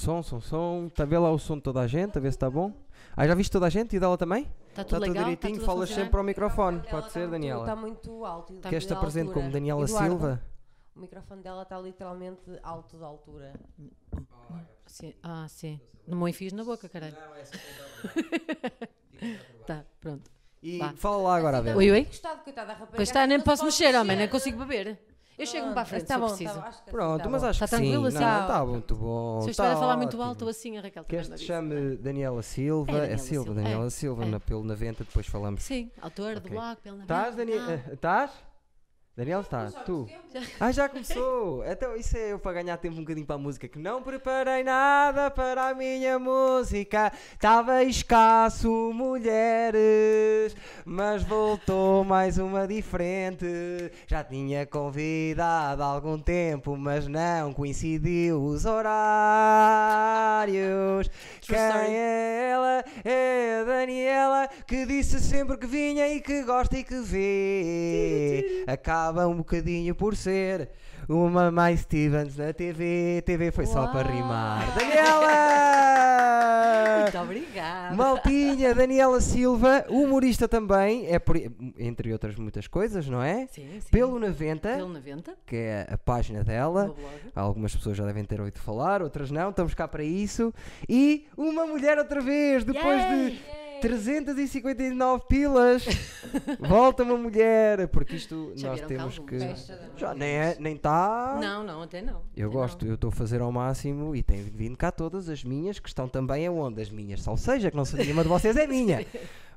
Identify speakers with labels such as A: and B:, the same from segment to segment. A: Som, som, som. Está a ver lá o som de toda a gente, a ver se está bom. Ah, já viste toda a gente e dela também?
B: Está Tá
A: Está
B: tudo
A: tudo
B: legal? Está
A: direitinho,
B: tudo a
A: falas
B: funcionar?
A: sempre ao microfone.
C: Ela
A: Pode
C: tá
A: ser,
C: muito- Está
A: Daniela?
C: muito alto. está
A: Queres-te
C: muito à
A: apresente como
C: altura.
A: Daniela
C: Eduardo,
A: Silva?
C: O microfone dela está literalmente alto de altura.
B: Sim. Ah, sim. Não me enfias na boca, caralho. Tá, pronto.
A: E
B: Vá. Assim,
A: fala lá agora, a ver.
B: Oi, oi.
C: Gostado, coitada, a rapariga.
B: Pois está, nem posso mexer, homem, nem consigo beber. Eu chego-me para a frente
C: Está
B: se eu
C: bom,
B: preciso.
C: tá bom, acho que assim
A: Pronto,
C: tá
A: mas
C: bom.
A: acho
B: Tá
A: que sim.
B: tranquilo assim?
A: Não, está muito bom.
B: Se eu
A: tá
B: estiver a falar muito
A: ótimo.
B: alto assim, a Raquel também
A: Queres
B: não
A: te
B: diz.
A: chame Daniela Silva? É,
B: Daniela
A: Silva,
B: Silva,
A: Daniela
B: é,
A: Silva,
B: é.
A: na pelo na venta, depois falamos.
B: Sim, autor do
A: Ok.
B: blog, pelo Ah, na
A: Estás,
B: Não. é
A: Daniela? Estás? Daniela está, tu. Ah, já começou! Então isso é eu para ganhar tempo um bocadinho para a música, que não preparei nada para a minha música. Estava escasso, mulheres, mas voltou mais uma diferente. Já tinha convidado há algum tempo, mas não coincidiu os horários.
B: True
A: Quem
B: story.
A: é ela? É a Daniela que disse sempre que vinha e que gosta e que vê. Acaba um bocadinho por ser uma mais Stevens na TV. TV foi só para
B: Uau.
A: rimar. Daniela!
B: Muito obrigada.
A: Maltinha, Daniela Silva, humorista também, é por- entre outras muitas coisas, não é?
B: Sim, sim.
A: Pelo né? 90,
B: Pelo 90,
A: que é a página
B: do
A: dela.
B: blog.
A: Algumas pessoas já devem ter ouvido falar, outras não, estamos cá para isso. E uma mulher outra vez, depois de 359 pilas, volta uma mulher, porque isto
B: Já
A: nós
B: vieram cá
A: temos que.
B: algumas,
A: Já nem é- nem está.
B: Não, não, até não.
A: Eu
B: até
A: gosto, eu estou a fazer ao máximo e tem vindo cá todas as minhas que estão também aonde? As minhas, só seja que não sei nenhuma de vocês é minha,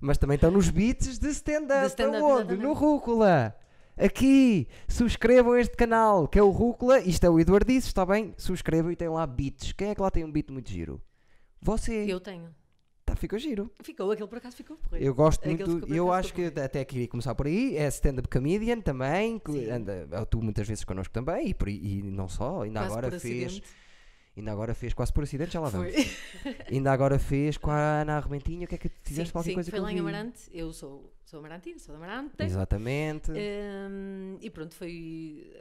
A: mas também estão nos beats de
B: De
A: stand-up,
B: stand-up,
A: aonde?
B: exatamente.
A: No Rúcula. Aqui, subscrevam este canal que é o Rúcula, isto é o Eduardices, está bem? Subscrevam e tem lá beats. Quem é que lá tem um beat muito giro?
B: Não.
A: Você,
B: Eu tenho.
A: tá, fica giro.
B: Ficou, aquele por acaso ficou porreiro.
A: Eu gosto
B: Aquele
A: muito,
B: ficou por
A: eu
B: acaso
A: acho que
B: ficou
A: até queria começar por aí, é stand-up comedian também, que
B: Sim.
A: anda, tu muitas vezes connosco também, e, por aí- e não só, ainda
B: Quase
A: agora
B: por
A: fez...
B: acidente.
A: Ainda agora fez quase por acidente, já lá vamos.
B: Foi.
A: Ainda agora fez com a Ana Armentinho, o que é que tu fizeste
B: Sim,
A: qualquer
B: sim,
A: coisa
B: foi
A: que eu
B: lá em
A: vi?
B: Amarante, eu sou, sou amarantina, sou de Amarante.
A: Exatamente.
B: Eh, Hum, e pronto, foi.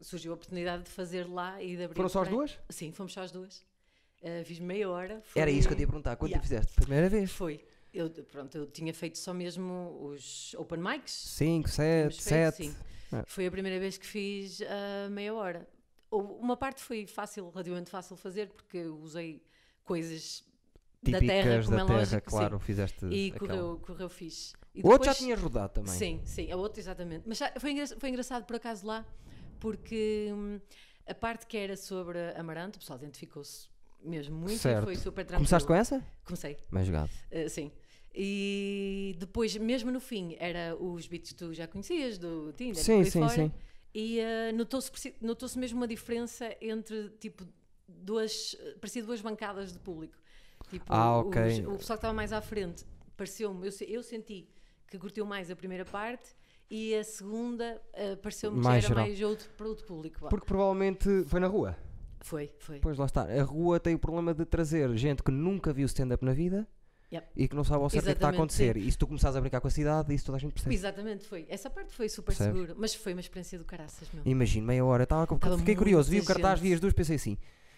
B: Surgiu a oportunidade de fazer lá e de abrir.
A: Foram
B: o
A: só as
B: treino.
A: duas?
B: Sim, fomos só as duas. Uh, fiz meia hora. foi-
A: Era isso que eu te ia perguntar. Quando
B: Yeah.
A: tu fizeste? Primeira vez?
B: Foi. Eu, pronto, eu tinha feito só mesmo os open mics.
A: 5,
B: tínhamos
A: 7, 7.
B: feito, sim.
A: É.
B: Foi a primeira vez que fiz ah, meia hora. Ou- Uma parte foi fácil, relativamente fácil fazer, porque eu usei coisas da terra,
A: Típicas
B: como
A: da
B: é
A: terra,
B: lógico. sim.
A: claro. Fizeste.
B: E
A: aquela.
B: correu, correu fixe. E
A: O outro já
B: depois-
A: tinha rodado também.
B: Sim, sim, a outra exatamente. Mas já- foi, engra- foi engraçado por acaso lá, porque hum, a parte que era sobre Amarante, o pessoal identificou-se mesmo muito
A: Certo.
B: e foi super tranquilo.
A: Começaste com essa?
B: Comecei,
A: Bem jogado.
B: eh, sim. E depois, mesmo no fim, era os beats que tu já conhecias, do Tinder,
A: Sim,
B: por aí
A: sim,
B: fora,
A: sim.
B: E eh, notou-se perci- notou-se mesmo uma diferença entre, tipo, duas, eh, parecia duas bancadas de público. Tipo,
A: Ah, ok.
B: os- o pessoal que estava mais à frente pareceu-me, eu, se- eu senti que curtiu mais a primeira parte e a segunda eh, pareceu-me que já
A: Mais
B: era
A: geral.
B: mais outro, para outro público. vá.
A: Porque provavelmente foi na rua.
B: Foi, foi.
A: Pois lá está. A rua tem o problema de trazer gente que nunca viu stand-up na vida
B: Yep.
A: e que não sabe ao certo o que é que está a
B: Exatamente, sim.
A: acontecer. E se tu começares a brincar com a cidade, isso toda a gente percebe.
B: Exatamente, foi. Essa parte foi super
A: Percebes?
B: seguro, mas foi uma experiência do caraças, meu.
A: Imagino, meia hora. Tava, com-
B: Tava
A: fiquei curioso, vi o
B: muita
A: cartaz, vi
B: gente.
A: as duas, pensei assim: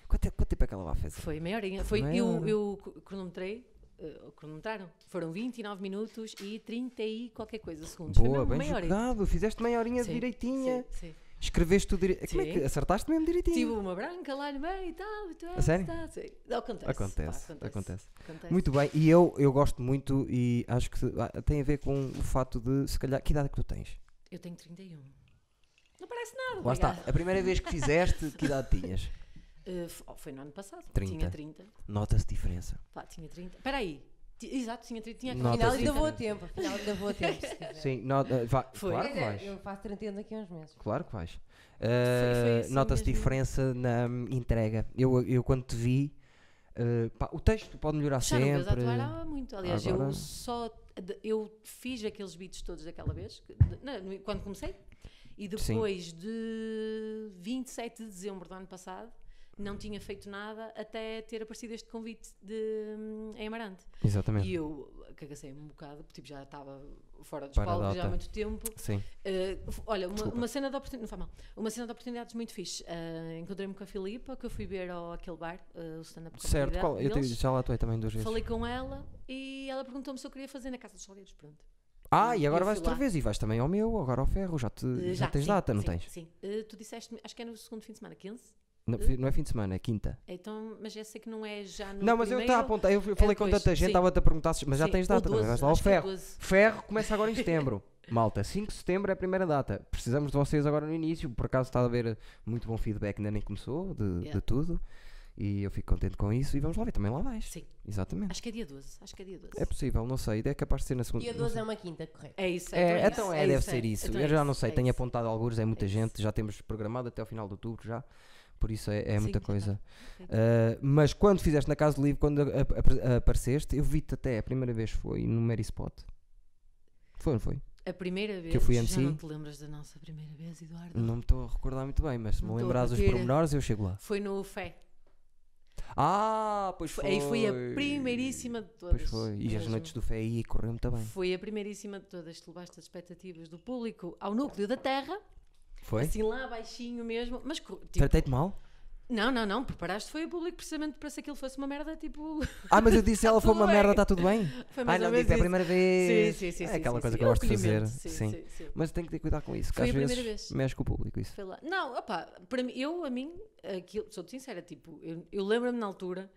A: quanto, é- quanto tempo é que ela vai fazer?
B: Foi meia horinha. Foi,
A: Meia
B: eu,
A: hora.
B: eu cro- cronometrei, eh, ou cronometraram, foram 29 minutos e 30 e qualquer coisa segundos.
A: Boa,
B: foi mesmo
A: bem
B: meia horinha.
A: jogado, fizeste meia horinha
B: Sim,
A: direitinha.
B: Sim, sim.
A: Escreveste tudo direitinho. Como é que
B: Sim.
A: acertaste mesmo direitinho?
B: Tive uma branca lá no meio e tal. E tal
A: A sério?
B: e tal, sim. Acontece. pá,
A: Acontece, acontece.
B: acontece.
A: Muito bem, e eu, eu gosto muito e acho que ah, tem a ver com o fato de, se calhar, que idade é que tu tens?
B: Eu tenho 31. Não parece nada.
A: Lá está,
B: Ah, obrigada.
A: a primeira vez que fizeste, que idade tinhas?
B: Eh, f- oh, foi no ano passado.
A: 30.
B: Tinha 30.
A: Nota-se diferença.
B: Pá, tinha 30. Espera aí. Ti- Exato, tinha 30. Tinha
A: Nota-se
C: Afinal,
B: acabado de
C: ainda vou a
B: 30.
C: tempo. Afinal, ainda vou a tempo. se quiser.
A: Sim, not, ah, vai-
B: É. Foi.
A: claro
C: Quer
A: que
C: dizer,
A: vais.
C: Eu faço 30 anos daqui a uns meses.
A: Claro que vais.
B: foi
A: Ah,
B: assim
A: Nota-se
B: mesmo.
A: diferença na hum, entrega. Eu, eu quando te vi, ah, pá, o texto pode melhorar
B: Já não vejo
A: Tá sempre.
B: atuar há muito. Aliás,
A: Agora-
B: eu só de- eu fiz aqueles beats todos daquela vez, que- de- na- no- quando comecei, e depois de 27 de dezembro do ano passado, não tinha feito nada até ter aparecido este convite de, hum, em Amarante.
A: Exatamente.
B: E eu cagacei um bocado, porque tipo, já estava fora dos
A: Paradota.
B: palcos já há muito tempo.
A: Sim.
B: Eh, f- olha, uma,
A: Desculpa.
B: uma cena de oportunidades, não faz mal, uma cena de oportunidades muito fixe. Eh, Encontrei-me com a Filipa, que eu fui ver ao aquele bar, eh, o stand-up comedy
A: Certo,
B: dela-
A: qual? Eu te-
B: deles.
A: já lá atuei também duas vezes.
B: Falei com ela e ela perguntou-me se eu queria fazer na Casa dos Salgueiros, pronto.
A: ah, e
B: eu
A: agora
B: fui
A: vais outra
B: lá.
A: vez e vais também ao meu, agora ao ferro, já, te,
B: Eh,
A: já, tens
B: sim,
A: data, não
B: sim,
A: tens?
B: Sim, Eh, tu disseste-me, acho que é no segundo fim de semana, 15?
A: Não, fi- não é fim de semana, é quinta.
B: Então, mas já sei que não é já no
A: não, mas eu estava a
B: primeiro. é
A: apontar, eu falei com
B: depois,
A: tanta gente,
B: sim.
A: estava a te perguntar, se- mas já
B: Sim,
A: tens
B: ou
A: data, também
B: 12,
A: vais lá ao
B: acho que é
A: ferro.
B: 12.
A: Ferro começa agora em setembro. Malta, 5 de setembro é a primeira data. Precisamos de vocês agora no início. Por acaso está a haver muito bom feedback, ainda nem começou, de,
B: Yeah.
A: de tudo. E eu fico contente com isso. E vamos lá ver, também lá vais.
B: Sim,
A: Exatamente.
B: acho que é dia 12, acho que é dia 12.
A: É possível, não sei. É capaz de ser na segunda.
C: Dia
A: não
C: 12
A: sei.
C: é uma quinta, correto.
B: É isso,
A: É,
B: isso,
A: então é,
B: isso,
A: deve ser isso.
B: então
A: eu
B: é
A: já não sei,
B: é
A: tenho
B: isso.
A: apontado alguns, é muita
B: É
A: gente, já temos programado até ao final de outubro já, por isso é, é
B: Sim,
A: muita
B: já tá.
A: coisa. Ah, mas quando fizeste na Casa do Livro, quando a- a- a- apareceste, eu vi-te até, a primeira vez foi no Mary Spot. Foi, não foi?
B: A primeira vez,
A: eu fui
B: já
A: MC.
B: não te lembras da nossa primeira vez, Eduardo?
A: Não me estou a recordar muito bem, mas se me
B: Não estou a
A: lembrares os
B: bater.
A: pormenores, eu chego lá.
B: Foi no Fé.
A: Ah, pois foi.
B: Aí foi a primeiríssima de todas.
A: Pois foi, e as
B: mesmo.
A: noites do Fé aí correu muito bem.
B: Foi a primeiríssima de todas. Tu levaste as expectativas do público ao núcleo da Terra,
A: Foi?
B: assim lá baixinho mesmo. Mas co- tipo,
A: Tratei-te mal?
B: não, não, não. Preparaste foi o público precisamente para se aquilo fosse uma merda, tipo.
A: Ah, mas eu disse ela foi
B: tudo
A: uma merda,
B: bem.
A: está tudo bem?
B: Foi
A: Ah,
B: mais
A: não,
B: ou menos
A: disse é a
B: isso.
A: primeira
B: Sim,
A: vez.
B: sim, sim.
A: É
B: sim,
A: aquela
B: sim,
A: coisa
B: sim.
A: que eu gosto de fazer.
B: Acolhimento,
A: Sim.
B: sim, sim.
A: Mas tem que ter cuidado com isso, que
B: Foi
A: às
B: a primeira
A: vezes
B: vez.
A: mexe com o público isso.
B: Foi lá. Não, opá, para mim, eu, a mim, aquilo, sou sincera, tipo, eu, eu lembro-me na altura,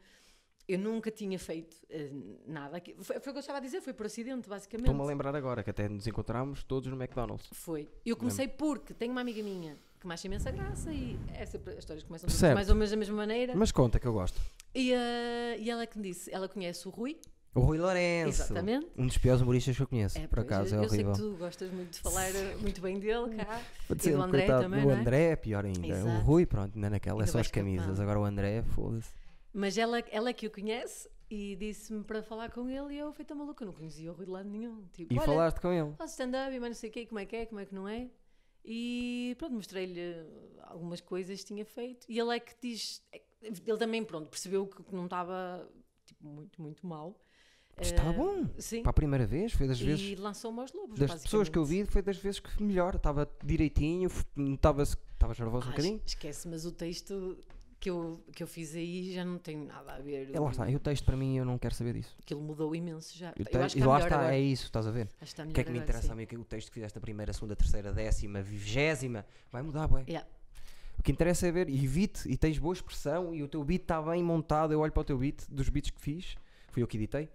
B: eu nunca tinha feito eh, nada. aqui- Foi, foi o que eu estava a dizer, foi por acidente, basicamente.
A: Estou-me a lembrar agora que até nos encontramos todos no McDonald's.
B: Foi. Eu comecei porque tenho uma amiga minha que me acha imensa graça e é sempre, as histórias começam
A: Certo.
B: todas mais ou menos da mesma maneira.
A: Mas conta que eu gosto.
B: E, eh, e ela que me disse, ela conhece o Rui.
A: O Rui Lourenço.
B: Exatamente.
A: Um dos piores humoristas que eu conheço, por
B: pois,
A: acaso, é
B: eu, eu sei
A: horrível.
B: que tu gostas muito de falar eh, muito bem dele, cá.
A: Pode
B: e
A: ser, um
B: do André
A: coitado,
B: também,
A: o
B: não é?
A: André é pior ainda. O
B: Exato.
A: Rui, pronto, ainda naquela, é
B: Ainda
A: só
B: vai
A: as camisas.
B: escapar.
A: Agora o André, foda-se.
B: Mas ela, ela é que o conhece e disse-me para falar com ele e eu, feita maluca, não conhecia o Rui de lado nenhum. Tipo,
A: E
B: olha,
A: falaste com ele.
B: faço stand-up e mais não sei o quê, como é que é, como é que não é. E pronto, mostrei-lhe algumas coisas que tinha feito. E ele é que diz. é que- Ele também, pronto, percebeu que que não estava tipo, muito, muito mal.
A: Está
B: Eh,
A: bom.
B: Sim.
A: Para a primeira vez, foi das
B: e
A: vezes.
B: lançou-me aos lobos.
A: Das pessoas que eu
B: basicamente.
A: vi, foi das vezes que melhor. Estava direitinho, f- notava-se que estavas nervoso um
B: Ah,
A: bocadinho.
B: Esquece, mas o texto que eu, que eu fiz aí já não tem nada a ver.
A: É, lá está, eu texto para mim, eu não quero saber disso.
B: Aquilo mudou imenso já.
A: Eu
B: Eu,
A: te-
B: acho
A: e
B: que está
A: lá
B: melhor
A: está,
B: agora.
A: é isso, estás a ver?
B: Acho que está
A: O
B: melhor
A: que é que me
B: agora,
A: interessa
B: sim.
A: a mim? que O texto que fizeste a primeira, segunda, terceira, décima, vigésima, vai mudar, bué.
B: Yeah.
A: O que interessa é ver, e beat, e tens boa expressão, e o teu beat está bem montado. Eu olho para o teu beat, dos beats que fiz, fui eu que editei.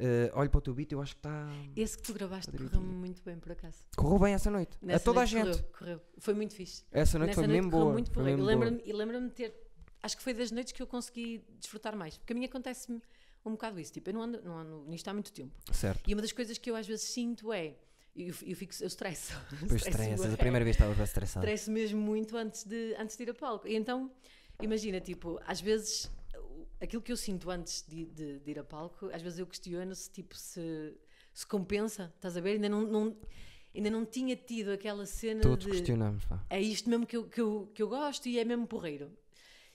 A: eh, olho para o teu beat, eu acho que está.
B: Esse que tu gravaste
A: Poderia
B: correu-me
A: ter.
B: muito bem, por acaso.
A: Correu bem essa noite. a
B: Nessa
A: toda
B: noite
A: a gente.
B: Correu, correu. Foi muito fixe.
A: Essa noite
B: Nessa
A: foi
B: noite
A: mesmo
B: correu
A: boa.
B: muito
A: foi
B: porreiro.
A: mesmo
B: Eu
A: boa.
B: lembro-me e lembro-me de ter. Acho que foi das noites que eu consegui desfrutar mais. Porque a mim acontece-me um bocado isso. Tipo, eu não ando, não ando nisto há muito tempo.
A: Certo.
B: E uma das coisas que eu às vezes sinto é. Eu, eu fico. Eu estresso.
A: Depois
B: Estresso
A: estressas.
B: bué.
A: A primeira vez estavas bem estressado.
B: Estresso mesmo muito antes de, antes de ir a palco. E então, imagina, tipo, às vezes. o- Aquilo que eu sinto antes de, de- de ir a palco, às vezes eu questiono se, tipo, se, se compensa. Estás a ver? Ainda não, não- ainda não tinha tido aquela cena
A: Todos
B: de
A: questionamos, pá.
B: é isto mesmo que eu, que, eu, que eu gosto e é mesmo porreiro.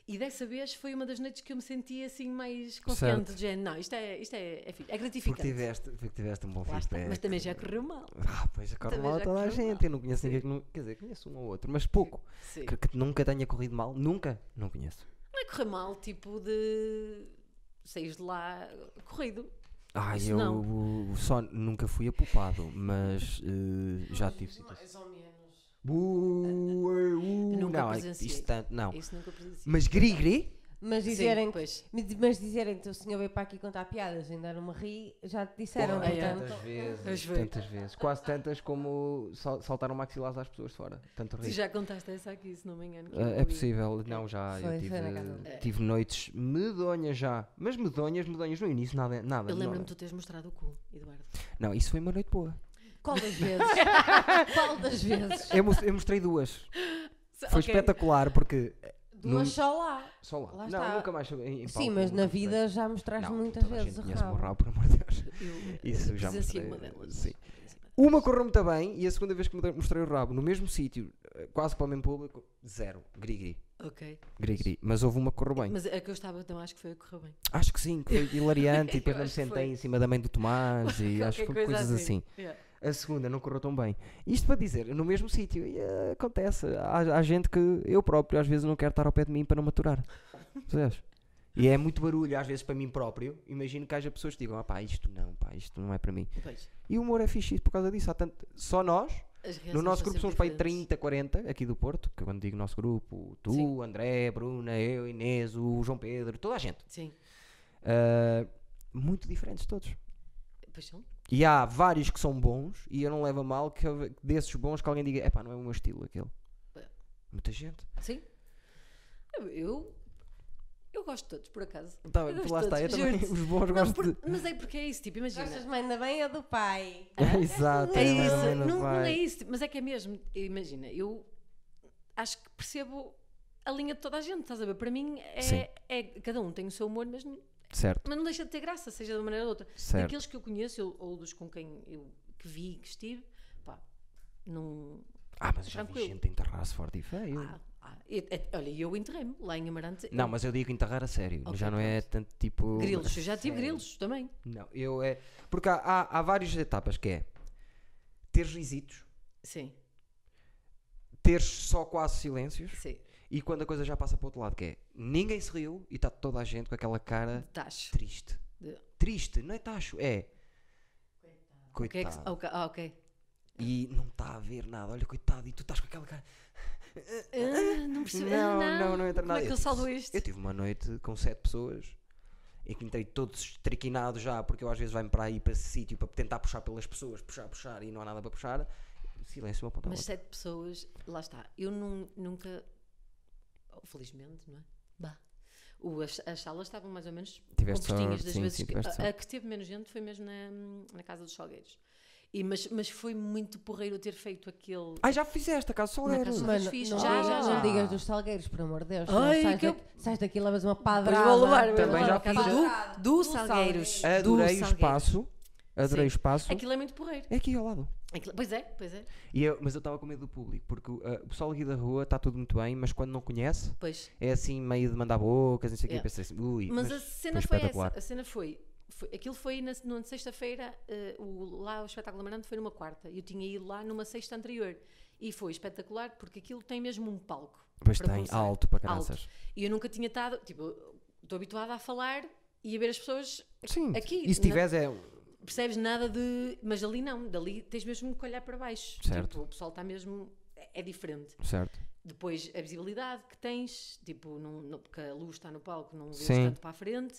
B: E dessa vez foi uma das noites que eu me senti assim mais confiante,
A: Certo.
B: de género, não, isto é, isto é, é, fixe, é
A: Porque
B: gratificante.
A: tiveste, porque tiveste um bom
B: Lá está.
A: feedback.
B: Mas também já correu mal.
A: Ah, pois acorda
B: Também
A: mal
B: já
A: toda a
B: correu
A: gente.
B: mal.
A: Eu não conheço ninguém que não. Quer dizer, conheço um ou outro, mas pouco.
B: Sim.
A: Que, que nunca tenha corrido mal. Nunca? Não conheço.
B: Não é correr mal, tipo de sair de lá corrido.
A: Ah,
B: Isso
A: eu
B: não.
A: uh, só nunca fui apupado, mas uh, já tive situações.
C: Mais ou menos.
A: Uh, uh,
B: Nunca
A: não, é-
B: presenciei.
A: isso tanto, não.
B: Isso nunca presenciei.
A: Mas gri-gri?
C: Mas
B: Sim,
C: dizerem,
B: pois.
C: mas mas dizerem que o senhor veio para aqui contar piadas, ainda não me ri, já te disseram,
B: Porra, é.
C: portanto.
A: vezes,
B: Pois foi.
A: tantas vezes. Quase tantas como sal- saltaram maxilares às pessoas fora. Tanto
B: Tu
A: rir.
B: já contaste essa aqui, se não me engano. que
A: Ah,
B: eu
A: é
B: ouvi.
A: possível, não, já eu
C: Foi-
A: tive,
C: foi na casa dela.
A: tive noites medonhas já, mas medonhas, medonhas no início, nada, nada.
B: Eu lembro-me
A: não-
B: de tu teres mostrado o cu, Eduardo.
A: Não, isso foi uma noite boa.
C: Qual das vezes? Qual das vezes?
A: Eu, mos- eu mostrei duas. Foi
B: Ok.
A: espetacular porque
C: Duas
A: Não-
C: só lá.
A: só lá.
C: Lá
A: não,
C: está.
A: nunca mais em, em
C: Sim,
A: palco,
C: mas
A: nunca
C: na
A: mostrei.
C: vida já mostraste
A: Não,
C: muitas
A: toda a
C: vezes o
A: gente conhece
C: rabo.
A: rabo, por amor de Deus.
B: Eu
A: Isso já
B: presenciei uma
A: mostrei,
B: delas.
A: sim.
B: Presenciei uma delas.
A: Uma correu muito bem e a segunda vez que mostrei o rabo no mesmo sítio, eh, quase para o mesmo público, zero. Gri-gri.
B: Ok.
A: Gri, gri. Mas houve uma que correu bem.
B: Mas a que eu estava, então acho que foi a que correu bem.
A: Acho que sim, que foi hilariante. e depois não
B: Eu
A: me
B: acho que
A: sentei
B: foi.
A: em cima da mãe do Tomás. e acho que
B: Qualquer
A: foi coisas assim.
B: Yeah.
A: A segunda não correu tão bem. Isto para dizer, no mesmo sítio, e, eh, acontece. Há, há gente que eu próprio às vezes não quero estar ao pé de mim para não maturar. Percebes? E é muito barulho às vezes para mim próprio. Imagino que haja pessoas que digam: ah pá, isto não, pá, isto não é para mim.
B: Pois.
A: E o humor é fixe por causa disso. Há tanto... Só nós,
B: As
A: no
B: reações
A: nosso
B: são
A: grupo, somos
B: sempre
A: para aí
B: diferentes.
A: 30, 40 aqui do Porto. Que quando digo nosso grupo, tu,
B: Sim.
A: André, Bruna, eu, Inês, o João Pedro, toda a gente.
B: Sim.
A: Ah, muito diferentes todos.
B: Pois são.
A: E há vários que são bons e eu não levo a mal que houve- que desses bons que alguém diga, é pá, não é o meu estilo aquele.
B: É.
A: Muita gente.
B: Sim. Eu, eu gosto de todos, por acaso.
A: Tá,
B: Eu gosto
A: lá
B: de
A: está, eu
B: todos,
A: também,
B: juro-te.
A: os bons
B: Não,
A: gosto
B: por-
A: de...
B: Mas é porque é isso, tipo, imagina.
C: Gostas mais da mãe ou do pai?
A: Exato.
B: É
A: mais ou
B: isso,
A: menos,
B: não, não é
A: vai.
B: isso, tipo, mas é que é mesmo, imagina, eu acho que percebo a linha de toda a gente, estás a ver? Para mim
A: Sim.
B: é, é cada um tem o seu humor, mas, não-
A: Certo,
B: mas não deixa de ter graça, seja de uma maneira ou de outra.
A: certo.
B: Daqueles que eu conheço eu- ou dos com quem eu que vi e que estive, pá, não.
A: Ah, mas eu já vi
B: Tranquilo.
A: gente a enterrar-se forte e feio.
B: Ah, ah, e- e- olha, e eu enterrei-me lá em Amarante.
A: Não, mas eu digo enterrar a sério.
B: Ok,
A: já não é tanto tipo...
B: Grilos, eu já tive
A: Sério.
B: grilos também.
A: Não, eu é... Porque há, há, há várias etapas que é ter risitos,
B: Sim,
A: ter só quase silêncios
B: sim.
A: e quando a coisa já passa para o outro lado, que é ninguém se riu e está toda a gente com aquela cara...
B: Tacho.
A: Triste.
B: De-
A: Triste, não é tacho, é.
B: O que é que se-
A: Coitado.
B: ok, ah, ok.
A: E não está a ver nada, olha, coitado, e tu estás com aquela cara.
B: Ah, não percebi.
A: Não,
B: ah,
A: não, não entra
B: Como
A: nada.
B: é que eu
A: tive-
B: saldo isto?
A: Eu tive uma noite com sete pessoas em que entrei todo estriquinado já, porque eu às vezes vai-me para aí para esse sítio para tentar puxar pelas pessoas, puxar, puxar e não há nada para puxar. Silêncio, uma ponta
B: Mas
A: outra.
B: sete pessoas, lá está. Eu nun- nunca. oh, felizmente, não é? Bah. O- as, as salas estavam mais ou menos
A: Tiveste
B: compostinhas
A: sorte,
B: das
A: sim,
B: vezes
A: sim,
B: que.
A: tiveste
B: A, a que teve menos gente foi mesmo na, na Casa dos Salgueiros. E, mas, mas foi muito porreiro eu ter feito aquele.
A: Ah, já fizeste a Casa um. Soleiro.
B: Casa Soleiro.
C: Mano,
B: fixe.
C: não,
B: Já,
C: digas-
B: já, já.
C: não digas dos salgueiros, por amor de Deus.
B: Ai,
C: Não, sais,
B: que eu-
C: daqui, sais daqui e levas uma
B: Pois
C: padrada.
B: vou levar, vou
A: Também
B: levar
A: já
B: a
C: um.
B: casa
A: fiz
B: do, do
C: Do
B: Salgueiros.
C: Salgueiros.
B: do
A: Adorei o
B: Salgueiros.
A: espaço. Adorei o
B: um. Sim.
A: espaço.
B: Aquilo é muito porreiro.
A: É aqui ao lado.
B: Aquilo- pois é, pois é.
A: E eu- mas eu estava com medo do público, porque uh, o pessoal aqui da rua está tudo muito bem, mas quando não conhece,
B: Pois.
A: é assim meio de mandar bocas, não sei o quê,
B: Yeah.
A: pensei assim, ui,
B: Mas,
A: mas,
B: a cena
A: foi
B: foi essa.
A: espetacular.
B: A cena foi. foi- aquilo foi na, numa sexta-feira, eh, o- lá o espetáculo Amarante foi numa quarta. Eu tinha ido lá numa sexta anterior. E foi espetacular porque aquilo tem mesmo um palco.
A: pois
B: para
A: tem,
B: começar.
A: alto para
B: Alto.
A: caraças.
B: E eu nunca tinha estado. Tipo, eu estou habituada a falar e a ver as pessoas.
A: Sim,
B: Aqui,
A: e se
B: na-
A: tiveres é...
B: Percebes nada de. Mas ali não. Dali tens mesmo que olhar para baixo.
A: Certo.
B: Tipo, o pessoal está mesmo. É é diferente.
A: Certo.
B: Depois a visibilidade que tens, tipo, não, não- porque a luz está no palco, não vês
A: Sim.
B: tanto para a frente. E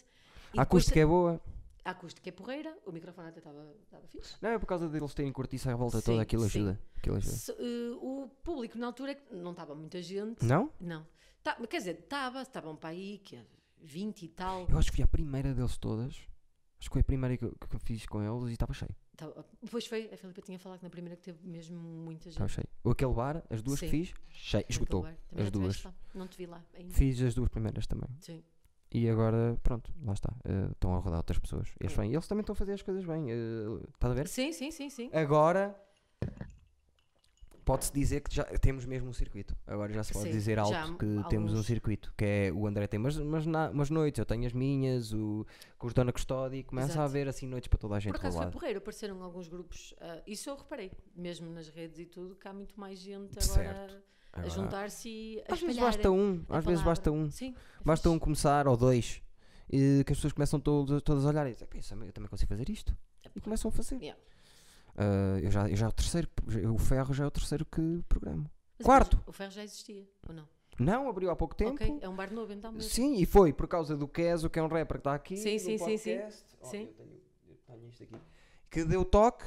A: A
B: depois
A: acústica é boa.
B: A acústica é porreira, o microfone até estava estava fixe.
A: Não, é por causa deles terem cortiça à volta
B: Sim,
A: toda, aquilo
B: sim.
A: ajuda. Aquilo ajuda.
B: Se, eh, o público na altura é que não estava muita gente.
A: Não?
B: Não. Tá, mas quer dizer, estava, estavam para aí, que é 20 e tal.
A: Eu acho que fui a primeira deles todas. Acho que foi a primeira que eu, que eu fiz com eles e estava cheio.
B: Tava- Pois Tá, foi, a Filipa tinha falado que na primeira que teve mesmo muita gente.
A: Estava cheio. Ou aquele bar, as duas que
B: Sim.
A: fiz, cheio.
B: Naquele
A: Esgotou.
B: bar. Também
A: Tá, as
B: não
A: duas.
B: tiveste lá, Não te vi lá ainda.
A: Fiz as duas primeiras também.
B: Sim.
A: E agora, pronto, lá está. eh, estão a rodar outras pessoas. Eles,
B: Hum.
A: bem, eles também estão a fazer as coisas bem. eh, estás a ver?
B: Sim, sim, sim, sim.
A: Agora pode-se dizer que já temos mesmo um circuito. Agora já se pode
B: Sim,
A: dizer alto
B: já há
A: que temos um
B: alguns.
A: circuito. Que é o André tem umas, umas, na- umas noites, eu tenho as minhas, o, com os Dona Custódia, e começa a
B: Exato.
A: haver assim noites para toda a gente
B: Por acaso foi
A: rolada.
B: porreiro, apareceram alguns grupos. ah, isso eu reparei, mesmo nas redes e tudo, que há muito mais gente agora
A: Certo.
B: a,
A: Agora,
B: juntar-se e a
A: às vezes
B: espalhar
A: basta um, às
B: a
A: vezes
B: palavra.
A: basta um.
B: Sim, é
A: Basta um
B: fixe.
A: começar ou dois. E que as pessoas começam todas, todas a olhar e dizem, "Pá, isso também- eu também consigo fazer isto. E começam a fazer.
B: É Yeah.
A: Ah, eu, já, eu já é o terceiro, já- o ferro já é o terceiro que programo.
B: Mas
A: Quarto.
B: O ferro já existia, ou não?
A: Não, abriu há pouco tempo.
B: Ok, é um bar novo então. mas-
A: Sim, e foi por causa do Keso, que é um rapper que está aqui.
B: Sim,
A: no
B: sim, sim, sim.
A: podcast. Oh,
B: Sim.
A: eu tenho- eu tenho isto aqui. Que deu toque.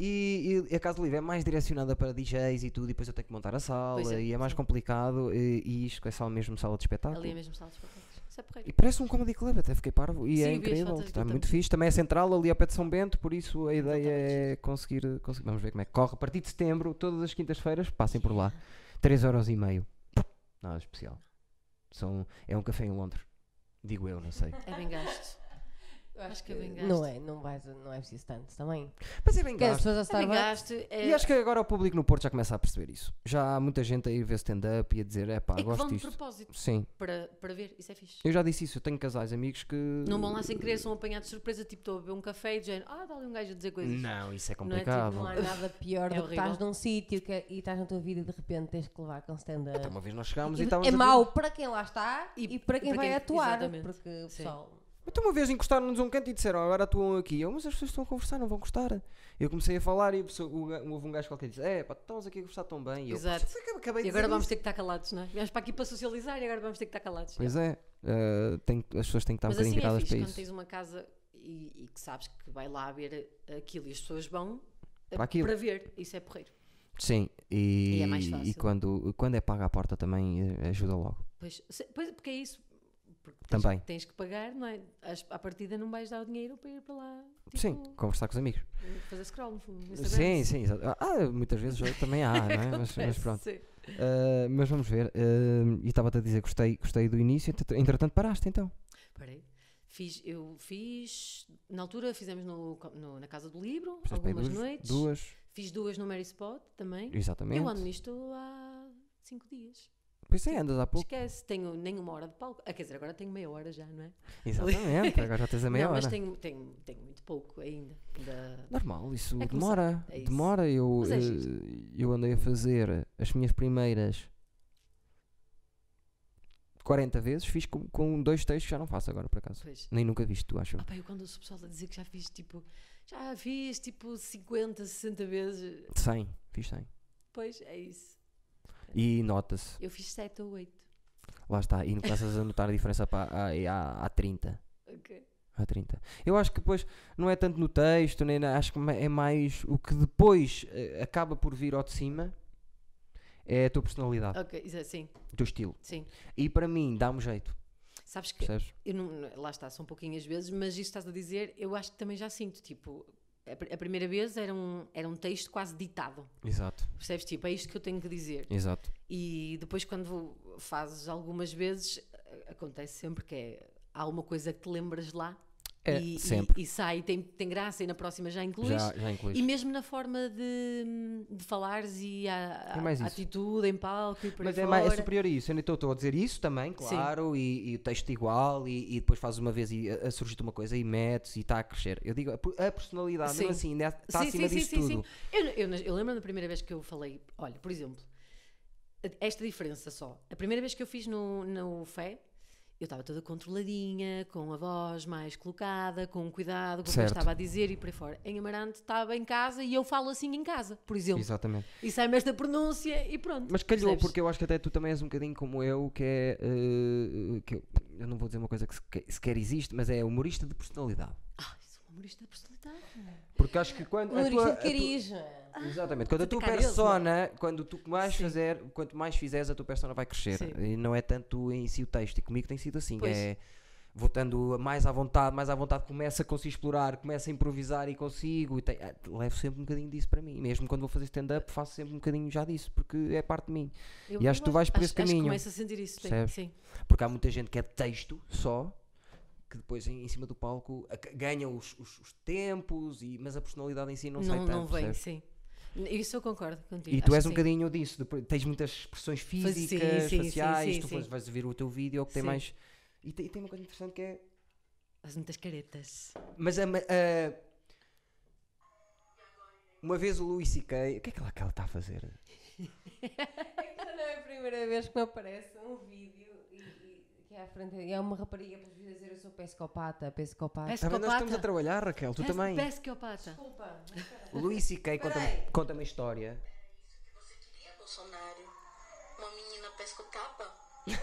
A: E, e a Casa Livre é mais direcionada para DJs e tudo, e depois eu tenho que montar a sala,
B: Pois é,
A: e é mais
B: sim.
A: complicado, e, e isto é só mesmo sala de espetáculo.
B: Ali é mesmo sala de espetáculos. Isso é porreiro.
A: E parece um comedy club, até fiquei parvo, e
B: Sim,
A: é
B: eu vi as
A: incrível,
B: fotos
A: está
B: aquilo
A: muito
B: também.
A: fixe. Também é central ali ao pé de São Bento, por isso a ideia
B: Exatamente.
A: é conseguir, conseguir- vamos ver como é que corre. A partir de setembro, todas as quintas-feiras, passem por lá, 3,5€. Nada especial. São, é um café em Londres, digo eu, não sei.
B: É bem gasto.
C: Eu acho,
B: que eu vingaste.
C: Não é, não, vais, não é preciso tanto também.
A: Mas é bem
C: Porque as
A: gasto.
C: pessoas a
B: Também
C: Starbucks.
B: gasto.
A: E
B: É,
A: acho que agora o público no Porto já começa a perceber isso. Já há muita gente a ir ver stand-up e a dizer, é pá,
B: é que
A: gosto
B: vão de
A: disto.
B: propósito
A: Sim,
B: para, para ver. Isso é fixe.
A: eu já disse isso. Eu tenho casais amigos que.
B: Não vão lá sem querer, são apanhados de surpresa. Tipo, estou a beber um café e dizem, ah, dá ali um gajo a dizer coisas.
A: Não, isso é
B: Não é tipo,
A: complicado.
B: não há-
C: Não há nada pior
B: É
C: do que
B: horrível.
C: estás num sítio que- e estás na tua vida e de repente tens que levar com stand-up.
A: Então, uma vez nós chegámos e,
C: E
A: estávamos.
C: é
A: a-
C: mau para quem lá está e,
B: então. E-
C: para quem
B: para
C: vai
B: quem-
C: atuar.
B: exatamente.
C: Porque o
B: Sim.
C: pessoal.
A: Então, uma vez encostaram-nos a um canto e disseram, agora atuam aqui. Eu, mas as pessoas estão a conversar, não vão gostar. Eu comecei a falar e a pessoa- o ga- houve um gajo qualquer que disse, é pá, estamos aqui a conversar tão bem. E eu,
B: Exato.
A: "Foi que eu acabei de
B: E agora
A: dizer
B: vamos
A: isto."
B: ter que estar calados, não é? Viemos para aqui para socializar e agora vamos ter que estar calados.
A: Pois é, ah, tem- as pessoas têm que estar um
B: Mas
A: bocadinho
B: assim é
A: viradas
B: fixe
A: para
B: quando
A: isso.
B: tens uma casa e, e que sabes que vai lá haver aquilo e as pessoas vão eh,
A: Para aquilo.
B: para ver. Isso é porreiro.
A: Sim, e,
B: E é mais
A: e
B: fácil.
A: quando, quando é paga a porta também eh, ajuda logo.
B: Pois, se- pois, porque é isso. Porque tens,
A: Também.
B: Tens que pagar, não é? As, à partida não vais dar o dinheiro para ir para lá. tipo,
A: Sim, conversar com os amigos.
B: Fazer scroll no fundo. no
A: Sim,
B: Instagram.
A: sim, exato. Ah, muitas vezes eu também há, não é? Mas, mas
B: Acontece,
A: pronto.
B: sim.
A: Ah, mas vamos ver. ah, e estava-te a dizer, gostei, gostei do início, entretanto- entretanto paraste então.
B: Parei. Fiz, eu fiz. Na altura fizemos no, co- no- na Casa do Livro,
A: Fizeste para aí
B: algumas
A: duas,
B: noites.
A: duas,
B: Fiz duas no Mary Spot também.
A: exatamente.
B: Eu ando nisto há cinco dias.
A: Pois é, andas há pouco.
B: Esquece, tenho nem uma hora de palco. Ah, quer dizer, agora tenho meia hora já, não é?
A: Exatamente, agora já tens a meia
B: não,
A: é hora.
B: mas tenho, tenho, tenho muito pouco ainda. Da...
A: Normal, isso
B: É que começa-
A: demora.
B: é isso.
A: demora. Eu,
B: Mas é
A: eh,
B: giro.
A: eu andei a fazer as minhas primeiras 40 vezes, fiz com, com dois textos que já não faço agora, por acaso.
B: Pois.
A: Nem nunca viste, tu acho.
B: Ah, pá, eu quando ouço o pessoal a dizer que já fiz tipo. Já fiz tipo 50, 60 vezes.
A: 100, fiz 100.
B: Pois é isso.
A: E nota-se,
B: Eu fiz 7 ou 8.
A: lá está, e começas a notar a diferença para, há, há, há 30.
B: Ok.
A: Há 30. Eu acho que depois não é tanto no texto, nem na- acho que ma- é mais o que depois eh, acaba por vir ao de cima é a tua personalidade,
B: Ok, isso é- sim,
A: o teu estilo.
B: sim.
A: E para mim dá-me jeito,
B: Sabes que
A: percebes?
B: Eu não- não- lá está, são pouquinhas vezes, mas isso estás a dizer, eu acho que também já sinto, tipo, a, pr- a primeira vez era um, era um texto quase ditado,
A: Exato.
B: percebes? Tipo, é isto que eu tenho que dizer.
A: Exato.
B: E depois quando vou- fazes algumas vezes, a- acontece sempre que é, há uma coisa que te lembras lá
A: É,
B: e, e-
A: sempre.
B: e sai, tem, tem graça e na próxima já incluís.
A: Já, já incluís.
B: E mesmo na forma de, de falares e a,
A: É mais
B: a
A: isso.
B: atitude em palco e por aí
A: Mas é, mais, é
B: fora.
A: superior a isso. Eu nem estou a dizer isso também, claro, e, e o texto igual, e, e depois fazes uma vez e a, a surgir-te uma coisa e metes e está a crescer. Eu digo, a, per- a personalidade, mesmo
B: Sim.
A: assim, está acima disso tudo.
B: Eu, eu, eu lembro da primeira vez que eu falei, olha, por exemplo, esta diferença só. A primeira vez que eu fiz no, no Fé, eu estava toda controladinha, com a voz mais colocada, com cuidado, com o que eu
A: Certo.
B: estava a dizer e por aí fora. Em Amarante estava em casa e eu falo assim em casa, por exemplo.
A: Exatamente.
B: E sai-me esta pronúncia e pronto.
A: Mas calhou,
B: percebes?
A: porque eu acho que até tu também és um bocadinho como eu, que é. eh, que eu, eu não vou dizer uma coisa que sequer, sequer existe, mas é humorista de personalidade.
B: Ah, sou um humorista da personalidade. Um
A: Porque acho que quando. É a tua- é
C: Humorista
A: a
C: de
A: tua-
C: carisma.
A: Exatamente, quando a
B: de
A: tua
B: carisma.
A: persona, quando tu mais
B: é? Sim.
A: fazer, quanto mais fizeres, a tua persona vai crescer.
B: Sim.
A: E não é tanto em si o texto, e comigo tem sido assim.
B: Pois.
A: É voltando mais à vontade, mais à vontade, começa a conseguir explorar, começa a improvisar e consigo. E tem- ah, levo sempre um bocadinho disso para mim. Mesmo quando vou fazer stand-up, faço sempre um bocadinho já disso, porque é parte de mim.
B: Eu-
A: E acho que tu
B: eu
A: vais por esse
B: acho- Acho
A: caminho.
B: que começo a sentir isso, tem-
A: Percebes?
B: sim.
A: Porque há muita gente que é texto só, que depois em, em cima do palco ac- ganha os, os- os tempos, e, mas a personalidade em si não,
B: Não,
A: sai
B: não,
A: tanto.
B: vem,
A: percebes?
B: sim. Isso eu concordo contigo.
A: E tu
B: acho
A: és
B: que
A: um
B: sim.
A: bocadinho disso, depois tens muitas expressões físicas,
B: sim, sim,
A: faciais,
B: sim,
A: tu
B: sim.
A: vais- vais ver o teu vídeo que tem
B: Sim.
A: mais. E tem, e tem uma coisa interessante que é.
B: Faz muitas caretas.
A: Mas a. ma- a- Uma vez o Luís C.K. O que é que ela que ela está a fazer?
B: É
C: Esta não é a primeira vez que me aparece um vídeo e, e- que é à frente. E é uma rapariga para dizer eu sou psicopata, psicopata.
B: Pes-
A: Tá vendo? Nós estamos a
B: Psicopata. É
A: trabalhar, Raquel, tu
B: Pes-
A: também.
B: Pesquiopata.
C: Desculpa.
A: O Luís C.K. conta-me
C: Peraí.
A: conta uma história.
D: que você queria, Bolsonaro? Uma menina pesco-tapa?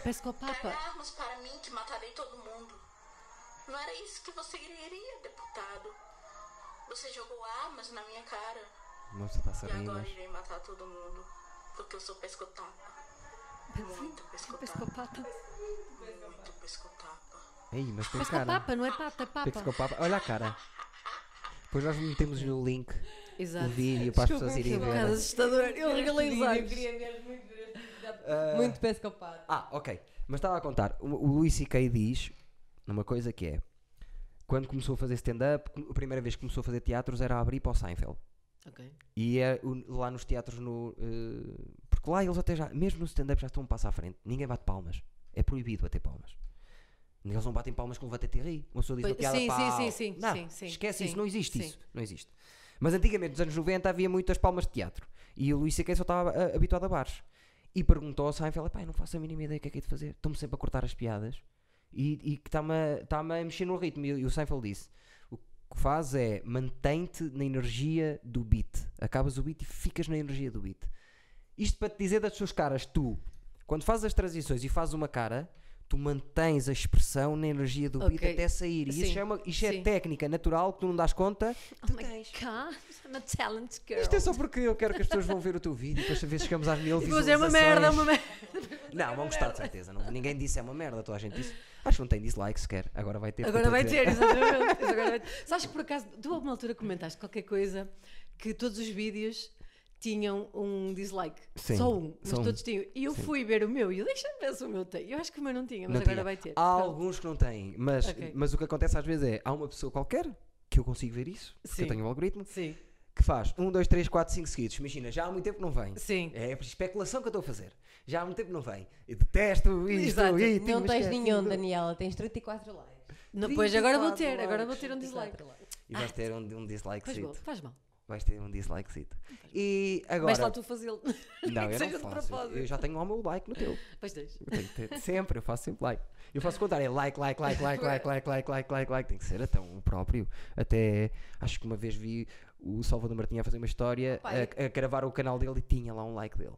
B: Pescopapa.
D: Traga armas para mim que matarei todo mundo. Não era isso que você queria, deputado. Você jogou armas na minha cara.
A: Nossa, está-se
D: E
A: a rir,
D: agora
A: mas.
D: irei matar todo mundo. Porque eu sou pesco-tapa. Muito pesco-tapa.
B: Pescopata.
D: Muito pesco-tapa.
A: Ei, mas tem cara.
B: Pescopapa, não é pata, papa.
A: Pescopapa. Olha a cara. Depois nós metemos no link o
B: Exato.
A: vídeo para as pessoas irem
B: Um bocado
A: ver.
B: assustador. Eu regalei os
C: Eu
B: olhos.
C: queria mesmo muito ver este vídeo. Muito psicopata.
A: Ah, ok. Mas estava a contar. O, o Luís C.K. diz uma coisa que é: quando começou a fazer stand-up, a primeira vez que começou a fazer teatros era a abrir para o Seinfeld.
B: Ok.
A: E é o- lá nos teatros no. eh, porque lá eles até já, mesmo no stand-up, já estão um passo à frente. Ninguém bate palmas. É proibido bater palmas. Eles não batem palmas com levanta ri. Uma pessoa diz
B: Pois-
A: uma piada
B: sim,
A: pau.
B: sim, sim, sim,
A: Não,
B: sim, sim,
A: Esquece
B: sim,
A: isso, não existe
B: sim.
A: isso. Não existe. Mas antigamente, nos anos 90, havia muitas palmas de teatro. E o Luís C.K. só estava ah, habituado a bares. E perguntou ao Seinfeld: pai, não faço a mínima ideia o que é que é de fazer. Estão-me sempre a cortar as piadas e e que está-me a, tá-me a mexer no ritmo. E, o- e o Seinfeld disse: o que faz é mantém-te na energia do beat. Acabas o beat e ficas na energia do beat. Isto para te dizer das tuas caras, tu, quando fazes as transições e fazes uma cara, tu mantens a expressão na energia do beat
B: Ok.
A: até sair. E isso,
B: Sim,
A: já é, uma, isto é
B: sim.
A: técnica natural que tu não das conta.
B: Oh my god, I'm a talent girl.
A: Isto é só porque eu quero que as pessoas vão ver o teu vídeo e depois saber se chegamos às mil
B: E
A: visualizações.
B: depois é uma merda, é uma merda.
A: Não, vão gostar de certeza. Não- ninguém disse é uma merda, toda a gente disse. Acho que não tem dislike sequer. Agora vai ter. porque
B: Agora
A: eu
B: vai
A: estou a
B: ter, exatamente. Agora vai ter. Sabes que por acaso, tu alguma altura comentaste qualquer coisa que todos os vídeos tinham um dislike.
A: Sim,
B: só um, mas
A: só um.
B: todos tinham. E eu fui ver o meu e eu deixa-me ver se o meu tem. Eu acho que o meu não tinha, mas
A: Não
B: agora
A: tinha.
B: vai ter.
A: Há
B: Pronto.
A: alguns que não têm, mas,
B: Ok.
A: mas o que acontece às vezes é, há uma pessoa qualquer, que eu consigo ver isso, porque eu
B: Sim.
A: tenho um algoritmo,
B: Sim,
A: que faz 1, 2, 3, 4, 5 seguidos. Imagina, já há muito tempo que não vem.
B: sim.
A: É a especulação que eu estou a fazer. Já há muito tempo que não vem. Eu detesto isto.
B: Exato.
A: e
C: Não
A: mas
C: tens
A: quero
C: nenhum,
A: aquilo.
C: Daniela, tens 34 likes.
B: Não, pois agora vou
C: 34
B: ter, agora vou
C: likes,
B: ter um dislike.
C: 34 likes.
A: E vais ter um, um dislike
B: Faz mal, faz mal.
A: Vais ter um dislike E agora...
B: Vais lá tu fazê-lo.
A: Não,
B: que
A: eu
B: seja de
A: não faço. Eu-
B: propósito.
A: Eu já tenho lá o meu like no teu.
B: Pois deixa.
A: Eu tenho que ter sempre, eu faço sempre like. Eu faço contar, é like, like, like, like, like, like, like, like, like, like. Tem que ser até o próprio. Até acho que uma vez vi o Salvador Martinha a fazer uma história
C: Opa, e-
A: a, a gravar o canal dele e tinha lá um like dele.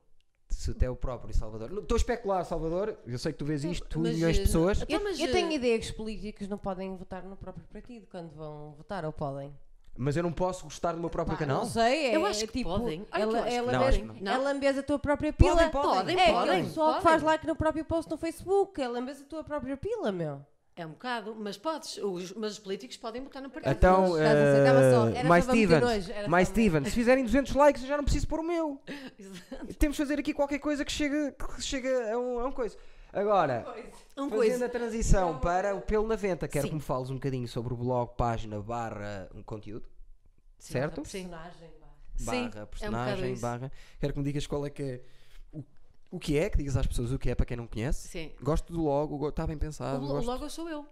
A: Se até o próprio Salvador. Não, Estou a especular, Salvador. Eu sei que tu vês isto, tu e
B: mas,
A: milhões de
B: eh,
A: pessoas.
B: Então,
C: Eu,
B: mas,
C: eu
B: eh,
C: tenho ideia que os políticos não podem votar no próprio partido quando vão votar, ou podem?
A: Mas eu não posso gostar do meu próprio
C: Pá,
A: canal.
C: Não sei, é,
B: Eu acho
C: é
B: que
C: tipo,
B: podem. Olha que eu
C: Ela,
B: acho que
C: ela,
A: podem. Não, acho que
C: lambes-
B: não.
C: ela lambes a tua própria
A: Podem,
C: pila.
A: podem,
C: é,
A: podem.
C: aquele pessoal que faz
B: Podem.
C: like no próprio post no Facebook, ela lambes a tua própria pila, meu.
B: É um bocado, mas podes, os, mas os políticos podem botar no partido.
A: Então,
C: Estás a dizer, estava só-
A: eh,
C: era
A: mais
C: só para meter
A: Stevens,
C: nojo, era
A: mais
C: só para-
A: Stevens, se fizerem 200 likes eu já não preciso pôr o meu.
B: Exato.
A: Temos de fazer aqui qualquer coisa que chegue, que chegue a, um, a um coisa. Agora,
B: Um
A: Fazendo
B: coisa.
A: a transição para o pelo na venta, quero
B: Sim.
A: que me fales um bocadinho sobre o blog, página, barra, um conteúdo, certo?
B: Sim.
C: Personagem, pá.
B: Sim,
A: barra,
B: é um bocado
A: personagem,
B: isso.
A: barra. Quero que me digas qual é que é, o, o que é, que digas às pessoas o que é para quem não conhece.
B: Sim.
A: Gosto do logo, está bem
B: O,
A: pensado.
B: lo- o
A: gosto-
B: logo sou eu.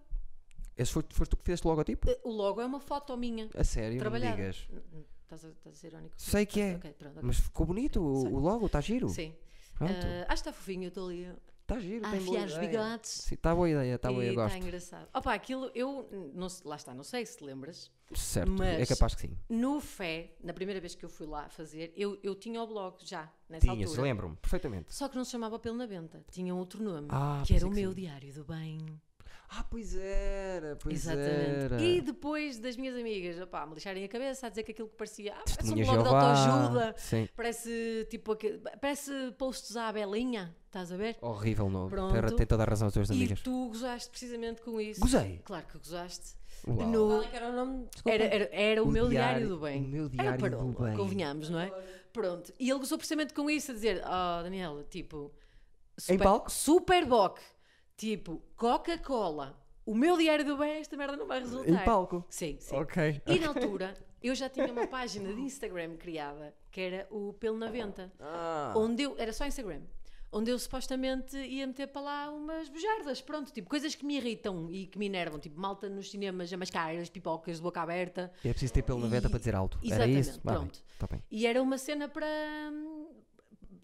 A: Esse foi, foste tu que fizeste o logotipo?
B: O logo é uma foto minha.
A: A sério, não me
B: trabalhada.
A: digas.
B: N- n- Estás a, estás a ser irónico?
A: Sei
B: Estás-
A: que é.
B: Ok, pronto. ok.
A: Mas ficou bonito o, o logo, está giro.
B: Sim.
A: Pronto,
B: Ah, acho que está fofinho, eu estou ali
A: está giro,
B: a
A: tem boa
B: afiar os
A: ideia.
B: bigodes.
A: Está boa ideia, está boa ideia,
B: e está
A: Tá gosto.
B: engraçado. Opa, aquilo eu, não, se- lá está, não sei se te lembras,
A: Certo, é
B: Mas-
A: capaz que sim.
B: no Fé, na primeira vez que eu fui lá fazer, eu, eu tinha o blog já, nessa
A: Tinhas,
B: altura.
A: lembro-me, perfeitamente.
B: Só que não se chamava Pelo na Venta, tinha outro nome,
A: Ah,
B: que era
A: pensei
B: o
A: que
B: meu
A: sim.
B: Diário do Bem.
A: Ah, pois era, pois
B: Exatamente.
A: era.
B: E depois das minhas amigas, opá, me lixarem a cabeça a dizer que aquilo que parecia, ah, parece um
A: Testemunha
B: blog
A: Jeová.
B: de autoajuda,
A: Sim.
B: parece tipo, aque- parece postos à belinha, estás a ver?
A: Horrível nome.
B: Pronto.
A: Terra tem toda a razão, as tuas
B: E
A: Oh, amigas.
B: tu gozaste precisamente com isso.
A: Gozei?
B: Claro que gozaste.
A: Uau.
B: No-
C: Qual é que era o nome? Desculpa.
B: era, era, era o,
A: O
B: meu
A: diário-
B: diário, do bem.
A: o meu
B: era
A: diário
B: parola,
A: do bem.
B: Convenhamos, não é? Pronto. E ele gozou precisamente com isso, a dizer: Oh, Daniela, tipo. Super,
A: palco?
B: Super Boc. Tipo, Coca-Cola. O meu diário do bem, esta merda não vai resultar.
A: Em Um palco.
B: Sim, sim.
A: Ok.
B: E na altura, eu já tinha uma página de Instagram criada, que era o Pelo na Venta,
A: Ah,
B: onde eu, era só Instagram, onde eu supostamente ia meter para lá umas bujardas, pronto, tipo, coisas que me irritam e que me enervam, tipo, malta nos cinemas a mascar as pipocas de boca aberta,
A: é preciso ter pelo na venta
B: E-
A: para dizer alto.
B: exatamente,
A: Era isso? Vá bem,
B: pronto.
A: tá bem.
B: e era uma cena para... hum,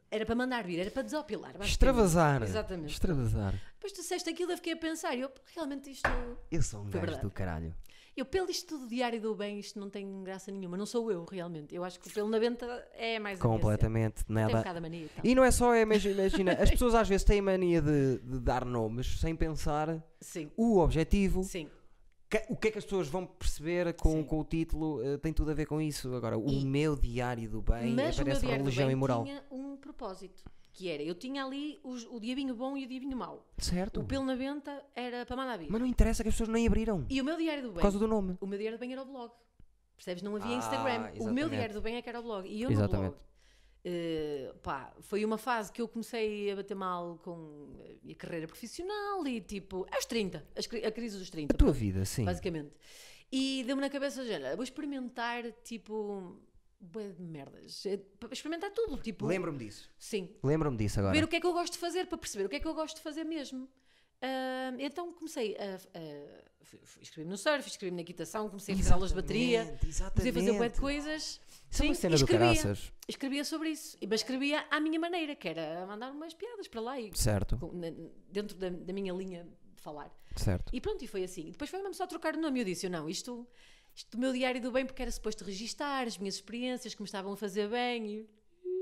B: Era para mandar vir, era para desopilar. basicamente.
A: Extravasar.
B: Exatamente.
A: Extravasar.
B: Depois tu disseste aquilo, eu fiquei a pensar, e eu realmente isto...
A: Eu sou um gajo
B: verdade.
A: do caralho.
B: Eu, pelo isto tudo diário do bem, isto não tem graça nenhuma. Não sou eu, realmente. Eu acho que o pelo na venta é mais a minha cena.
A: Completamente
B: Tem um
A: nada.
B: bocado a mania e tal.
A: E não é só, é, imagina, imagina, as pessoas às vezes têm mania de, de dar nomes sem pensar
B: Sim,
A: o objetivo,
B: sim.
A: que- o que é que as pessoas vão perceber com,
B: Sim.
A: com o título, eh, tem tudo a ver com isso. Agora, o
B: E-
A: meu diário do bem
B: Mas o meu
A: aparece
B: diário do
A: religião
B: bem
A: e moral.
B: tinha um propósito, que era, eu tinha ali os- o diabinho bom e o diabinho mau.
A: Certo.
B: O pelo na venta era para mandar vir.
A: Mas não interessa que as pessoas nem abriram.
B: E o meu diário do
A: Por
B: bem,
A: causa do nome.
B: o meu diário do bem era o blog. Percebes? Não havia
A: Ah,
B: Instagram. O meu
A: exatamente.
B: diário do bem é que era o blog. E eu
A: Exatamente.
B: no blog eh, pá, foi uma fase que eu comecei a bater mal com a minha carreira profissional e tipo, aos 30, as cri- a crise dos 30.
A: A tua
B: pronto,
A: vida, sim.
B: Basicamente. E deu-me na cabeça, olha, vou experimentar tipo, bué de merdas. Eh, pa- Experimentar tudo, tipo.
A: Lembro-me disso.
B: Sim,
A: Lembro-me disso agora.
B: ver o que é que eu gosto de fazer para perceber o que é que eu gosto de fazer mesmo. Ah, então comecei a, a fui- fui- inscrevi-me no surf, inscrevi-me na equitação,
A: é
B: comecei a fazer aulas de bateria,
A: Exatamente,
B: comecei a fazer bué
A: exatamente.
B: de coisas.
A: Isso é uma
B: Sim,
A: cena
B: e
A: do
B: escrevia,
A: caraças.
B: escrevia sobre isso, E- mas escrevia à minha maneira, que era mandar umas piadas para lá e
A: Certo,
B: com- na- dentro da, da minha linha de falar.
A: certo.
B: E pronto, e foi assim. E depois foi mesmo só trocar o nome. Eu disse: eu não, isto, isto do meu diário do bem, porque era suposto registar as minhas experiências que me estavam a fazer bem.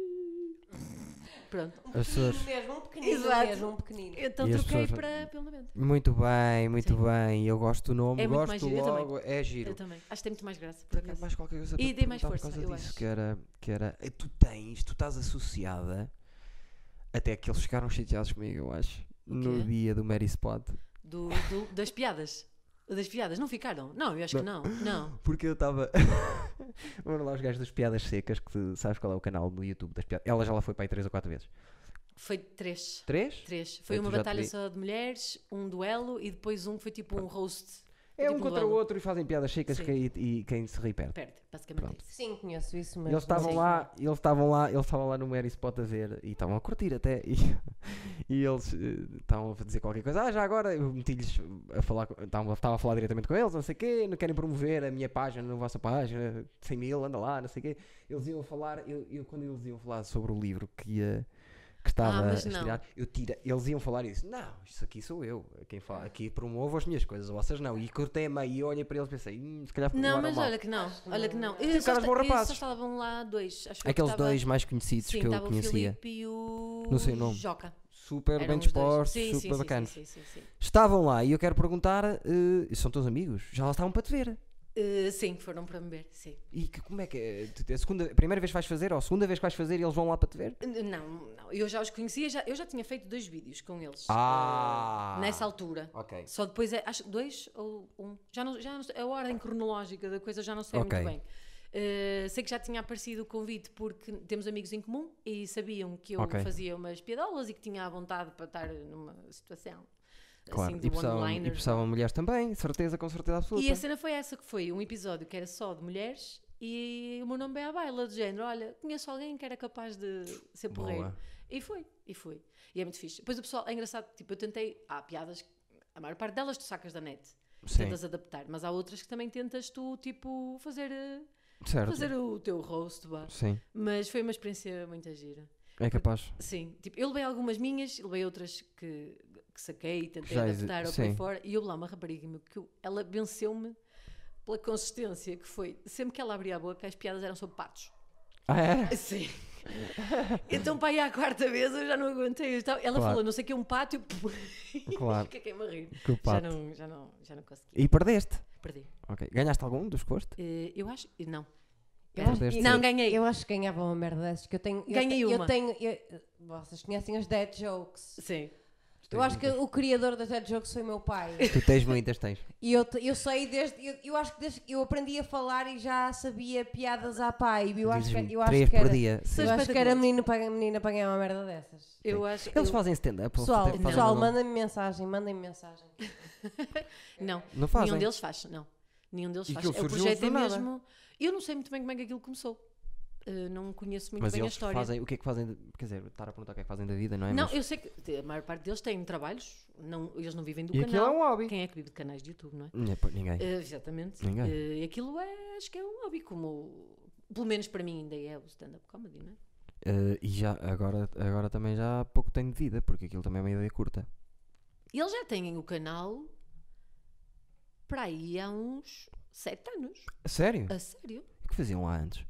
B: E... Pronto.
C: Um
A: Açores.
C: pequenino mesmo, um pequenino
B: Exato.
C: mesmo, um pequenino.
B: Então
A: E as
B: troquei
A: pessoas-
B: para pelo Lamento.
A: Muito bem, muito bem. Eu gosto do nome,
B: É muito mais
A: gosto
B: giro, eu também.
A: logo. É giro.
B: Eu também. Acho que tem muito mais graça, por
A: Tinha
B: acaso.
A: mais qualquer coisa
B: E
A: para te
B: dei mais
A: perguntar por
B: força,
A: causa
B: eu
A: disso,
B: acho.
A: que era, que era, eh, tu tens, tu estás associada, até que eles ficaram chateados comigo, eu acho, no
B: quê?
A: dia do Mary Spot,
B: Do, do- das piadas. Das piadas, não ficaram? Não, eu acho que não. Não.
A: porque eu estava, vamos lá os gajos das piadas secas, que tu sabes qual é o canal no YouTube das piadas, ela já lá foi para aí 3 ou 4 vezes,
B: Foi três.
A: três?
B: Três. Foi
A: Eu
B: uma
A: Então já te
B: batalha
A: vi.
B: só de mulheres, um duelo e depois um que foi tipo um roast.
A: É
B: Tipo
A: um contra o
B: duelo.
A: outro e fazem piadas secas
B: Sim.
A: que, e, e quem se ri perde.
B: Perde, basicamente
A: Pronto.
B: é isso.
C: Sim, conheço isso, mas.
A: E eles estavam
B: é
C: mas-
A: lá, eles estavam lá, eles estavam lá no Mary Spot a ver e estavam a curtir até. E, e eles eh, estavam a dizer qualquer coisa. Ah, já agora eu meti-lhes a falar, com- estavam- estava a falar diretamente com eles, não sei o quê, não querem promover a minha página, na vossa página, 100 mil, anda lá, não sei o quê. Eles iam falar, eu, eu- quando eles iam falar sobre o livro que ia. Que estava a
B: Ah, mas não.
A: estrear, eu tira, eles iam falar isso. Não, isso aqui sou eu, quem fala, aqui promovo as minhas coisas, vocês não. E cortei a meio e olhei para eles e pensei, hum, se calhar
B: Não,
A: levaram
B: mas
A: mal.
B: olha que não.
C: Acho que
B: Olha
C: não.
B: que não.
C: Tem
B: Eu só,
A: caras
B: esta-
A: bons
B: eu só
A: rapazes.
B: estavam lá dois. Acho eu que
A: Aqueles
B: estava-
A: dois mais conhecidos
B: Sim,
A: que eu
B: estava o
A: conhecia.
B: Filipe e o.
A: Não sei o nome.
B: Joca.
A: super
B: Eram
A: bem
B: os dois.
A: dispostos,
B: Sim,
A: super
B: sim, sim,
A: bacanas.
B: Sim, sim, sim. sim.
A: Estavam lá e eu quero perguntar: eh, são teus amigos? Já lá estavam para te ver.
B: Eh, sim, foram para me ver, sim.
A: E que- como é que é? Tu- A, segunda, a primeira vez que vais fazer ou a segunda vez que vais fazer e eles vão lá para te ver?
B: N- Não, não, eu já os conhecia, já- eu já tinha feito dois vídeos com eles.
A: Ah!
B: eh, nessa altura.
A: Ok.
B: Só depois, é, acho que dois ou um. Já não, já não sei- a ordem cronológica da coisa já não sei
A: Ok.
B: muito bem. Eh, sei que já tinha aparecido o convite porque temos amigos em comum e sabiam que eu
A: Ok.
B: fazia umas piadolas e que tinha a vontade para estar numa situação
A: Claro.
B: assim
A: e
B: de
A: precisavam, e
B: one-liners.
A: precisavam mulheres também, certeza, com certeza absoluta.
B: E a cena foi essa que foi um episódio que era só de mulheres e o meu nome é à baila do género, olha, conheço alguém que era capaz de ser
A: Boa.
B: porreiro. E foi, e foi. E é muito fixe. Depois o pessoal, é engraçado, tipo, eu tentei, há piadas, a maior parte delas tu sacas da net,
A: Sim,
B: tentas adaptar, mas há outras que também tentas tu, tipo, fazer, eh,
A: certo.
B: fazer o teu roast, vá.
A: Sim,
B: Mas foi uma experiência muito gira.
A: é capaz.
B: Sim, tipo, eu levei algumas minhas, levei outras que, que saquei e tentei
A: Já exi-
B: adaptar ao
A: sim.
B: para fora. E eu lá, uma rapariga, meu, que eu- ela venceu-me pela consistência que foi. Sempre que ela abria a boca, as piadas eram sobre patos.
A: Ah, é?
B: Sim. então, para aí à quarta vez, eu já não aguentei. Eu estava- Ela
A: Claro.
B: falou, não sei o que, um pato, e eu
A: Claro.
B: fiquei-me a rir.
A: Que
B: Já
A: pato.
B: não, já, não, já não consegui.
A: E perdeste.
B: Perdi.
A: Ok. Ganhaste algum dos que foste?
B: Eh, eu acho. Não.
C: Eu
A: acho-
B: Ganhei.
A: Perdeste.
B: Não, ganhei.
C: Eu acho que ganhava uma merda dessas que eu tenho. eu
B: Ganhei
C: te- eu
B: uma.
C: tenho. eu- vocês conhecem as dead jokes.
B: Sim.
C: Eu acho que o criador das dead jokes foi meu pai.
A: Tu tens muitas, tens.
C: E eu, te- eu sei desde. Eu, eu acho que desde, eu aprendi a falar e já sabia piadas à pai. Eu acho
A: Dizes-me
C: que, eu acho
A: três
C: que era.
A: por dia. Sim.
C: Eu
B: São
C: acho que era
B: espetaculares.
C: menino para, menina para ganhar uma merda dessas.
B: Eu acho.
A: Eles
B: eu-
A: fazem stand-up. eles
C: Pessoal,
A: fazem-
C: pessoal
A: não-
C: mandem-me mensagem, mandem-me mensagem.
B: Não.
A: Não fazem.
B: Nenhum deles faz, não. Nenhum deles
A: E
B: faz.
A: aquilo
B: O
A: surgiu
B: projeto
A: do
B: é
A: nada.
B: mesmo. Eu não sei muito bem como é que aquilo começou. Uh, não conheço muito
A: Mas
B: bem a
A: eles
B: história.
A: fazem. O que é que fazem? de- Quer dizer, estar a perguntar o que é que fazem da vida, não é?
B: Não,
A: Mas-
B: eu sei que a maior parte deles têm trabalhos, não, eles não vivem do
A: E aquilo
B: canal.
A: é um hobby.
B: Quem é que vive de canais de YouTube, não é?
A: Não é por Ninguém.
B: Uh, exatamente.
A: Ninguém.
B: Uh, e aquilo é, acho que é um hobby, como pelo menos para mim ainda é o stand-up comedy, não é?
A: Eh, e já agora, agora também já pouco tenho de vida, porque aquilo também é uma ideia curta.
B: E eles já têm o canal para aí há uns sete anos.
A: A sério?
B: A sério?
A: O que faziam lá antes?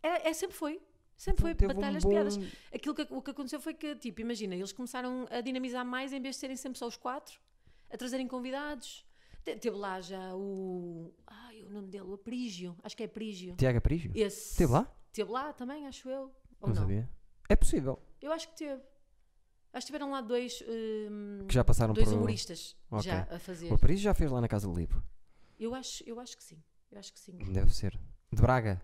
B: É, é sempre foi. Sempre foi
A: Teve um
B: batalhas
A: bom-
B: piadas. Aquilo que, o que aconteceu foi que, tipo, imagina, eles começaram a dinamizar mais em vez de serem sempre só os quatro, a trazerem convidados. Te- Teve lá já o. Ai, o nome dele, o Aprígio. Acho que é Aprígio.
A: Tiago Aprígio?
B: Esse.
A: Esteve lá?
B: Teve lá também, acho eu. Ou
A: não,
B: não?
A: sabia. É possível.
B: Eu acho que teve. Acho que tiveram lá dois. hum,
A: Que já passaram
B: dois
A: por.
B: humoristas
A: Ok.
B: já a fazer.
A: O Aprígio já fez lá na Casa do Livro.
B: Eu acho, eu acho que sim. Eu acho que sim.
A: Deve ser. De Braga.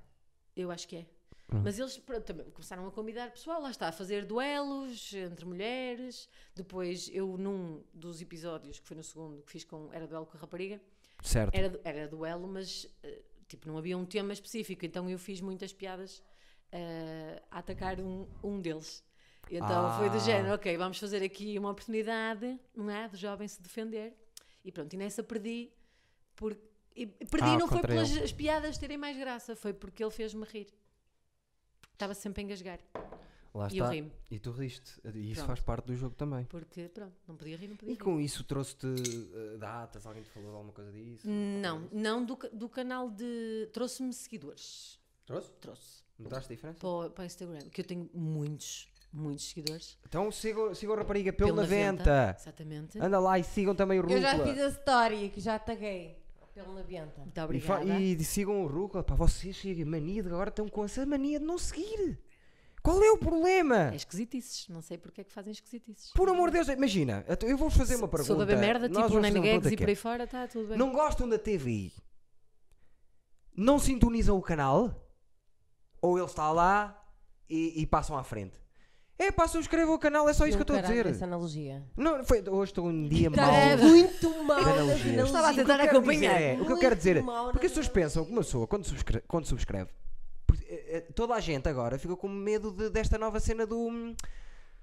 B: Eu acho que é. Mas eles pronto, também começaram a convidar pessoal, lá está, a fazer duelos entre mulheres. Depois, eu num dos episódios, que foi no segundo, que fiz com. Era duelo com a rapariga,
A: Certo.
B: era, era duelo, mas eh, tipo, não havia um tema específico, então eu fiz muitas piadas eh, a atacar um, um deles. E Então foi do
A: Ah.
B: género, ok, vamos fazer aqui uma oportunidade, não é? Do jovem se defender. E pronto, e nessa perdi, porque. e perdi
A: Ah,
B: não foi
A: contra
B: pelas as piadas terem mais graça, foi porque ele fez-me rir. Porque estava sempre a engasgar.
A: Lá
B: E eu
A: está.
B: ri-me.
A: E tu riste. E isso
B: Pronto. é.
A: faz parte do jogo também.
B: Porque, pronto, não podia rir, não podia
A: E
B: rir.
A: com isso trouxe-te eh, datas? Alguém te falou de alguma coisa disso?
B: Não, não do, ca- do canal de. Trouxe-me seguidores.
A: Trouxe?
B: Trouxe.
A: Notaste a diferença?
B: para, o- para o Instagram, que eu tenho muitos, muitos seguidores.
A: Então sigam, sigam a rapariga pelo,
B: Pela
A: 90.
B: Venta, Exatamente.
A: Anda lá e sigam também o Rúcula.
C: Eu já fiz a story que já taguei pelo Navienta.
B: Muito
A: E fa-
B: obrigada.
A: E, sigam o Rúcula. Pá, vocês chegam mania de agora estão com essa mania de não seguir. Qual é o problema?
B: É esquisitices, não sei porque é que fazem esquisitices.
A: Por amor de Deus, imagina, eu te- eu vou-vos fazer uma pergunta.
B: Sou da bem
A: Nós
B: merda, tipo
A: vamos fazer
B: Nine
A: uma
B: Gags e
A: pergunta
B: por aí
A: que
B: fora, tá tudo
A: é,
B: bem.
A: Não gostam da TV? Não sintonizam o canal? Ou ele está lá e, e passam à frente? É, pá, subscrevam o canal, é só isso que eu estou a
C: Caralho,
A: dizer.
C: Essa analogia.
A: Não, foi, hoje estou um dia mau.
C: Tá muito mal.
A: de analogias.
C: nas
B: Estava a
C: analogias.
B: tentar
A: O que eu quero dizer
B: acompanhar.
A: é- um o que eu
C: Muito
A: quero dizer é,
C: mal
A: porque as pessoas
C: nas
A: pensam que uma pessoa, quando subscreve, quando subscreve porque, eh, eh, toda a gente agora fica com medo de- desta nova cena do, hum,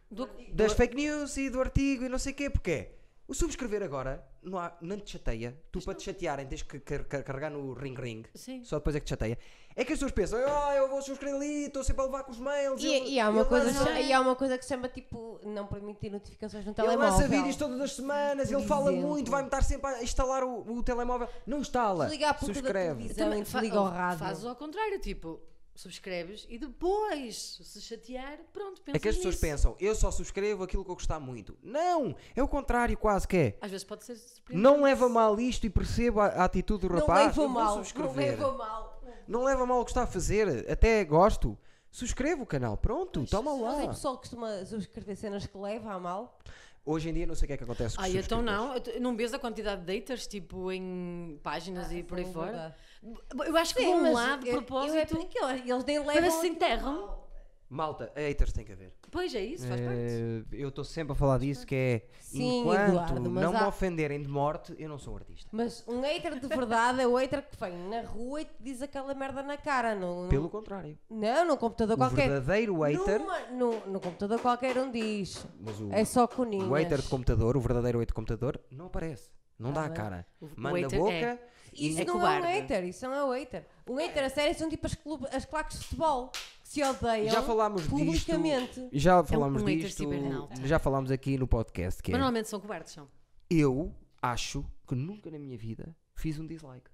B: Do-
A: das fake news e do artigo e não sei o quê, porque é, o subscrever agora não, há- não te chateia. Tu para te chatearem tens que car- car- carregar no ring-ring.
B: Sim.
A: Só depois é que te chateia. É que as pessoas pensam, ah, eu vou subscrever ali, estou sempre a levar com os mails. ele-
C: E, e há uma
A: ele
C: coisa
A: lança-
C: que, e há uma coisa que se chama tipo não permitir notificações no
A: Ele
C: telemóvel.
A: lança vídeos todas as semanas,
C: Por
A: ele fala
C: exemplo.
A: muito, vai-me estar sempre a instalar o, o telemóvel. Não instala.
C: Desliga a puta da
A: subscreve.
C: televisão.
B: Também
C: Também
B: eh, fa-
C: desliga o rádio.
B: Fazes ao contrário, tipo, subscreves e depois, se chatear, pronto, pensa
A: É que as pessoas
B: nisso.
A: pensam, eu só subscrevo aquilo que eu gostar muito. Não! É o contrário, quase que é.
B: Às vezes pode ser surpreendente.
A: Não é leva mal isto e perceba a, a atitude do
C: Não
A: rapaz.
C: leva
A: eu vou
C: mal. Não
A: subscrever.
C: leva mal.
A: Não leva mal o que está a fazer. Até gosto. Subscreva o canal. Pronto, toma
C: Mas o
A: lá.
C: pessoal costuma subscrever cenas que leva a mal.
A: Hoje em dia não sei o que é que acontece com os
B: Ai, então
A: subscritores.
B: não. Eu- Não vês a quantidade de haters, tipo, em páginas
C: Ah,
B: e por aí
C: sim,
B: fora?
C: verdade.
B: Eu acho que vão lá de
C: eu- eu-
B: propósito. assim
C: é porque eles- eles nem levam.
B: Para ver se se
C: aquilo
B: enterram.
C: mal.
A: Malta, haters tem que haver.
B: Pois é isso, faz
A: Eh,
B: parte.
A: eu estou sempre a falar disso, que é...
C: Sim,
A: enquanto
C: Eduardo, mas
A: não me
C: há-
A: ofenderem de morte, eu não sou um artista.
C: Mas um hater de verdade é o hater que vem na rua e te diz aquela merda na cara. No, no-
A: Pelo contrário.
C: Não, no computador
A: O
C: Hum. Então qualquer.
A: verdadeiro hater...
C: Numa- no, no computador qualquer um diz.
A: Mas o-
C: É só coninhas.
A: O hater de computador, o verdadeiro hater de computador, não aparece. Não dá
C: Tá
A: a
C: bem.
A: cara.
B: O- o
A: Manda a
B: hater
A: boca
B: é.
A: e
C: Isso
B: é
C: não
B: cobarde.
C: é um hater, isso não é um hater. Um hater a sério são tipo as, clube, as claques de futebol que se odeiam
A: já falámos disto.
C: publicamente. É
A: Já falámos
B: um hater
A: disto.
B: cibernauta.
A: Já falámos aqui no podcast que é,
B: Mas normalmente são cobardes, são.
A: eu acho que nunca na minha vida fiz um dislike.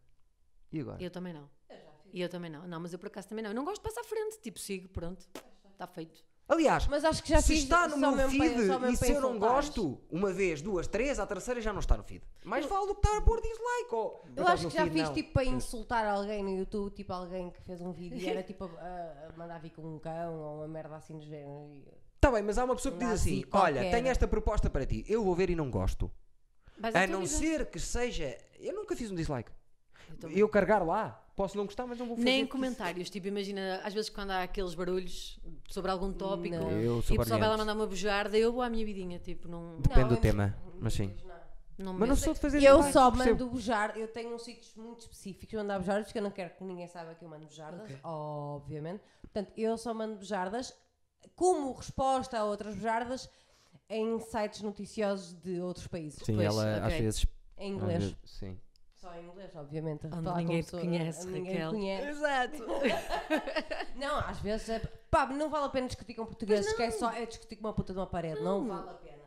A: E agora?
B: Eu também não. E eu também não. Não, mas eu por acaso também não. Eu não gosto de passar à frente. Tipo, sigo, pronto. Está feito.
A: Aliás,
C: Mas acho que já
A: se
C: fiz
A: está no
C: só
A: meu
C: mesmo para-
A: feed
C: só mesmo
A: e se
C: para
A: eu não
C: insultares.
A: gosto, uma vez, duas, três, à terceira já não está no feed. Mais vale do que estar a pôr dislike. ou-
C: Eu
A: Por acaso
C: acho
A: no
C: que já
A: feed Então, assim,
C: fiz
A: não.
C: tipo para insultar alguém no YouTube, tipo alguém que fez um vídeo e era tipo a, a- a mandar vir com um cão ou uma merda assim do género. E-
A: Tá bem, mas há uma pessoa que diz
C: Lá
A: assim:
C: assim,
A: Olha,
C: qualquer.
A: tenho esta proposta para ti. Eu vou ver e não gosto.
B: Mas então
A: A
B: um
A: Ah, não ser que seja. Eu nunca fiz um dislike. Eu, carregar lá, posso não gostar, mas não vou fazer.
B: Nem comentários. Tipo, imagina, às vezes quando há aqueles barulhos sobre algum tópico tipo,
C: Não.
A: Eu sou
B: e o pessoal vai lá
A: variante.
B: mandar uma bujarda, eu vou à minha vidinha. Tipo, não.
A: Depende
C: Não,
A: do
C: eu-
A: tema, mas sim.
B: não me
A: Mas não
B: meto.
A: sou de fazer
C: Eu
A: dislike,
C: só
A: percebo.
C: mando bujar, eu tenho uns sítios muito específicos onde há bujardas, que eu não quero que ninguém saiba que eu mando bujardas, obviamente. Portanto, eu só mando bujardas como resposta a outras bujardas em sites noticiosos de outros países.
A: Sim,
B: Pois,
A: ela às
B: ok.
A: vezes.
C: Em
A: às
C: um inglês.
A: vezes- Sim.
C: Só em inglês, obviamente.
B: Onde
C: Falar com
B: ninguém te
C: pessoa-
B: conhece,
C: ninguém
B: Raquel.
C: conhece.
B: Exato.
C: Não, às vezes é. Pá, não vale a pena discutir com portugueses, que é só é discutir com uma puta de uma parede. Não, vale a pena.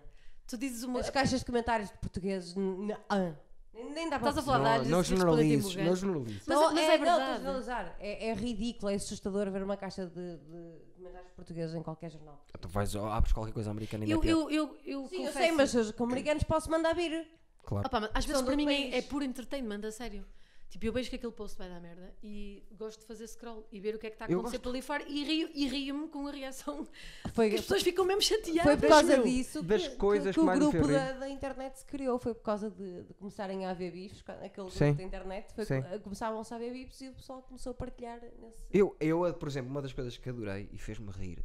B: tu dizes uma.
C: As caixas de comentários de portugueses. n- n- ah, nem nem dá para
B: Estás a falar de alhos,
A: não
B: isso respondem-te em
A: generalizo,
B: vulgar.
A: não generalizo.
B: Mas- mas é
C: não, estou a
B: verdade.
C: generalizar. É, é ridículo, é assustador ver uma caixa de, de comentários portugueses em qualquer jornal.
A: Tu vais, ou abres qualquer coisa americana e
B: Eu, eu, eu, eu
C: Sim, eu
B: confesso-
C: sei, mas os comunicanos posso mandar vir.
A: Claro.
B: Opa, mas às vezes
C: São
B: para
C: do
B: mim é,
C: país.
B: é puro entertainment, a sério. Tipo, eu vejo que aquele post vai dar merda e gosto de fazer scroll e ver o que é que está a
A: Eu
B: acontecer
A: gosto. é
B: para ali fora e rio- e rio-me com a reação.
C: Foi,
B: Que as pessoas ficam mesmo chateadas.
C: foi por causa
A: meu,
C: disso
A: das
C: que, que-
A: coisas que
C: que o
A: mais me
C: grupo
A: fez
C: da, da internet se criou. Foi por causa de, de começarem a haver bifes, quando- aquele grupo
A: Sim.
C: da internet, foi,
A: Sim.
C: que- começavam-se a haver bifes e o pessoal começou a partilhar nesse...
A: Eu, eu, por exemplo, uma das coisas que adorei e fez-me rir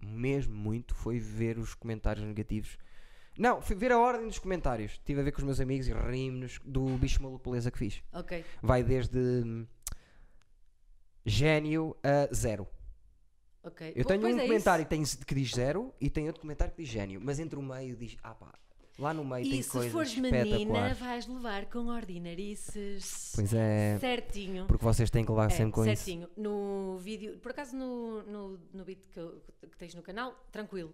A: mesmo muito foi ver os comentários negativos. Não, fui ver a ordem dos comentários. Tive a ver com os meus amigos e rimos do bicho maluco beleza que fiz.
B: Ok,
A: Vai desde hum, gênio a zero.
B: ok.
A: Eu
B: Po-
A: tenho
B: pois
A: um
B: é
A: comentário que, tem, que diz zero e tenho outro comentário que diz gênio, mas entre o meio diz, ah pá, lá no meio
B: isso. E
A: tem
B: se
A: coisas
B: fores menina,
A: espetaculares.
B: vais levar com ordinarices.
A: Pois é,
B: Certinho. É,
A: porque vocês têm que levar sempre com isso.
B: certinho. No vídeo, por acaso no, no, no beat que, eu- que tens no canal, tranquilo.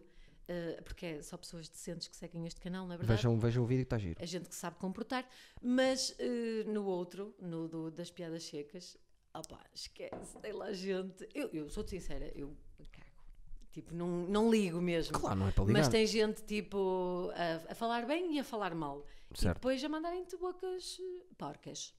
B: Eh, porque é só pessoas decentes que seguem este canal, não é verdade? É.
A: Vejam, vejam o vídeo que está giro.
B: A gente que sabe comportar. Mas eh, no outro, no do- das piadas secas, opá, esquece, tem lá gente. Eu, eu sou-te sincera, eu cago. Tipo, não, não ligo mesmo.
A: Claro, não é para ligar.
B: Mas tem gente tipo a, a falar bem e a falar mal. E
A: Certo.
B: depois a mandarem-te bocas eh, porcas.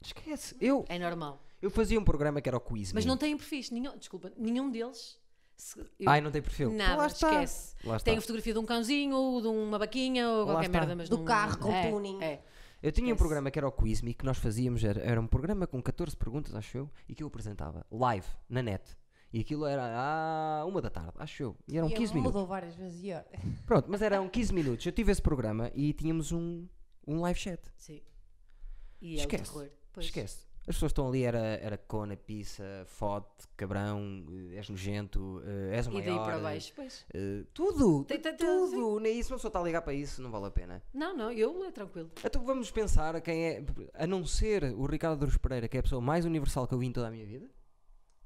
A: Esquece. Eu,
B: É normal.
A: eu fazia um programa que era o Quiz.
B: Mas
A: Me.
B: não têm perfis, nenhum, desculpa, nenhum deles. Se- eu-
A: Ai, não tem perfil.
B: nada,
A: Lá está.
B: esquece.
A: Lá está.
B: Tem a fotografia de um cãozinho, ou de uma baquinha, ou
A: Lá
B: qualquer
A: está.
B: merda, mas
C: Do
B: não-
C: carro com
B: é,
C: tuning.
B: É.
A: Eu tinha um
B: Esquece.
A: programa que era o Quiz Me, que nós fazíamos, era, era um programa com 14 perguntas, acho eu, e que eu apresentava live, na net. E aquilo era à uma da tarde, acho eu. E eram
C: E
A: 15 minutos.
C: mudou várias vezes. E olha,
A: Pronto, mas eram 15 minutos. Eu tive esse programa e tínhamos um, um live chat.
B: Sim. E é
A: Esquece.
B: o terror. Pois.
A: Esquece. As pessoas estão ali, era, era cona, pizza, fode, cabrão, eh, és nojento, eh, és o
B: E
A: maior.
B: daí para
A: eh,
B: baixo, pois.
A: eh, tudo,
B: Tem tanta-
A: tudo. Nem isso, uma pessoa está a ligar para isso, não vale a pena.
B: Não, não, eu é tranquilo.
A: Então vamos pensar a quem é, a não ser o Ricardo Dores Pereira, que é a pessoa mais universal que eu vi em toda a minha vida.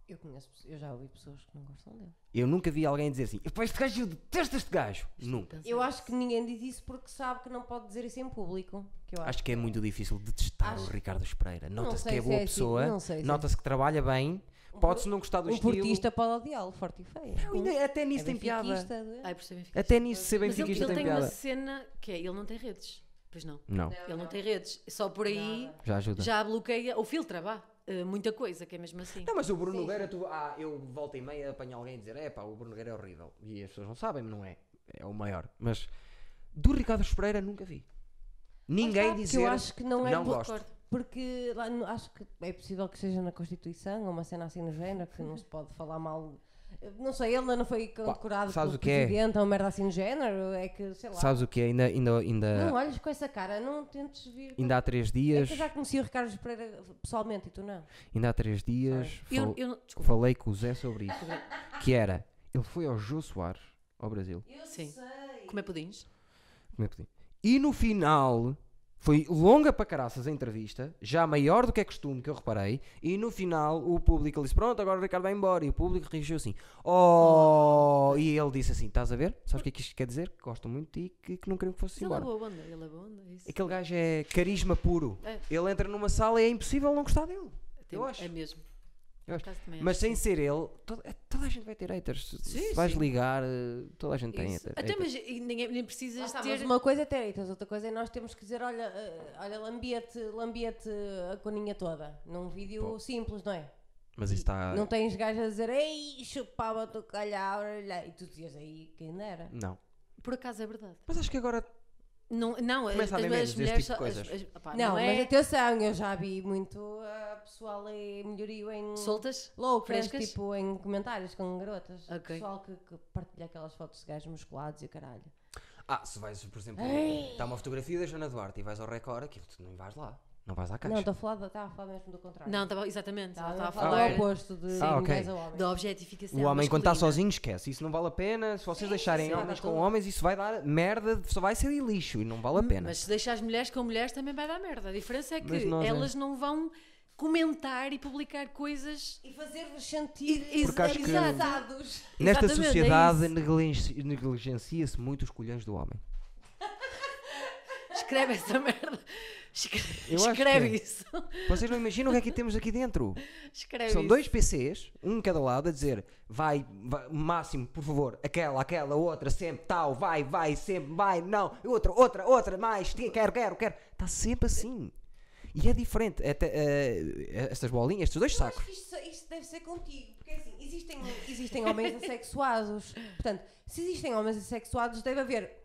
C: eu conheço, pessoas- eu já ouvi pessoas que não gostam dele.
A: Eu nunca vi alguém dizer assim, "Epá, este gajo, eu detesto este gajo. Nunca.
C: Eu acho que ninguém diz isso porque sabe que não pode dizer isso em público. Que eu acho.
A: Acho que é muito difícil detestar o
C: Acho-
A: Ricardo Dores Pereira.
C: Não
A: Nota-se
C: sei
A: que é
C: se
A: boa
C: é assim,
A: pessoa,
C: não sei se é
A: nota-se que trabalha bem, pode-se não gostar do
C: um
A: estilo.
C: portista pode odiá-lo, forte e feio.
A: Não, ainda- até nisso
C: É
A: tem piada.
C: benfiquista, de-
B: Ai, por ser benfiquista.
A: Até nisso ser
B: Mas ele,
A: benfiquista
B: ele
A: tem
B: tem uma
A: piada.
B: cena que é, ele não tem redes. Pois não.
A: Não,
B: Ele não tem redes. Só por aí
A: já ajuda.
B: já bloqueia, ou filtra, vá. eh, muita coisa, que é mesmo assim.
A: Não, mas o Bruno Nogueira, tu, ah, eu volta e meia apanho alguém e dizer, é pá, o Bruno Nogueira é horrível. E as pessoas não sabem, não é? É o maior. Mas do Ricardo Dos Pereira nunca vi. Ninguém
C: Lá está, porque
A: dizer.
C: eu acho que não é
A: não
C: por-
A: gosto.
C: Porque lá no- acho que é possível que seja na Constituição ou uma cena assim no género que não se pode falar mal. Não sei, ele ainda não foi condecorado
A: sabes
C: pelo
A: o que é?
C: presidente ou uma merda assim no género. É que, sei lá.
A: Sabes o que é? Ainda, ainda, ainda,
C: Não olhes com essa cara, não tentes vir.
A: ainda há três
C: É
A: dias.
C: que eu já conheci o Ricardo Pereira pessoalmente e tu não.
A: Ainda há três dias.
B: Eu,
A: fal-
B: eu não- desculpa.
A: Falei com o Zé sobre isso. que era. Ele foi ao Jô Soares, ao Brasil.
C: Eu
B: Sim.
C: sei.
B: Comer pudins?
A: Como é que eu digo? E no final, foi longa para caraças a entrevista, já maior do que é costume, que eu reparei. E no final, o público ele disse: Pronto, agora o Ricardo vai embora. E o público reagiu assim: Oh! E ele disse assim: Estás a ver? Sabes o que é que isto quer dizer? Que gostam muito de ti e que, que não queriam que fosse
B: Mas ele é
A: embora.
B: boa onda, ele é boa onda, é isso.
A: Aquele gajo é carisma puro.
B: É.
A: Ele entra numa sala e é impossível não gostar dele.
B: Tem-
A: eu acho.
B: É mesmo.
A: Eu acho.
B: Por acaso também
A: Mas
B: acho que
A: sem
B: sim.
A: ser ele, toda, é- toda a gente vai ter haters. Se-
B: Sim,
A: Se vais
B: sim.
A: ligar, eh, toda a gente tem é tipo
B: Isso.
A: hater-
B: Até
A: haters.
B: mas e nem, nem
C: Lá
B: precisas
C: está,
B: ter.
C: mas uma coisa é ter haters, outra coisa é nós temos que dizer: olha, eh, olha lambia-te lambia a coninha toda. Num vídeo
A: Pô.
C: simples, não é?
A: Mas isso tá- está.
C: Não tens gajo a dizer, ei, chupava-te o calhau, olha", e tu dizias aí quem dera.
A: Não.
B: Por acaso é verdade.
A: Mas acho que agora
B: Não, não as,
A: Começa a
B: as,
A: haver menos
B: as
A: desse
B: mulheres
A: tipo de
B: só- as-
A: coisas.
B: as- opá,
C: Não,
B: não,
C: mas
B: é
C: atenção, eu já vi muito ah, pessoal em melhorio em
B: soltas.
C: loucas,
B: frescas?
C: tipo em comentários com garotas.
B: Ok.
C: Pessoal que, que partilha aquelas fotos de gajos musculados e o caralho.
A: Ah, se vais, por exemplo, está uma fotografia da Joana Duarte e vais ao Record, aquilo tu nem vais lá. Não vais à caixa.
C: Não, então estou a falar, de- estava a falar mesmo do contrário.
B: Não, estava exatamente.
C: estava,
B: estava a
C: do
B: falar
C: oposto de
A: Ah, ok.
C: mulheres a
B: da
C: homens.
B: objetificação.
A: o homem, quando tá está
B: masculina.
A: sozinho, esquece. Isso não vale a pena. Se vocês deixarem
C: sim,
A: homens
C: dá
A: com
C: tudo.
A: homens, isso vai dar merda. de- Só vai ser de lixo e não vale a pena.
B: Hum, Mas se deixares mulheres com mulheres também vai dar merda. A diferença é
A: Mas
B: que
A: nós é-
B: elas não vão comentar e publicar coisas.
C: E fazer-vos sentir
B: E- e- Porque
A: acho que-
C: exazados.
A: Nesta
B: Exatamente, é
A: sociedade,
B: isso.
A: negligenci- negligencia-se muito os colhões do homem.
B: Escreve essa merda. Escreve,
A: Eu acho
B: escreve
A: que é.
B: isso.
A: Vocês não imaginam o que é que temos aqui dentro.
B: Escreve
A: São
B: É isso.
A: dois PCs, um de cada lado, a dizer vai, vai, máximo, por favor, aquela, aquela, outra, sempre, tal, vai, vai, sempre, vai, não, outra, outra, outra, mais, que- quero, quero, quero. Está sempre assim. E é diferente. É até, eh, estas bolinhas, estes dois
C: Acho
A: sacos.
C: que isto, isto deve ser contigo, porque assim, existem, existem homens assexuados. Portanto, se existem homens assexuados, deve haver.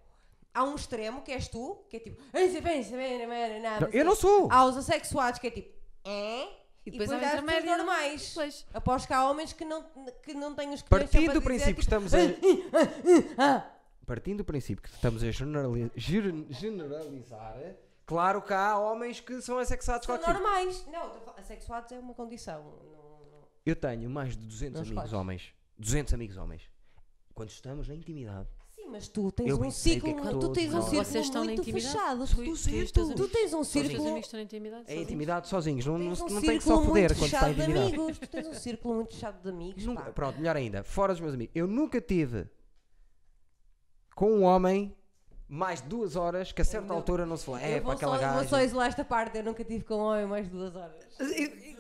C: Há um extremo que és tu, que é tipo. "Ai, se bem, se bem, não é nada",
A: Não,
C: assim.
A: eu não sou.
C: Há os assexuados que é tipo. "Hã?" E depois,
B: há
C: há as pessoas
B: intermédio.
C: normais.
B: Pois.
C: Aposto que há homens que não, que não têm os que
A: Partindo do princípio que estamos a. Partindo do princípio que estamos a generali- ger- generalizar, claro que há homens que são assexados.
C: São
A: Claro que sim.
C: normais. Não, estou a falar- assexuados é uma condição. não- não-
A: Eu tenho mais de 200
C: Não
A: amigos
C: escolhes.
A: homens. 200 amigos homens. Quando estamos na intimidade.
C: Sim, mas tu tens
A: Eu
C: um
A: bem sei o que é
C: ciclo,
A: que
C: tu,
A: todos
C: tens um
A: nós-
C: círculo
B: Vocês estão na
C: muito
B: intimidade?
C: fechado.
B: Tu- tu e
C: Tu,
B: os teus amigos.
C: tens um
B: Os teus
C: círculo,
B: amigos estão na intimidade. tipo
A: É
B: sozinhos.
A: intimidade sozinhos. Não, não,
C: tens um
A: não tem que
C: círculo
A: só foder
C: muito
A: quando está em
C: fechado de
A: intimidade.
C: amigos. Tu tens um círculo muito fechado de amigos.
A: Nunca-
C: pá.
A: pronto, melhor ainda. Fora dos meus amigos. Eu nunca tive com um homem mais de duas horas que a certa
C: não-
A: altura não se fala. É, para
C: eu vou
A: aquela
C: só, vou
A: gaja.
C: só isolar esta parte. Eu nunca tive com um homem mais de duas horas.
B: E- e-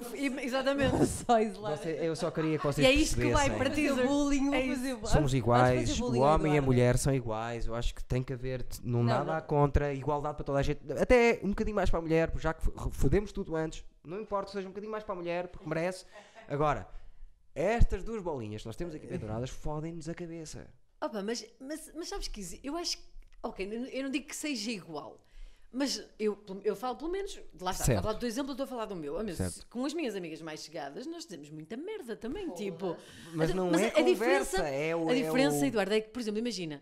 B: Exatamente.
C: Vou só isolar.
A: Você- eu só queria que vocês
B: E é isto que vai
A: percebessem.
B: para ti.
C: Vou fazer bullying, vou
B: É isso.
C: fazer-
A: Somos
C: vamos
A: iguais,
C: fazer
A: o
C: bullying,
A: homem e a
C: Eduardo.
A: mulher são iguais. Eu acho que tem que haver, t- não,
C: Não,
A: nada
C: não.
A: há contra, igualdade para toda a gente. Até um bocadinho mais para a mulher, porque já que f- fodemos tudo antes, não importa, seja um bocadinho mais para a mulher, porque merece. Agora, estas duas bolinhas que nós temos aqui penduradas fodem-nos a cabeça.
B: Opa, mas, mas, mas sabes que exi- eu acho que, ok, eu não- eu não digo que seja igual, mas eu, pelo- eu falo pelo menos, lá está,
A: Certo.
B: a falar do exemplo, eu estou a falar do meu. Ah, meu, se-
A: Certo.
B: com as minhas amigas mais chegadas, nós temos muita merda também, tipo.
A: Mas não é conversa, é o-
B: A
A: é
B: diferença,
A: o-
B: Eduardo, é que, por exemplo, imagina,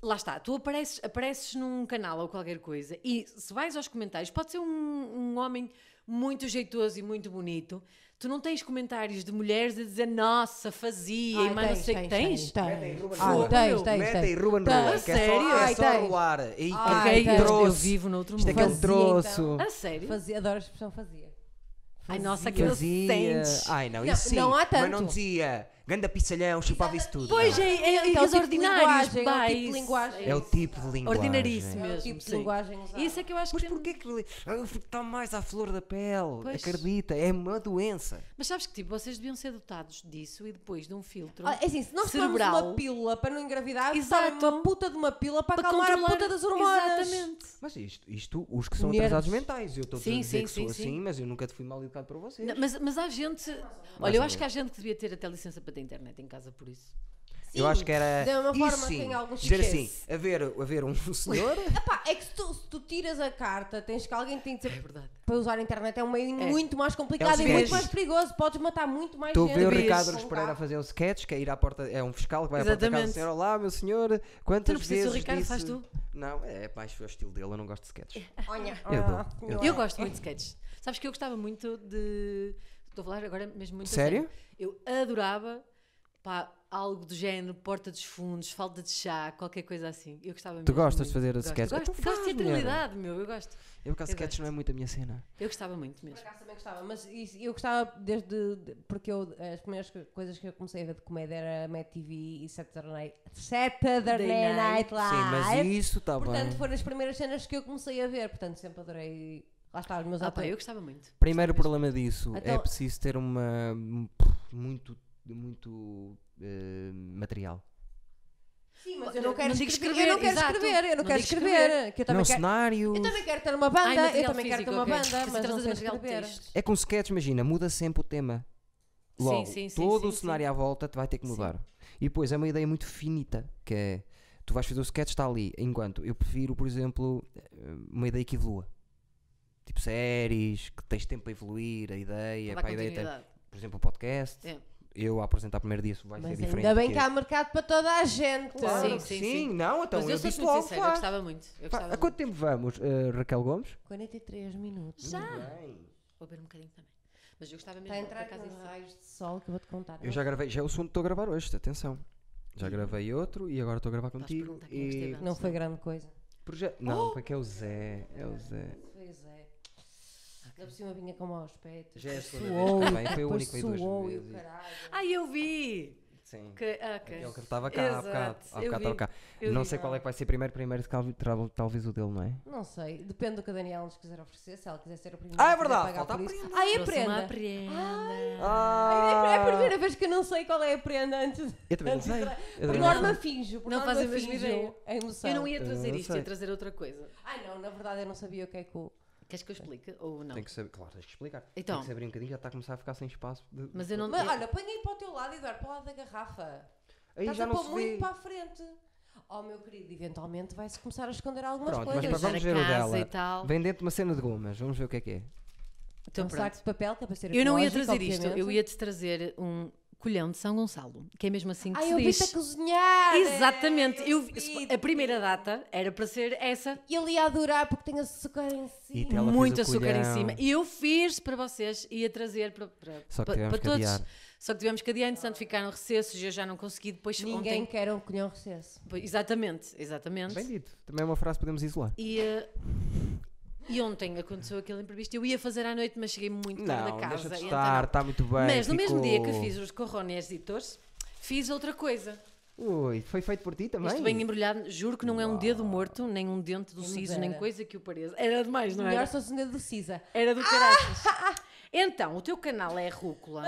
B: lá está, tu apareces, apareces num canal ou qualquer coisa e se vais aos comentários, pode ser um, um homem muito jeitoso e muito bonito. Tu não tens comentários de mulheres a dizer nossa, fazia e
C: Ai,
B: mais não sei o que Ah, tens.
C: Ah,
B: Rua.
C: tens,
B: Meu,
C: tens,
A: Mete
C: tens.
A: aí Ruben
C: Tens.
A: Rua, que é só, é
B: sério?
C: Tá. Ai,
A: só
C: tens.
A: rolar. E
C: Ai,
A: aquele
C: tens.
B: é eu
A: troço.
B: vivo noutro
A: Isto é
B: mundo.
A: aquele
C: Fazia,
A: troço.
C: então.
B: A sério?
C: Fazia, adoro a expressão fazia.
B: Ai, nossa, aquilo
A: Fazia.
B: sentes.
A: Ai, não,
C: Não,
A: isso sim.
C: não há
A: Mas não
C: tanto.
A: dizia. Ganda pissalhão, chupava isso tudo.
B: Pois
A: não.
B: é, é, é,
C: É o
B: os
C: tipo de
B: ordinários,
C: linguagem, é o
B: pá,
C: tipo de
B: isso.
C: linguagem.
A: É o tipo de linguagem.
B: Ordinaríssimo
C: É o
B: mesmo.
C: tipo de
B: sim.
C: linguagem usada.
B: Isso é que eu acho
A: Mas
B: que.
A: porquê que ele- Ah, eu fico tão mais à flor da pele?
B: Pois.
A: Acredita, é uma doença.
B: Mas sabes que tipo, vocês deviam ser dotados disso e depois de um filtro.
C: Ah, é assim, se nós tomarmos
B: cerebral
C: uma pílula para não engravidar,
B: Exato.
C: Exato. uma puta de uma pílula para, acalmar a puta das hormonas.
B: Exatamente.
A: Mas isto, isto os que são
C: Nerds.
A: atrasados mentais. Eu estou a
B: Sim,
A: dizer
B: sim,
A: que
B: sim,
A: sou
B: sim.
A: assim, mas eu nunca te fui mal educado por vocês.
B: Não, Mas, mas há gente.
A: Mais
B: Olha, eu
C: é
A: ou
B: acho que há gente que devia ter até licença para ter internet em casa por isso.
A: eu acho que era.
B: é
C: de uma
A: isso
C: forma
A: sim,
C: tem algum
A: dizer
C: chiqueza.
A: assim, haver, haver um senhor.
C: Epá, é que se tu, se tu tiras a carta, tens que alguém tem de
B: É
C: dizer.
B: verdade.
C: Para usar a internet é um meio muito mais
A: É um
C: complicado e
A: sketch.
C: muito mais perigoso. Podes matar muito mais
A: Estou a
C: gente.
A: ver o
B: Devias
A: Ricardo Luz
C: Com
A: Pereira a
C: carro.
A: fazer um sketch, que é ir à porta, é um fiscal que vai à porta da casa do
B: Exatamente.
A: senhor. Olá, meu senhor, quantas
B: precisas do
A: vezes
B: Ricardo,
A: disse...
B: faz tu? É.
A: Não, é mais o estilo dele, eu não gosto de sketches.
C: Olha,
A: Eu dou,
C: ah,
A: eu
C: não
A: dou.
C: é?
B: Eu gosto muito de sketches. Sabes que eu gostava muito de. Estou a falar agora mesmo muito a
A: Sério?
B: Eu adorava pá, algo do género porta dos fundos, falta de chá, qualquer coisa assim. Eu gostava
A: Tu
B: mesmo
A: gostas de
B: muito.
A: fazer
B: Gosto,
A: sketches?
B: Gosto,
A: Então
B: gosto,
A: faz,
B: de
A: mulher.
B: teatralidade, meu. Eu gosto.
A: Eu, por acaso,
B: Eu
A: sketches não é
B: gosto.
A: muito a minha cena.
B: Eu gostava muito
C: Por
B: mesmo.
C: acaso também gostava, mas isso- eu gostava desde. de- porque eu, as primeiras co- coisas que eu comecei a ver de comédia era Mad TV e Saturday Night, Saturday
B: Day Night.
C: Night Live.
A: Sim,
B: é
A: mas isso está
C: Portanto,
A: bem.
C: foram as primeiras cenas que eu comecei a ver. Portanto, sempre adorei. Lá está, os meus
B: Ah, pá, eu
C: atores.
B: gostava muito.
A: Primeiro problema disso é
C: Então-
A: preciso ter uma um, muito muito eh, material.
C: Sim, mas eu não quero
B: Não digo
C: escrever,
B: escrever,
C: eu não quero
B: exato.
C: escrever, eu não,
B: Não
C: quero
B: digo
C: escrever. Que eu
A: Não,
C: também quero.
A: cenário.
C: Eu também quero ter uma banda,
B: Ai,
C: eu
B: material
C: também quero ter
B: físico,
C: uma
B: ok.
C: banda,
B: Se
C: mas não
B: tratas de
C: sei
B: material de
C: escrever.
B: texto.
A: É com sketch, imagina, muda sempre o tema.
B: Sim,
A: Logo,
B: sim, sim,
A: todo
B: sim,
A: o
B: sim.
A: cenário à volta te vai ter que mudar. E depois é uma ideia muito finita, que é tu vais fazer o sketch está ali, enquanto eu prefiro, por exemplo, eh, uma ideia que evolua. Tipo séries, que tens tempo para evoluir a ideia,
B: Dá
A: para a ideia, é tem-
B: continuidade.
A: por exemplo, o podcast.
B: É.
A: Eu a apresentar o primeiro dia isso vai ser
C: Mas
A: diferente.
C: ainda bem que
A: é-
C: há mercado para toda a gente.
A: Claro
B: Sim,
A: que
B: sim,
A: sim,
B: sim.
A: não, então
B: Mas
A: eu
B: eu sou
A: disse
B: muito
A: logo,
B: sincera, eu
A: vá.
B: gostava muito. Eu
A: Pá,
B: gostava
A: Há quanto tempo vamos, eh, Raquel Gomes?
C: 43 minutos.
B: Já!
A: Muito bem.
B: Vou beber um bocadinho também. Mas eu gostava mesmo
C: Está a
B: por
C: entrar
B: acaso,
C: com
B: disso.
C: raios de sol que eu vou-te contar.
A: Eu já gravei, já é o segundo que estou a gravar hoje, atenção. Já gravei outro e agora estou a gravar
B: Vais
A: contigo.
B: perguntar quem é que
A: E
B: esteve
C: Não foi grande coisa.
A: proje-
B: Oh!
A: Não, porque é o Zé. É o Zé.
C: Pois é. Ainda por cima vinha com maus peitos.
A: Já é a
C: depois
A: segunda vez
C: suou,
A: também, foi a
C: depois
A: única e duas
C: suou e o
A: vezes.
C: caralho.
B: Ai, eu vi!
A: Sim.
B: Que, ah, ok.
A: Ele É que estava cá há bocado.
B: Exato,
A: Há
B: eu
A: bocado
B: vi,
A: estava cá.
B: eu
A: Não
B: vi.
A: sei qual é que vai ser primeiro. Primeiro, se calhar, tra- talvez o dele, não é?
C: Não sei, depende do que a Daniela nos quiser oferecer. Se ela quiser ser a primeira.
A: Ah, é
C: a querer
A: verdade,
C: pagar
A: falta
C: por
A: a
C: isso.
A: prenda.
C: Ai, a
B: Trouxe uma
C: prenda.
B: prenda.
A: Ah,
C: Ai, é a primeira vez que eu não sei qual é a prenda antes.
A: Eu também não
C: antes de
A: sei.
C: tra-
A: Eu
C: Por
A: também não
C: norma finjo, por
B: Não
C: norma
B: fazem a mesma
C: finjo
B: ideia.
C: a emoção.
B: Eu não ia
A: Eu
B: trazer
A: não
B: isto,
A: sei.
B: ia trazer outra coisa.
C: Ai não, na verdade eu não sabia o que é que o...
B: Queres que eu explique ou não?
A: Tem que saber, claro, tens que explicar.
B: Então.
A: Tem que saber um bocadinho, já está a começar a ficar sem espaço. de-
B: Mas eu não.
C: Mas
B: eu-
C: olha, põe aí para o teu lado, Eduardo, para o lado da garrafa.
A: Aí
C: Estás
A: já
C: a
A: não
C: pôr
A: se
C: muito
A: vê.
C: para a frente. Oh, meu querido, eventualmente vai-se começar a esconder algumas
A: Pronto, mas
C: coisas.
A: para
B: usar
A: vamos
B: a
A: ver o
B: casa
A: dela.
B: e tal.
A: Vem dentro de uma cena de gomas, vamos ver o que é que é.
B: Então,
C: um
B: pronto.
C: saco de papel que é para ser
B: Eu não ia
C: ecológico,
B: trazer isto, eu
C: obviamente.
B: ia-te trazer um colhão de São Gonçalo, que é mesmo assim que
C: Ah,
B: se
C: eu
B: diz.
C: vi-te a cozinhar!
B: Exatamente, eu, vi-
C: vi.
B: a primeira data era para ser essa,
C: Ele ia adorar porque tem açúcar em
A: E
C: cima.
A: tem- Ela fez
B: muito
A: o
B: açúcar em
A: colhão.
B: cima. E eu fiz para vocês, ia trazer para, para,
A: Só que
B: para,
A: tivemos
B: para
A: que
B: todos.
A: adiar.
B: Só que tivemos que adiar, entretanto ficaram recessos e eu já não consegui. Depois
C: Ninguém
B: ontem.
C: quer um colhão recesso.
B: Pois, Exatamente, exatamente.
A: Bem dito, também é uma frase que podemos isolar.
B: E, eh, e ontem aconteceu aquele imprevisto. Eu ia fazer à noite, mas cheguei muito tarde
A: Não,
B: a casa.
A: deixa de
B: e
A: estar, tá
B: então
A: está muito bem.
B: não. mas no mesmo dia que
A: ficou.
B: fiz os corrones editores, fiz outra coisa.
A: Ui, foi feito por ti também?
B: Isto bem embrulhado, juro que não é um dedo morto, nem um dente do
C: Quem me
B: siso, nem
C: dera.
B: coisa que o pareça. Era demais, não
C: Melhor Ah!
B: era?
C: se fosse um dedo do Cisa.
B: Era do caraças. Então, o teu canal é rúcula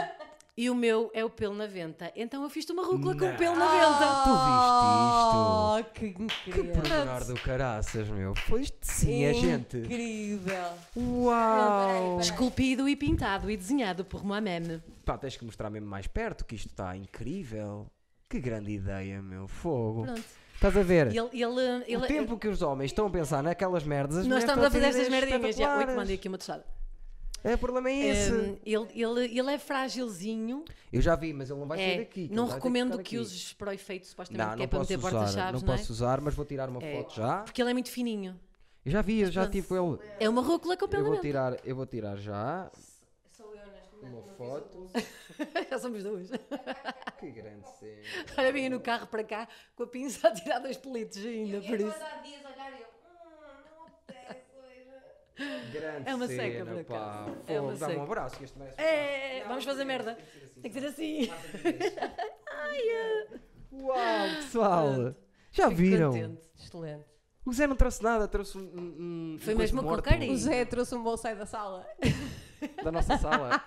B: e o meu é o pelo na venta. Então eu fiz-te uma rúcula com
A: Não.
B: o pelo na
C: Ah!
B: venta.
A: Tu
C: Oh, que incrível.
A: Pormenor do caraças, meu. Pois sim, é gente.
C: Incrível.
B: Oh.
A: Uau!
B: Esculpido e pintado e desenhado por Moameme.
A: Pá, tens que mostrar mesmo mais perto que isto está incrível. Que grande ideia, meu. Fogo.
B: Pronto.
A: Estás a ver?
B: E Ele, ele, ele,
A: É.
B: é-
A: o tempo que os homens estão a pensar naquelas merdas, as
B: Nós
A: mulheres é
B: estamos a fazer
A: ter
B: estas
A: ideias
B: merdinhas. Já, oi, que
A: espetaculares.
B: mandei aqui uma tostada.
A: É, o problema é esse.
B: Hum, ele, ele, ele é frágilzinho.
A: eu já vi, mas ele não vai sair
B: É,
A: daqui. que
B: não
A: ele vai ter que
B: recomendo
A: ficar
B: que,
A: aqui.
B: uses para o efeito, supostamente,
A: Não,
B: que é
A: não
B: para
A: posso
B: meter
A: usar. Não
B: porta-chaves, não, é?
A: posso usar, mas vou tirar uma
B: É.
A: foto já.
B: Porque ele é muito fininho.
A: Eu já vi, eu já tive com ele.
B: É uma rúcula com o
A: Eu
B: pelo
A: vou
B: na venta.
A: tirar, eu vou tirar já
C: Sou eu neste momento.
A: uma foto.
B: Já somos duas.
A: Que grande cena.
B: Olha, vinha no carro para cá com a pinça a tirar dois pelitos ainda, por isso.
C: há dias olhar e eu, hum, não apetece hoje.
A: Grande
B: É uma
A: cena,
B: seca, por
A: pá.
B: acaso. É
A: Fogo,
B: uma
A: dá-me um
B: seca.
A: abraço que este merece. um abraço.
B: É, vamos fazer merda. Tem que ser assim. é.
A: Uau, pessoal. Já viram?
B: Contente.
C: Excelente.
A: O Zé não trouxe nada, trouxe um- um. um
B: Foi
A: coisa
B: mesmo
A: de
B: com
A: morto
B: carinho.
C: O Zé trouxe um bolso aí da sala.
A: Da nossa sala.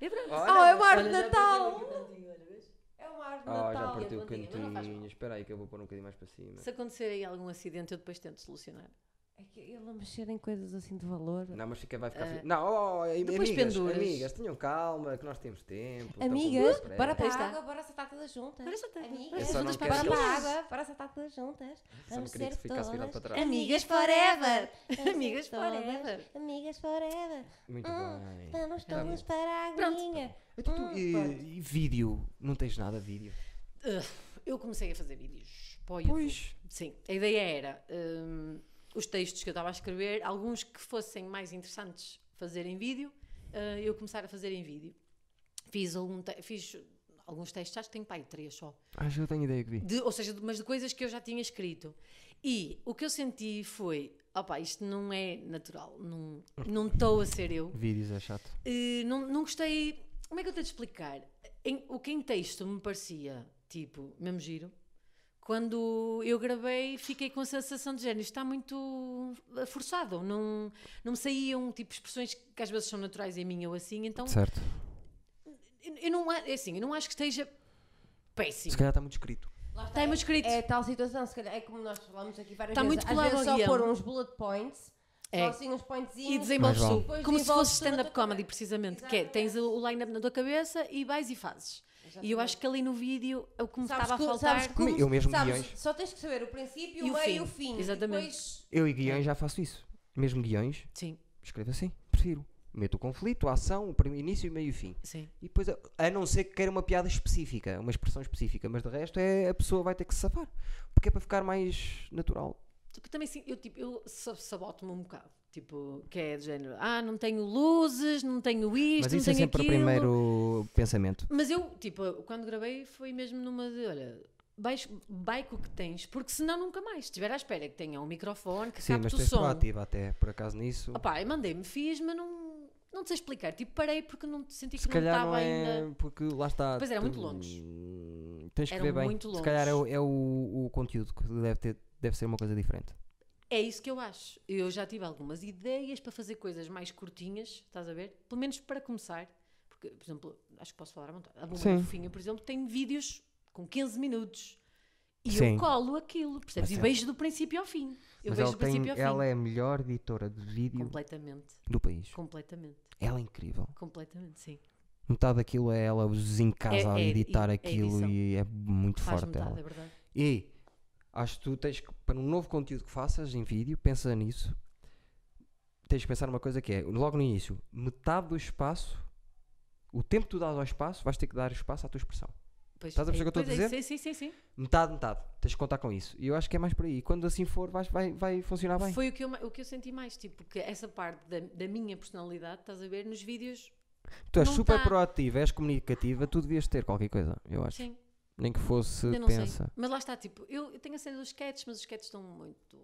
B: É verdade.
A: Olha,
C: Oh, é uma árvore
B: Olha, já
C: de Natal!
B: perdeu aqui o cantinho, olha, vês?
C: É uma árvore de
A: Ah, já
C: Natal.
A: partiu o
B: plantinha, mas não faz
A: cantinho. Espera aí que eu vou pôr um bocadinho mais para cima.
B: Se acontecer aí algum acidente, eu depois tento solucionar.
C: É que ele a mexer em coisas assim de valor.
A: Não, mas fica, vai ficar.
B: Ah.
A: fi- Não, oh, oh, amigas,
B: penduras.
A: amigas, tenham calma, que nós temos tempo. estamos
C: Amigas,
A: com pressa.
C: bora para
B: Aí
C: a
B: está.
C: água, bora saltar todas juntas.
B: Bora saltar. Bora
C: Amigas,
A: Eu É só
B: juntas
A: não
B: para
A: quero
C: bora
B: as
A: que
C: para a
B: ruas.
C: água, bora saltar todas juntas.
A: Só não
C: Vamos
A: queria
C: ser
A: que ficasse virado para
C: todas.
A: trás.
B: Amigas
C: Amigas
B: forever!
C: forever!
B: Amigas forever!
C: Amigas forever!
A: Muito
C: Hum,
A: bem.
C: Vamos
A: Tá
C: todas
A: bom.
C: para a
B: Pronto.
C: aguinha.
A: Então, tu,
C: Hum,
A: e,
C: pronto.
A: e vídeo? Não tens nada de vídeo?
B: Ugh, Eu comecei a fazer vídeos para o YouTube.
A: Pois.
B: Sim, a ideia era hum, os textos que eu estava a escrever, alguns que fossem mais interessantes fazer em vídeo, eh, eu começar a fazer em vídeo. Fiz, algum te- fiz alguns textos, acho que tenho pai três só.
A: Acho que eu Ah, tenho ideia que vi.
B: De- ou seja, de- mas de coisas que eu já tinha escrito. E o que eu senti foi: opá, isto não é natural, não não estou a ser eu.
A: Vídeos é chato.
B: Eh, não, não gostei. Como é que eu tenho de explicar? Em- o que em texto me parecia, tipo, mesmo giro, quando eu gravei, fiquei com a sensação de género, isto está muito eh, forçado, não, não me saíam tipo expressões que às vezes são naturais em mim ou assim, então
A: Certo.
B: eu, eu não, a- é assim, eu não acho que esteja
A: Se
B: péssimo.
A: calhar assim. está muito escrito.
B: Está aí muito escrito.
C: É tal situação, se calhar, é como nós falamos aqui várias
B: Tá
C: vezes.
B: muito
C: Às
B: colado
C: vezes
B: ao
C: só
B: guião.
C: pôr uns bullet points,
B: É.
C: só assim uns pointzinhos.
B: E desenvolves
A: Mais
B: tu,
A: vale.
C: Depois
B: como se
C: desenvolves
B: fosse
C: tu na
B: stand-up
C: tua
B: comedy,
C: cabeça.
B: precisamente, que é, tens o o line-up na tua cabeça e vais e fazes. E eu acho que ali no vídeo, eu como
C: Sabes
B: estava a
C: que-
B: faltar...
C: sabes que
A: Como
C: como-
A: eu mesmo
C: sabes,
A: guiões.
C: Só tens que saber o princípio,
B: E
C: o
B: o
C: meio
B: fim.
C: e o fim.
B: Exatamente.
C: Depois,
A: Eu e guiões já faço isso. Mesmo guiões,
B: Sim,
A: escrevo assim. Prefiro. Meto o conflito, a ação, o prim- início, meio e fim.
B: sim.
A: E depois, a- a não ser que queira uma piada específica, uma expressão específica, mas de resto é a pessoa vai ter que se safar. Porque é para ficar mais natural.
B: Porque também sim, eu, tipo, eu sab- saboto-me um bocado. Tipo, que é do género, ah, não tenho luzes, não tenho isto,
A: mas
B: não
A: isso é
B: tenho
A: sempre
B: aquilo.
A: o primeiro pensamento.
B: Mas eu, tipo, quando gravei foi mesmo numa de, olha, baixo, baico o que tens, porque senão nunca mais. Estiver à espera que tenha um microfone, que
A: Sim,
B: capte
A: mas
B: o
A: tu és
B: som.
A: proativa até, por acaso nisso.
B: Opá, eu mandei-me, fiz, mas não, não te sei explicar. Tipo, parei porque não senti que
A: se
B: não
A: calhar não
B: estava
A: é.
B: ainda...
A: Porque lá está.
B: Pois era muito longe.
A: longe. Tens que
B: Eram
A: ver bem.
B: muito
A: Se calhar é, o,
B: longe.
A: é o- o conteúdo que deve, ter, deve ser uma coisa diferente.
B: É isso que eu acho. Eu já tive algumas ideias para fazer coisas mais curtinhas, estás a ver? Pelo menos para começar. Porque, por exemplo, acho que posso falar à vontade. A Bomba
A: Sim.
B: Fofinha, por exemplo, tem vídeos com 15 minutos. E
A: Sim.
B: eu colo aquilo,
A: Mas
B: percebes? e
A: ela-
B: vejo do princípio ao fim. Eu
A: Mas
B: vejo
A: ela,
B: do princípio
A: tem,
B: ao fim.
A: ela é a melhor editora de vídeo
B: Completamente,
A: do país.
B: completamente,
A: Ela é incrível.
B: completamente, sim.
A: Metade daquilo é ela os em casa
B: É-
A: a
B: é-
A: editar
B: é
A: aquilo
B: edição.
A: e é muito
B: Faz
A: forte
B: metade,
A: ela.
B: é verdade.
A: E acho que tu tens que, para um novo conteúdo que faças em vídeo, pensa nisso. Tens que pensar numa coisa que é, logo no início, metade do espaço, o tempo que tu dás ao espaço, vais ter que dar espaço à tua expressão.
B: Pois,
A: Estás a perceber o que eu
B: pois
A: estou a
B: é, Sim, sim, sim. sim.
A: Metade, metade. Tens que contar com isso. E eu acho que é mais por aí. Quando assim for, vais- vai, vai funcionar Tá bem.
B: Foi o que, eu, ma- o que eu senti mais, tipo, que essa parte da, da minha personalidade, estás a ver, nos vídeos,
A: tu és
B: não
A: super
B: tá-
A: proativa, és comunicativa, tu devias ter qualquer coisa, eu acho.
B: sim,
A: Nem que fosse,
B: ainda não sei.
A: pensa.
B: Mas lá está, tipo, eu, eu tenho a cena dos sketches, mas os sketches estão muito...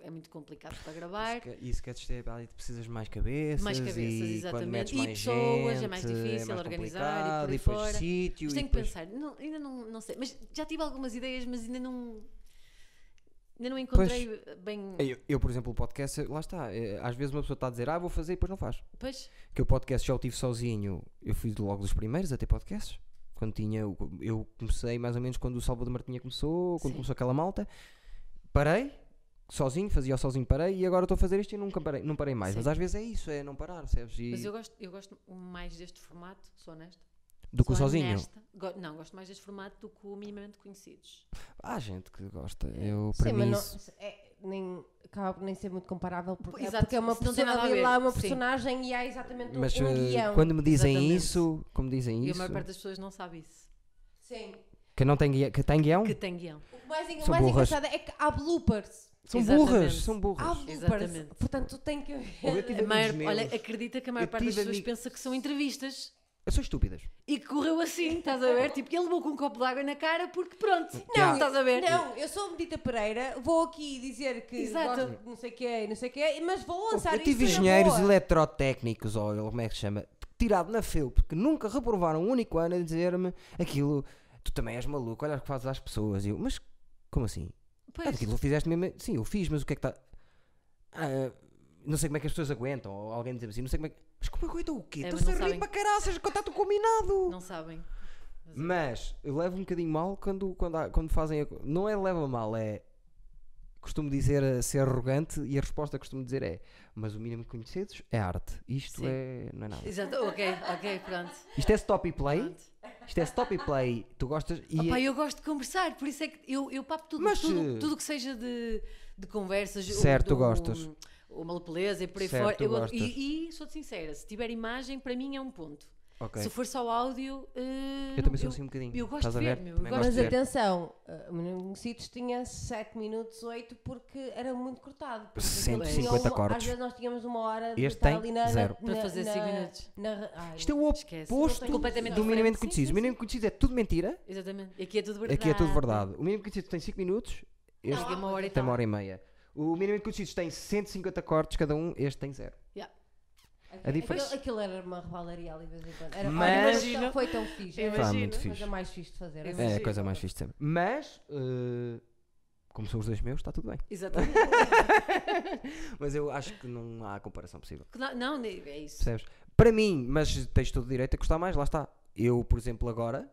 B: é muito complicado para gravar.
A: E se queres ter, ah, precisas de mais cabeças,
B: Mais cabeças,
A: e quando
B: exatamente.
A: metes
B: E
A: mais
B: pessoas, é
A: gente,
B: mais difícil
A: mais
B: organizar e por
A: complicado,
B: aí
A: depois
B: fora.
A: sítio,
B: Mas
A: e
B: tenho que
A: depois-
B: pensar, não- ainda não, não sei, mas já tive algumas ideias, mas ainda não... Ainda não
A: Pois.
B: encontrei bem...
A: Eu, eu, por exemplo, o podcast, lá está. eh, Às vezes uma pessoa está a dizer, ah, vou fazer e depois não faz.
B: Pois,
A: Que o podcast já o tive sozinho. Eu fui logo dos primeiros a ter podcasts. Quando tinha. o- Eu comecei mais ou menos quando o Salvador Martinha começou, quando
B: Sim.
A: começou aquela malta. Parei, sozinho, fazia sozinho, parei e agora estou a fazer isto e nunca parei, não parei mais.
B: Sim.
A: Mas às vezes é isso, é não parar, percebes? E
B: mas eu gosto, eu gosto mais deste formato, sou honesta.
A: do que o
B: Sou
A: sozinho.
B: honesta. Go- não, gosto mais deste formato do que o minimamente conhecidos.
A: Há gente que gosta.
B: É.
A: Eu, para
C: Sim,
A: mim,
C: mas
A: isso-
C: não, é, nem, acaba por nem ser muito comparável porque,
B: Exato,
C: porque é uma
B: isso não
C: pessoa
B: tem nada a
C: ali
B: ver,
C: lá, uma
B: sim.
C: personagem e há exatamente um-
A: Mas
C: um
A: eh,
C: guião.
A: quando me dizem
B: Exatamente.
A: isso, como dizem
B: E a
A: isso,
B: maior parte das pessoas não sabe isso.
C: Sim.
A: que não tem guião, que tem guião,
B: Que tem guião.
C: O mais, o
A: São
C: mais
A: burras.
C: engraçado é que há bloopers.
A: são
B: Exatamente. Ah.
A: burras, são burras.
C: Há bloopers.
B: Exatamente.
C: Portanto, tu tens que ver.
A: Eu tive
B: A maior,
A: amigos
B: olha,
A: meus-
B: acredita que a maior
A: Eu
B: parte das
A: tive
B: pessoas
A: ami-
B: pensa que são entrevistas
A: Eu sou estúpidas.
B: e que correu assim, estás a ver? Tipo, ele levou com um copo de água na cara porque pronto,
A: Yeah.
B: não, estás a ver?
C: Não, eu sou a Medita Pereira, vou aqui dizer que
B: Exato.
C: gosto de não sei o quê, não sei o quê, mas vou lançar
A: Eu tive
C: isto na
A: engenheiros
C: boa.
A: eletrotécnicos, ou como é que se chama, tirado na felpa, que nunca reprovaram um único ano a dizer-me aquilo, tu também és maluco, olha o que fazes às pessoas. E Eu, mas como assim?
B: Pois,
A: Ah, aquilo fizeste mesmo. Sim, eu fiz, mas o que é que está. Ah, não sei como é que as pessoas aguentam, ou alguém dizer assim, não sei como é que. Mas como aguentam o quê?
B: É,
A: Estão
B: mas não
A: a rir
B: sabem.
A: para caraças, contato combinado!
B: não sabem.
A: Mas eu levo um bocadinho mal quando, quando, há- quando fazem. a co- Não é leva mal, é. Costumo dizer eh, ser arrogante e a resposta que costumo dizer é: Mas o mínimo que conhecidos é arte. Isto
B: Sim.
A: é. Não é nada.
B: Exato, ok, ok, pronto.
A: Isto é stop e play.
B: pronto.
A: Isto é stop e play. Tu gostas. E é-
B: Opa, eu gosto de conversar, por isso é que eu, eu papo tudo,
A: Mas,
B: tudo,
A: eh,
B: tudo que seja de, de conversas. o-
A: Certo,
B: do-
A: gostas.
B: O malpeleza e por aí
A: Certo,
B: fora. Eu-
A: gostas.
B: e, e sou-te sincera, se tiver imagem, para mim é um ponto.
A: Ok.
B: Se for só áudio. eh,
A: Eu também sou
B: não-
A: assim um bocadinho.
B: Eu gosto
A: Estás
B: de
A: a
B: ver,
A: ver?
B: meu.
A: Também
B: Eu
A: gosto
B: gosto
C: Mas
A: de ver.
C: atenção, eh, o Menino Sítios tinha 7 minutos 8 porque era muito cortado. porque aquilo tinha
A: 150
C: uma-
A: cortes.
C: Às vezes nós tínhamos uma hora de
A: Este
C: estar
A: tem
C: ali na, na-
A: zero.
C: na-
B: Para fazer
C: na-
B: cinco minutos.
C: na- ai,
A: Isto é o
B: Esquece.
A: oposto
B: Tem completamente
A: do minimamente
B: diferente. Sim,
A: conhecido.
B: sim,
A: O minimamente conhecido é tudo mentira.
B: Exatamente. Aqui é tudo verdade.
A: Aqui é tudo verdade. O mínimo conhecido tem 5 minutos. Este
B: Aqui é uma hora e
A: tem
B: tal.
A: uma hora e meia. O mínimo conhecido tem 150 cortes cada um. Este tem zero.
B: Yeah.
A: é A diferença.
C: Aquilo, aquilo era uma rebalaria ali de vez em quando. Era,
A: Mas-
C: olha, mas
B: Imagina.
C: foi tão fixe.
B: Imagina.
C: Era
A: Tá, muito
C: a coisa
A: fixe.
C: mais fixe de fazer. assim.
B: É,
A: É a
B: Sim.
A: coisa mais fixe de sempre. Mas, eh, como são os dois meus, está tudo bem.
B: Exatamente.
A: Mas eu acho que não há comparação possível.
B: Que Não, não, é isso.
A: Percebes? Para mim, mas tens todo o direito a gostar mais, lá está. Eu, por exemplo, agora.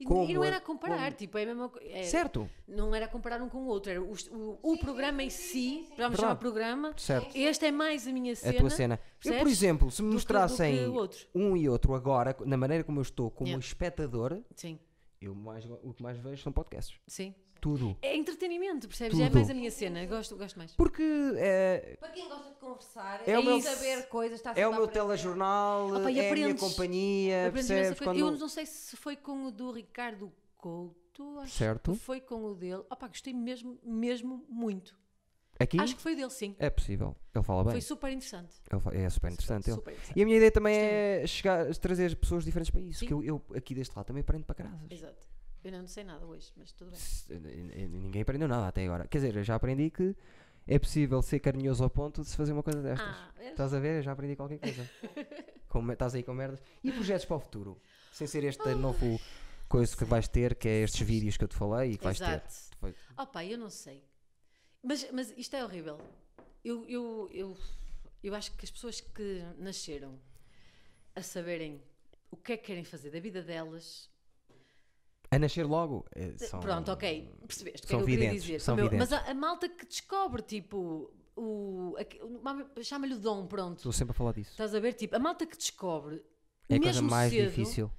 B: E,
A: Como
B: e não
A: a-
B: era a comparar,
A: como-
B: tipo, é a mesma co- é-
A: Certo,
B: Não era a comparar um com o outro, era o, o- o programa em si, vamos
A: Verdade.
B: chamar programa.
A: certo.
B: Este é mais a minha
A: É
B: cena.
A: a tua cena. Eu, por
B: percebes?
A: exemplo, se me
B: do que- do
A: mostrassem
B: que o outro.
A: um e outro agora, na maneira como eu estou, como
B: Yeah.
A: espectador,
B: Sim,
A: eu mais, go- o que mais vejo são podcasts.
B: sim.
A: Tudo.
B: É entretenimento, percebes? É
A: Tudo.
B: mais a minha cena. Gosto, gosto mais.
A: Porque é,
C: Para quem gosta de conversar,
A: É
C: é
A: o meu-
C: saber coisas, está
A: é o
C: sempre
A: meu
C: a aprender.
A: telejornal,
B: Opa, e
A: é a minha
B: aprendes-
A: companhia,
B: Aprendi imensa
A: percebes?
B: coisa.
A: Quando...
B: Eu não sei se foi com o do Ricardo Couto, acho
A: Certo.
B: que foi com o dele. Opa, gostei mesmo, mesmo muito.
A: Aqui
B: Acho que foi o dele, sim.
A: é possível. Ele fala bem.
B: Foi super interessante.
A: Ele fa- É super interessante. ele.
B: Super interessante.
A: E a minha ideia também é chegar, trazer pessoas diferentes para isso.
B: Sim.
A: Que eu, eu aqui deste lado também aprendo para caralho.
B: Exato. Eu não sei nada hoje, mas tudo bem.
A: Ninguém aprendeu nada até agora. Quer dizer, eu já aprendi que é possível ser carinhoso ao ponto de se fazer uma coisa destas.
B: Ah, é-
A: Estás a ver? Eu já aprendi qualquer coisa. Com me- estás aí com merdas. E projetos para o futuro? Sem ser este novo coisa que vais ter, que é estes vídeos que eu te falei e que vais ter.
B: Exato.
A: Foi-
B: Opa, eu não sei. Mas, mas isto é horrível. Eu, eu, eu, eu acho que as pessoas que nasceram a saberem o que é que querem fazer da vida delas
A: A nascer logo. eh, são-
B: Pronto, ok, percebeste o que é
A: são
B: que eu queria
A: videntes,
B: dizer.
A: são
B: Meu,
A: videntes.
B: mas a, a malta que descobre, tipo, o, aque- o- uma- chama-lhe o dom, pronto.
A: Estou sempre a falar disso.
B: Estás a ver? Tipo, a malta que descobre,
A: É a
B: Então,
A: coisa
B: mesmo
A: mais
B: cedo,
A: difícil.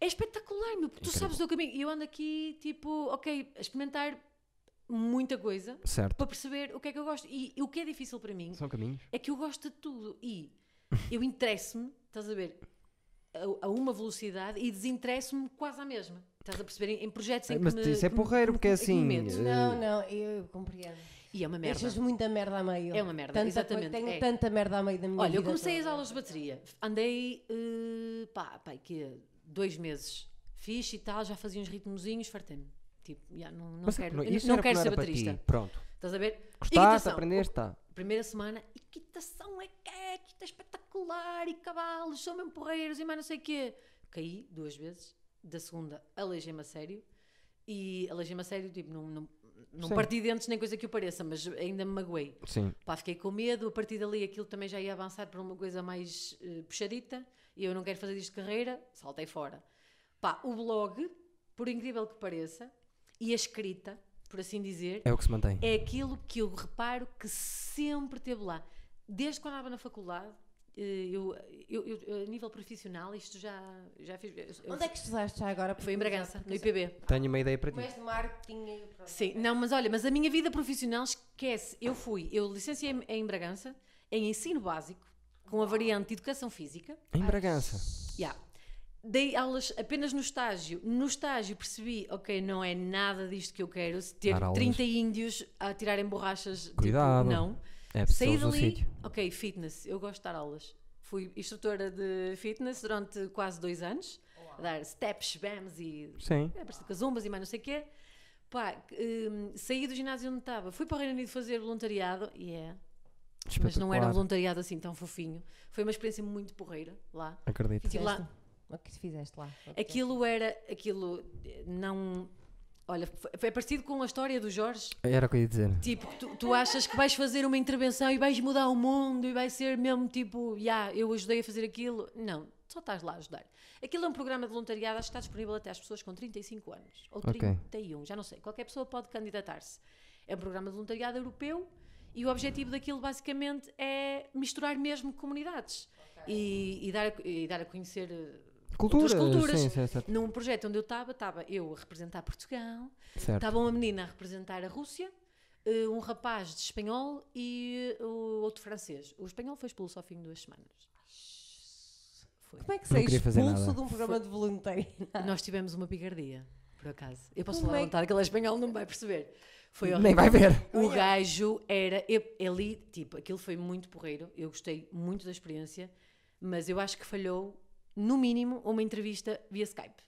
B: é espetacular, meu, porque tu
A: Incrível.
B: sabes o teu caminho. E eu ando aqui, tipo, ok, a experimentar muita coisa
A: Certo.
B: para perceber o que é que eu gosto. E, o que é difícil para mim
A: São caminhos.
B: é que eu gosto de tudo e eu interesso-me, estás a ver, a, a uma velocidade e desinteresso-me quase à mesma. Estás a perceber? Em, em projetos em que
A: Mas
B: me,
A: isso é
B: que me-
A: porreiro,
B: que me-
A: porque é
B: que me
A: assim,
B: meto.
A: eh,
C: Não, não, eu compreendo.
B: E é uma merda.
C: Deixas muita merda a meio.
B: É uma merda,
C: Tanta
B: exatamente,
C: coisa- tenho
B: é.
C: tanta merda a meio da minha
B: Olha, eu
C: vida
B: comecei as
C: toda.
B: aulas de bateria. Andei, eh, pá, pá, que dois meses. Fiz e tal, já fazia uns ritmozinhos, fartei-me. Tipo, já não, não
A: Mas é
B: quero,
A: não-
B: eu
A: isso
B: não
A: era
B: quero
A: porque
B: ser
A: era para ti.
B: baterista.
A: Pronto.
B: Estás a ver?
A: Gostaste,
B: Equitação.
A: aprendeste, tá.
B: Primeira semana, equitação é quieto, isto é espetacular, e cavalos, são mesmo porreiros, e mais não sei o quê. Caí duas vezes. Da segunda, aleijei-me a sério. E aleijei-me a sério, tipo, não, não, não
A: Sim.
B: parti dentes nem coisa que o pareça, mas ainda me magoei.
A: Sim.
B: Pá, fiquei com medo, a partir dali aquilo também já ia avançar para uma coisa mais eh, puxadita, e eu não quero fazer isto de carreira, saltei fora. Pá, o blog, por incrível que pareça, e a escrita, por assim dizer,
A: É o que se mantém.
B: é aquilo que eu reparo que sempre teve lá. Desde quando andava na faculdade, eh, eu, eu, eu- a nível profissional, isto já, já fiz. eu-
C: Onde é que estudaste já agora?
B: Foi em Bragança, no
C: Porque-
B: IPB.
A: Tenho uma ideia para ti.
C: Mas de marketing e pronto.
B: Sim, não, mas olha, mas a minha vida profissional esquece. Eu fui, eu licenciei-me em Bragança, em ensino básico, com a variante de educação física.
A: Em Bragança.
B: Yeah. Dei aulas apenas no estágio. No estágio percebi, ok, não é nada disto que eu quero. Se Ter
A: Dar aulas.
B: 30 índios a tirarem borrachas,
A: Cuidado.
B: tipo, não.
A: É
B: Saí
A: pessoas do
B: dali,
A: sítio.
B: ok, fitness, eu gosto de dar aulas. Fui instrutora de fitness durante quase dois anos, a dar steps, bams e
A: Sim.
B: é, parecido com zumbas e mais não sei o quê. Pá, que, hum, saí do ginásio onde estava, fui para o Reino Unido fazer voluntariado, e é, mas não era um
A: Espetacular.
B: voluntariado assim tão fofinho. Foi uma experiência muito porreira lá.
A: Acredito.
B: Tive lá- É
C: O que fizeste lá? O que
B: Aquilo era, aquilo eh, não. Olha, foi- é parecido com a história do Jorge.
A: Era o que eu ia dizer.
B: Tipo, que tu, tu achas que vais fazer uma intervenção e vais mudar o mundo e vai ser mesmo tipo, já, eu ajudei a fazer aquilo. Não, só estás lá a ajudar. Aquilo é um programa de voluntariado, acho que está disponível até às pessoas com 35 anos ou
A: Ok.
B: 31, já não sei. Qualquer pessoa pode candidatar-se. É um programa de voluntariado europeu e o objetivo daquilo basicamente é misturar mesmo comunidades e, e dar a, e dar a conhecer. eh,
A: Cultura.
B: outras culturas.
A: Sim, sim, certo.
B: Num projeto onde eu estava, estava eu a representar Portugal,
A: certo.
B: Estava uma menina a representar a Rússia, eh, um rapaz de espanhol e eh, o outro francês. O espanhol foi expulso ao fim de duas semanas. Foi.
C: Como é que
A: Não
C: sei
A: queria fazer
C: expulso
A: nada.
C: de um programa de voluntariado?
B: Nós tivemos uma picardia, por acaso. Eu posso
C: Como
B: falar à
C: é que-
B: vontade, que ele é espanhol, não vai perceber. Foi horrível.
A: Nem vai ver.
B: O gajo era. eu- Ele, tipo, aquilo foi muito porreiro. Eu gostei muito da experiência, mas eu acho que falhou, no mínimo, uma entrevista via Skype.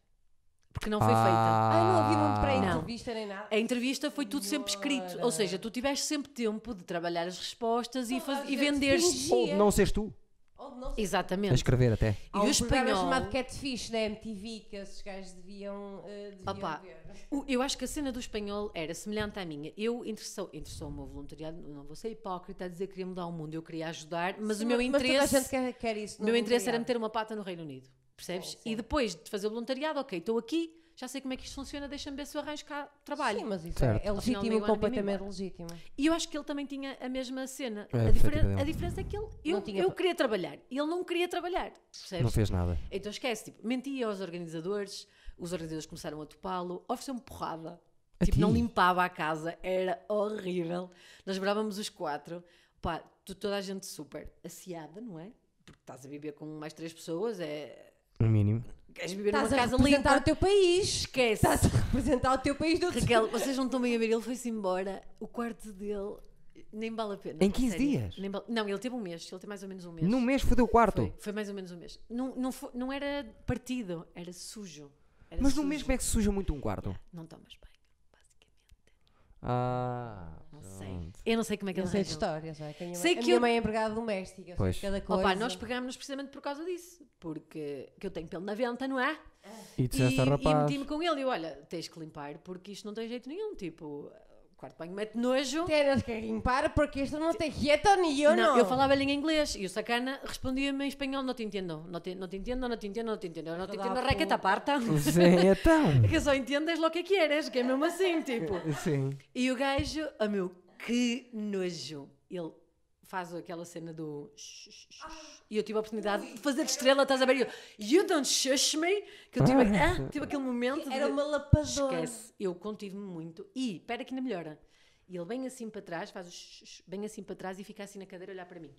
B: Porque não foi feita.
C: Ah, não havia muito para
A: Ah.
C: entrevista nem nada.
B: A entrevista foi tudo sempre escrito, ou
C: Senhora.
B: seja, tu tiveste sempre tempo de trabalhar as respostas e,
C: Toda a
B: faz- e
C: gente
B: vender-se.
C: fingia.
A: Ou de não seres tu.
C: Ou de não
A: A
B: Exatamente.
A: escrever até.
B: E o
C: Há um programa
B: espanhol.
C: chamado Catfish né? da MTV que esses gajos deviam, eh, deviam
B: Opa.
C: ver.
B: o- Eu acho que a cena do espanhol era semelhante à minha. Eu interessou, interessou o meu voluntariado, não vou ser hipócrita a dizer que queria mudar o mundo, eu queria ajudar, mas o meu
C: Mas toda a gente
B: interesse,
C: quer, quer isso. é
B: o
C: no
B: meu interesse era
C: voluntariado.
B: meter uma pata no Reino Unido, percebes?
C: Sim, sim.
B: E depois de fazer o voluntariado, ok, estou aqui, já sei como é que isto funciona, deixa-me ver se eu arranjo cá trabalho.
C: Sim, mas isso
A: Certo.
C: é
B: Afinal,
C: legítimo,
B: meio ano vim-me
C: completamente
B: embora.
C: legítimo.
B: E eu acho que ele também tinha a mesma cena.
A: É,
B: a, diferen-
A: perspectiva dele.
B: a diferença é que ele, eu,
C: Não tinha
B: eu
C: pa-
B: queria trabalhar e ele não queria trabalhar,
A: Não
B: percebes?
A: fez nada.
B: Então esquece, tipo, mentia aos organizadores, os organizadores começaram a topá-lo, ofereceu-me porrada.
A: A
B: tipo, não
A: ti?
B: limpava a casa, era horrível. Nós morávamos os quatro, pá, tu- toda a gente super assiada, não é? Porque estás a viver com mais três pessoas, é.
A: No mínimo.
B: Queres viver
C: Estás
B: numa
C: a
B: casa
C: representar
B: limpa?
C: o teu país.
B: Esquece.
C: Estás a representar o teu país do
B: Raquel, vocês não estão bem a ver, ele foi-se embora, o quarto dele nem vale a pena.
A: Em
B: a
A: 15
B: sério.
A: dias?
B: Nem vale- Não, ele teve um mês, ele teve mais ou menos um mês.
A: Num mês fodeu o quarto.
B: Foi, foi mais ou menos um mês. Não, não, foi- não era partido, era sujo. Era
A: Mas num
B: sujo.
A: mês como é que se suja muito um quarto?
B: Não tomas banho, basicamente.
A: Ah.
B: Não
A: pronto.
B: sei. Eu não sei como é que
C: Eu
B: ele
C: sei de
B: arranjou.
C: histórias, olha, tenho uma-
B: Sei
C: a
B: que
C: minha
B: eu-
C: mãe é empregada doméstica, eu sei
A: Pois.
C: de cada coisa.
B: Opa, nós pegámos-nos precisamente por causa disso. Porque que eu tenho pelo na venta, não é?
A: E
B: e
A: disseste ao
B: e
A: rapaz.
B: meti-me com ele e eu, olha, tens que limpar porque isto não tem jeito nenhum. Tipo, quarto banho mete nojo.
C: Tienes que limpar porque isto não te quieto ni eu não.
B: eu falava-lhe em inglês e o sacana respondia-me em espanhol: não te entendo, não te, não te entendo, não te entendo, não te entendo, não te
C: Toda a
B: entendo, raqueta aparta.
A: Sim, então.
B: que só entendas logo o que é que eres, que é mesmo assim, tipo.
A: Sim.
B: E o gajo, oh meu, que nojo. Ele faz aquela cena do shh, shh, shh, shh. e eu tive a oportunidade de fazer de estrela, estás a ver? E eu, you don't shush me, que eu tive, ah, tive aquele momento
C: Era
B: de...
C: uma lapadora.
B: Esquece, eu contive-me muito. E, espera que ainda melhora. E ele vem assim para trás, faz o shh, shh, bem assim para trás e fica assim na cadeira a olhar para mim.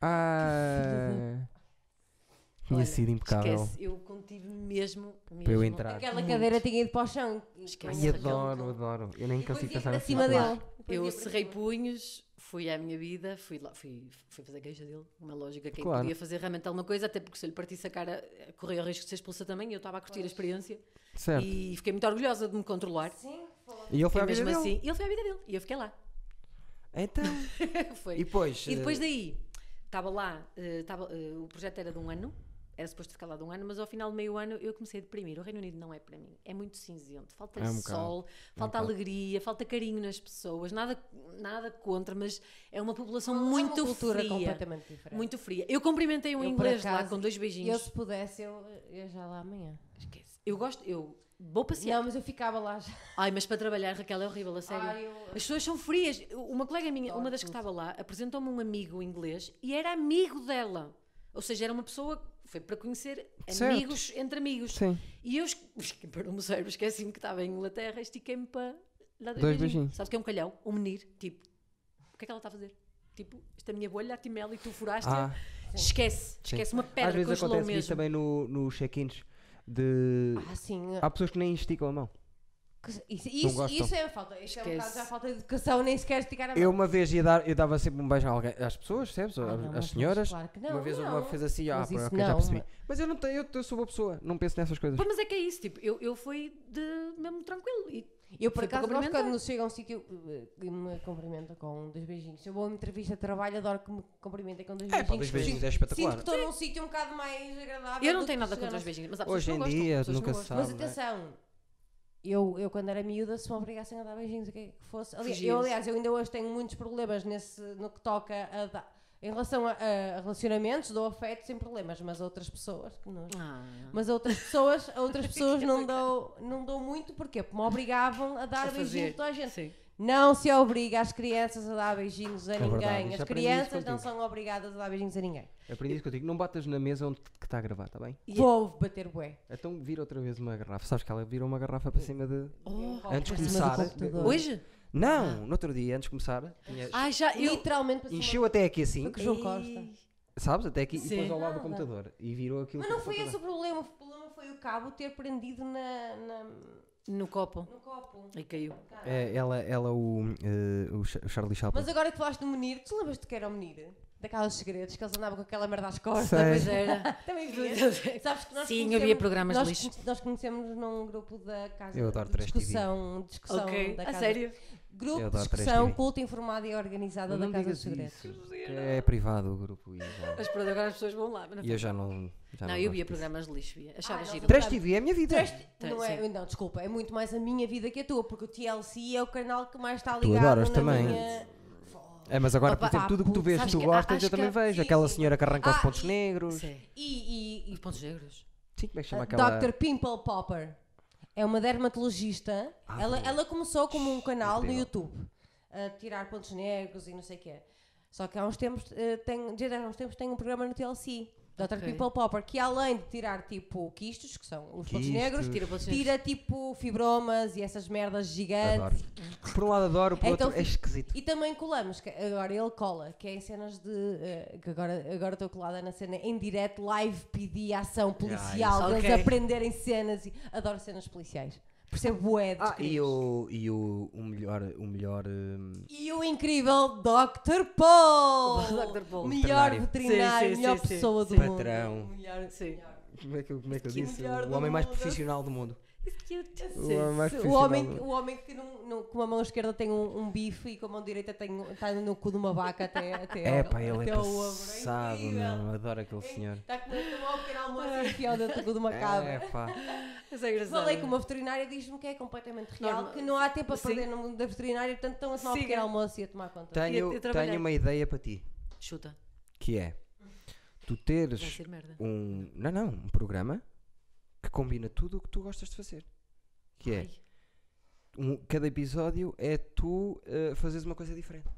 A: Ah. Tinha
B: Olha,
A: sido impecável.
B: Esquece, eu contive-me mesmo, mesmo.
A: Para eu entrar.
C: Aquela cadeira tinha ido para o chão.
B: Esquece.
A: Ai, adoro, adoro. Eu nem consigo pensar
C: para
A: assim.
C: cima
A: claro.
C: dele.
B: Eu cerrei punhos, fui à minha vida, fui, lá, fui, fui fazer queixa dele, uma lógica que
A: Claro.
B: podia fazer realmente alguma coisa, até porque se eu lhe partisse a cara, eh, corria o risco de ser expulsa também, e eu estava a curtir a experiência
A: Certo. E,
B: e fiquei muito orgulhosa de me controlar.
C: Sim, falou.
A: ele foi
B: E
A: à vida
B: mesmo
A: dele.
B: assim, ele foi à vida dele e eu fiquei lá.
A: Então.
B: Foi.
A: E depois.
B: E depois
A: eh,
B: daí, estava lá, eh, estava, eh, o projeto era de um ano, era suposto ficar lá de um ano, mas ao final de meio ano eu comecei a deprimir. O Reino Unido não é para mim, é muito cinzento, falta
A: É um
B: sol, falta
A: bocado.
B: alegria, falta carinho nas pessoas, nada, nada contra, mas é uma população
C: É uma
B: muito
C: cultura
B: fria.
C: completamente diferente.
B: Muito fria. Eu cumprimentei um
C: Eu, por
B: inglês lá
C: acaso,
B: com dois
C: Eu,
B: beijinhos.
C: se pudesse, eu, eu já lá amanhã.
B: Esquece. Eu gosto, eu vou passear.
C: Não, mas eu ficava lá já.
B: Ai, mas para trabalhar, Raquel, é horrível, a sério.
C: Ai, eu-
B: As pessoas são frias. Uma colega minha, uma das que estava lá, apresentou-me um amigo inglês e era amigo dela. Ou seja, era uma pessoa, foi para conhecer
A: Certo.
B: amigos entre amigos.
A: Sim.
B: E eu, para o meu cérebro, esqueci-me que estava em Inglaterra, estiquei-me para dar dois
A: Dois
B: beijinhos.
A: beijinhos.
B: Sabes o que é um calhau? Um menir, tipo, o que é que ela está a fazer? Tipo, esta minha bolha, a timela e tu furaste
A: Ah,
B: Esquece,
A: sim.
B: esquece uma
A: Às
B: pedra,
A: vezes
B: congelou
A: acontece isso
B: mesmo.
A: também no, nos check-ins. De.
C: Ah, sim.
A: Há pessoas que nem esticam a mão.
C: Que- Isso, isso,
A: gostam.
C: isso é a falta. Isso é um bocado
B: Esquece.
C: já falta de educação, nem sequer esticar a mão.
A: Eu uma vez ia dar, eu dava sempre um beijo a alguém, às pessoas, percebes?
C: Ah,
A: Ou
C: não,
A: às-
C: mas
A: às senhoras.
C: claro que não,
A: uma vez
C: não.
A: uma fez assim, ah,
C: Mas
A: pá,
C: isso
A: ok, já
C: não,
A: percebi.
C: mas-
A: Mas eu não tenho, eu, eu sou boa pessoa, não penso nessas coisas.
B: Pô, Mas é que é isso, tipo, eu, eu fui de mesmo tranquilo. E
C: Eu, por
B: Foi para
C: acaso, gosto
B: cumprimentar.
C: quando chego a um sítio eh, que me cumprimenta com dois beijinhos. Se eu vou a uma entrevista de trabalho, adoro que me cumprimentem com dois
A: É,
C: beijinhos.
A: pá, dois beijinhos é
C: Sinto- Sinto que
A: espetacular.
C: estou num sítio um bocado mais agradável.
B: eu não
C: do
B: tenho
C: que
B: nada
C: chegar
B: contra os
C: a-
B: beijinhos, mas há pessoas
A: Hoje
B: que
A: em
B: não gostam.
A: dia
B: pessoas que
A: nunca
B: não
A: se
B: gostam.
A: sabe.
C: Mas
A: não é?
C: atenção, eu, eu quando era miúda, se me obrigassem a dar beijinhos, o que é que fosse. Ali-
B: Fugias.
C: eu, aliás, eu ainda hoje tenho muitos problemas nesse, no que toca a dar. Em relação a, a relacionamentos, dou afeto sem problemas, mas a outras pessoas que não.
B: Ah.
C: Mas a outras pessoas, a outras pessoas não, dou, não dou muito, porquê? Porque me obrigavam a dar
B: A
C: beijinhos
B: fazer.
C: a toda a gente.
B: Sim.
C: Não se obriga as crianças a dar beijinhos a
A: É
C: ninguém.
A: verdade, isso
C: as
A: aprendi isso
C: crianças não
A: contigo.
C: são obrigadas a dar beijinhos a ninguém.
A: Aprendi isso contigo, não batas na mesa onde que está a gravar, está bem?
B: E-
C: Vou bater bué.
A: Então vira outra vez uma garrafa, sabes que ela virou uma garrafa para cima de...
B: Oh.
A: Antes de
C: Por cima do
A: começar...
C: computador.
B: Hoje?
A: Não, no outro dia, antes de começar, tinha-
B: Ai, já. Eu...
C: Literalmente passou
A: encheu até aqui assim,
C: que João
B: Ei.
C: Costa.
A: sabes? Até aqui, e
B: Sim.
A: depois ao lado do
C: Nada.
A: computador. E virou aquilo...
C: Mas
A: que
C: não
A: eu
C: foi
A: faço
C: esse o problema. O problema foi o cabo ter prendido na, na-
B: No copo.
C: no copo.
B: Aí caiu.
A: agora. É, ela, ela, o, eh, o Cha- o Charlie Chaplin.
C: Mas agora que falaste do menir, tu lembras-te que era o menir? Daquelas segredos que eles andavam com aquela merda às costas.
A: Sei.
B: Pois era.
C: Também vi. Sabes que nós
B: Sim, havia
C: conhecemos-
B: programas
C: nós,
B: de lixo.
C: conhe- Nós conhecemos num grupo da casa
A: Eu adoro
C: de
A: 3TV.
C: discussão, discussão
B: Ok.
C: da
B: A
C: casa.
B: sério?
C: Grupo
A: Eu
C: de
A: adoro
C: discussão
A: 3TV.
C: culta, informada e organizada
A: Não
C: da
A: me
C: Casa
A: digas
C: dos Segredos.
A: isso, que É privado o grupo e eu já-
B: Mas pronto, agora as pessoas vão lá. mas não
A: E eu já não. Já
B: não,
A: não gosto
B: eu via
A: disso.
B: programas de lixo, via. Achava
C: Ah, não,
B: giro.
C: não.
A: 3TV é a minha vida.
C: Três-
B: Tá,
C: não, é, não, desculpa, é muito mais a minha vida que a tua, porque o TLC é o canal que mais está
A: Tu
C: ligado
A: adoras
C: na
A: também.
C: minha...
A: É, mas agora, por
B: Opa,
A: exemplo,
C: ah,
A: tudo o que tu
C: puto,
A: vês,
B: sabes
A: tu
B: que- ah,
A: gostas,
B: acho
A: eu
B: que-
A: também vejo.
C: sim,
A: Aquela
C: sim.
A: senhora que arranca os
C: Ah,
A: pontos
C: e-
A: negros. Sim,
B: Sim.
C: E, e,
B: E
C: e
B: pontos negros.
A: como é que chama
C: a
A: aquela?
C: Dr. Pimple Popper é uma dermatologista.
A: Ah,
C: ela,
A: boa.
C: ela começou como um canal no
A: incrível.
C: YouTube a tirar pontos negros e não sei o quê. Só que há uns tempos, eh, tem, desde há uns tempos tem um programa no TLC, Dr.
B: Ok.
C: Pimple Popper, que além de tirar tipo quistos, que são os pontos
A: Quistos.
C: negros,
B: Tira pontos negros.
C: tira tipo fibromas e essas merdas gigantes.
A: Adoro. Por um lado adoro, por
C: Então
A: outro é
C: fiz-
A: esquisito.
C: E também colamos, que agora ele cola, que é em cenas de. eh, que agora estou colada na cena em direto, live PD,
A: Ah,
C: ação policial,
B: isso.
C: deles
B: Ok.
C: aprenderem cenas e. Adoro cenas policiais. Percebo bué É de
A: Ah, e
C: escritos.
A: o, e o, o melhor. O melhor hum,
C: E o incrível Dr. Paul!
B: O Dr. Paul.
C: Melhor
A: Veterinário.
C: veterinário,
B: Sim, sim,
C: melhor
B: sim, sim.
C: pessoa do
A: Sim.
C: mundo.
A: Patrão.
C: Melhor,
B: Sim.
C: melhor.
A: como é que, eu- como é que eu
C: Que
A: disse?
C: melhor
A: O
C: do
A: homem mais
C: mundo.
A: profissional do mundo.
B: It's cute.
A: O homem mais
C: O
A: profissional.
C: homem,
A: do
C: o
A: mundo.
C: homem que num- num- com uma mão esquerda tem um, um bife e com a mão direita tem, está no cu de uma vaca até, até,
A: É
C: ao-
A: pá, ele
C: até
A: é
C: ao ombro.
A: passado,
C: incrível. É
A: meu. Adoro aquele senhor.
C: Está com o pequeno almoço e enfiou dentro de uma cabra.
A: É pá.
B: Mas é engraçado.
C: Falei com uma veterinária diz-me que é completamente real,
B: Norma-
C: que não há tempo a
B: Sim.
C: perder no mundo da veterinária, portanto estão a tomar um
B: Siga.
C: pequeno almoço e a tomar conta.
B: E a-
A: Tenho,
B: a trabalhar.
A: tenho uma ideia para ti,
B: Chuta,
A: que é tu
B: vai
A: teres
B: ser merda.
A: um. Não, não, um programa que combina tudo o que tu gostas de fazer. Que é,
B: Ai.
A: um- cada episódio é tu eh, fazeres uma coisa diferente.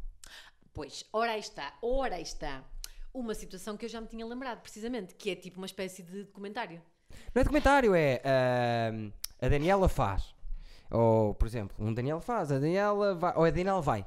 B: Pois, ora aí está, ora aí está. Uma situação que eu já me tinha lembrado, precisamente, que é tipo uma espécie de documentário.
A: Não é documentário, é ahm, a Daniela faz. Ou, por exemplo, um Daniela faz, a Daniela vai. Ou a Daniela vai.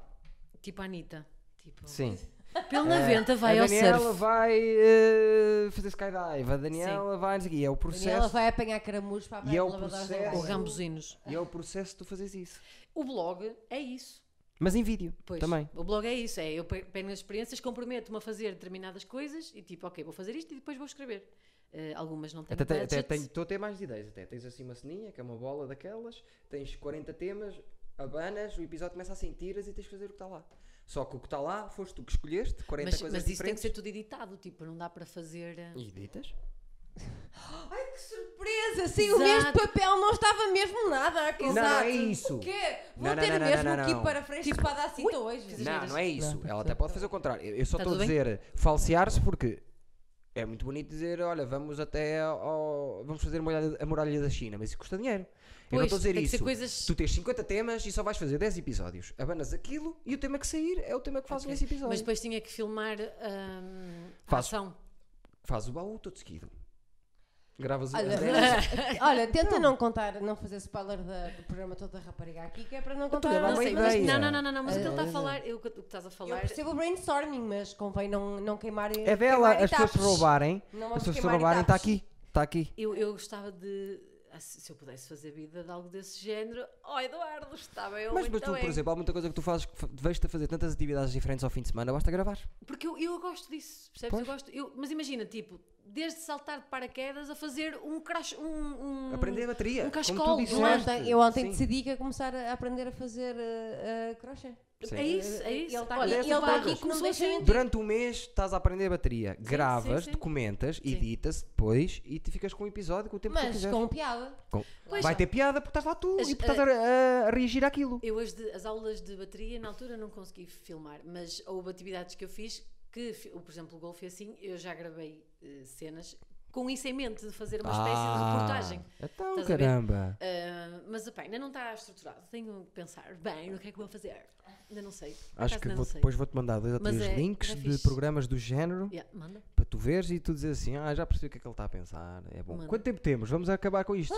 B: Tipo a Anitta. Tipo,
A: Sim. É.
B: Pelo 90 vai
A: a
B: ao
A: Daniela
B: surf.
A: vai eh, fazer skydive, a Daniela vai. Não sei o quê. E é o
C: E ela
A: processo.
C: vai apanhar caramujos para a
A: E é o
C: lavadores da
A: processo.
B: Ou
C: gaja.
B: rambuzinos.
A: E é o processo de tu fazeres isso.
B: O blog é isso.
A: Mas em vídeo
B: Pois,
A: também.
B: O blog é isso, é eu pe- pego nas experiências, comprometo-me a fazer determinadas coisas e tipo, ok, vou fazer isto e depois vou escrever. Eh, algumas não têm
A: Até, te- até
B: budget.
A: tenho, estou a ter mais ideias. Até tens assim uma ceninha, que é uma bola daquelas, tens 40 temas, abanas, o episódio começa assim, tiras e tens de fazer o que está lá. Só que o que está lá foste tu que escolheste, 40
B: mas,
A: coisas
B: mas isso tem que
A: diferentes.
B: ser tudo editado, tipo, não dá para fazer. eh,
A: E editas?
C: Ai que surpresa! Sim, o mesmo
B: Exato.
C: papel não estava mesmo nada.
A: Não, não é isso.
C: O quê? Vou
A: Não, não,
C: ter
A: não, não,
C: mesmo
A: não, não,
C: aqui
A: não.
C: para frente para dar cinta hoje.
A: Não, não é isso. Ela até pode fazer o contrário. Eu eu só
B: Tá
A: estou a
B: tudo bem?
A: dizer falsear-se porque é muito bonito dizer, olha, vamos até ao, vamos fazer a muralha, a muralha da China, mas isso custa dinheiro. eu não
B: Pois,
A: estou a dizer
B: tem que ser
A: isso.
B: coisas-
A: Tu tens 50 temas e só vais fazer 10 episódios. Abanas aquilo e o tema que sair é o tema que fazes
B: ok.
A: nesse episódio.
B: Mas depois tinha que filmar ahm, a
A: Faço.
B: ação.
A: Faz o baú todo seguido. Gravas o
C: Olha,
A: as 10.
C: olha, tenta não contar, não fazer spoiler da- do programa todo da rapariga aqui, que é para não contar.
A: lhe dá
B: Não
A: uma
B: sei, mas,
A: ideia.
B: não, não, não, não, não, mas o que ele está a
A: Eh,
B: falar, eu- o que o que estás a
C: É, Eu
B: falar.
C: percebo o brainstorming, mas convém não, não queimar. eh,
A: É dela,
C: queimar
A: as pessoas
C: etapas.
A: se roubarem.
C: Não
A: As
C: vamos
A: pessoas se
C: queimar
A: roubarem, está
C: etapas.
A: aqui. Está aqui.
B: Eu, eu gostava de. ah, Se se eu pudesse fazer vida de algo desse género, oh Eduardo, estava eu
A: Mas,
B: muito
A: mas tu,
B: bem. então é.
A: por exemplo, há muita coisa que tu fazes que fa- vejo-te a fazer tantas atividades diferentes ao fim de semana, basta gravar.
B: Porque eu, eu gosto disso, percebes?
A: Pois.
B: Eu gosto, eu- mas imagina, tipo, desde saltar de paraquedas a fazer um crash. Um, um,
A: Hum, Aprender a bateria.
B: um
A: como tu
B: cascolo, não é?
C: Eu ontem, eu ontem
A: Sim.
C: decidi que ia começar a aprender a fazer uh, crochê.
A: Sim.
B: É isso, é isso.
C: Ele está
B: Olha,
C: aqui,
A: essas
C: ele está
A: coisas.
C: aqui que não
B: Começou
C: deixa
B: assim.
C: mentir.
A: Durante um mês estás a aprender bateria. Gravas,
B: sim.
A: documentas, editas depois e te ficas com um episódio com o tempo que tu
C: Mas
A: quiseres.
C: com piada.
A: Com-
B: Pois, eh,
A: Vai ter piada porque estás lá tu
B: As-
A: e porque estás a, a reagir àquilo.
B: Eu hoje, de- as aulas de bateria, na altura não consegui filmar, mas houve atividades que eu fiz, que, fi- o- por exemplo, o golfe e assim, eu já gravei eh, cenas com isso em mente, de fazer uma espécie de assim reportagem.
A: Ah, Então,
B: Estás a ver?
A: caramba.
B: Ah, mas epá, ainda não está estruturado. Tenho que pensar bem no que é que vou fazer. Ainda não sei. Por
A: Acho
B: acaso
A: que
B: ainda
A: vou-
B: não sei.
A: depois vou-te mandar dois ou
B: Mas
A: três
B: é-
A: links
B: é
A: de
B: fixe.
A: programas do género
B: Yeah, manda.
A: para tu veres e tu dizes assim: Ah, já percebi o que é que ele está a pensar. É bom.
B: Manda. Ah,
A: Quanto tempo temos? Vamos acabar com isto.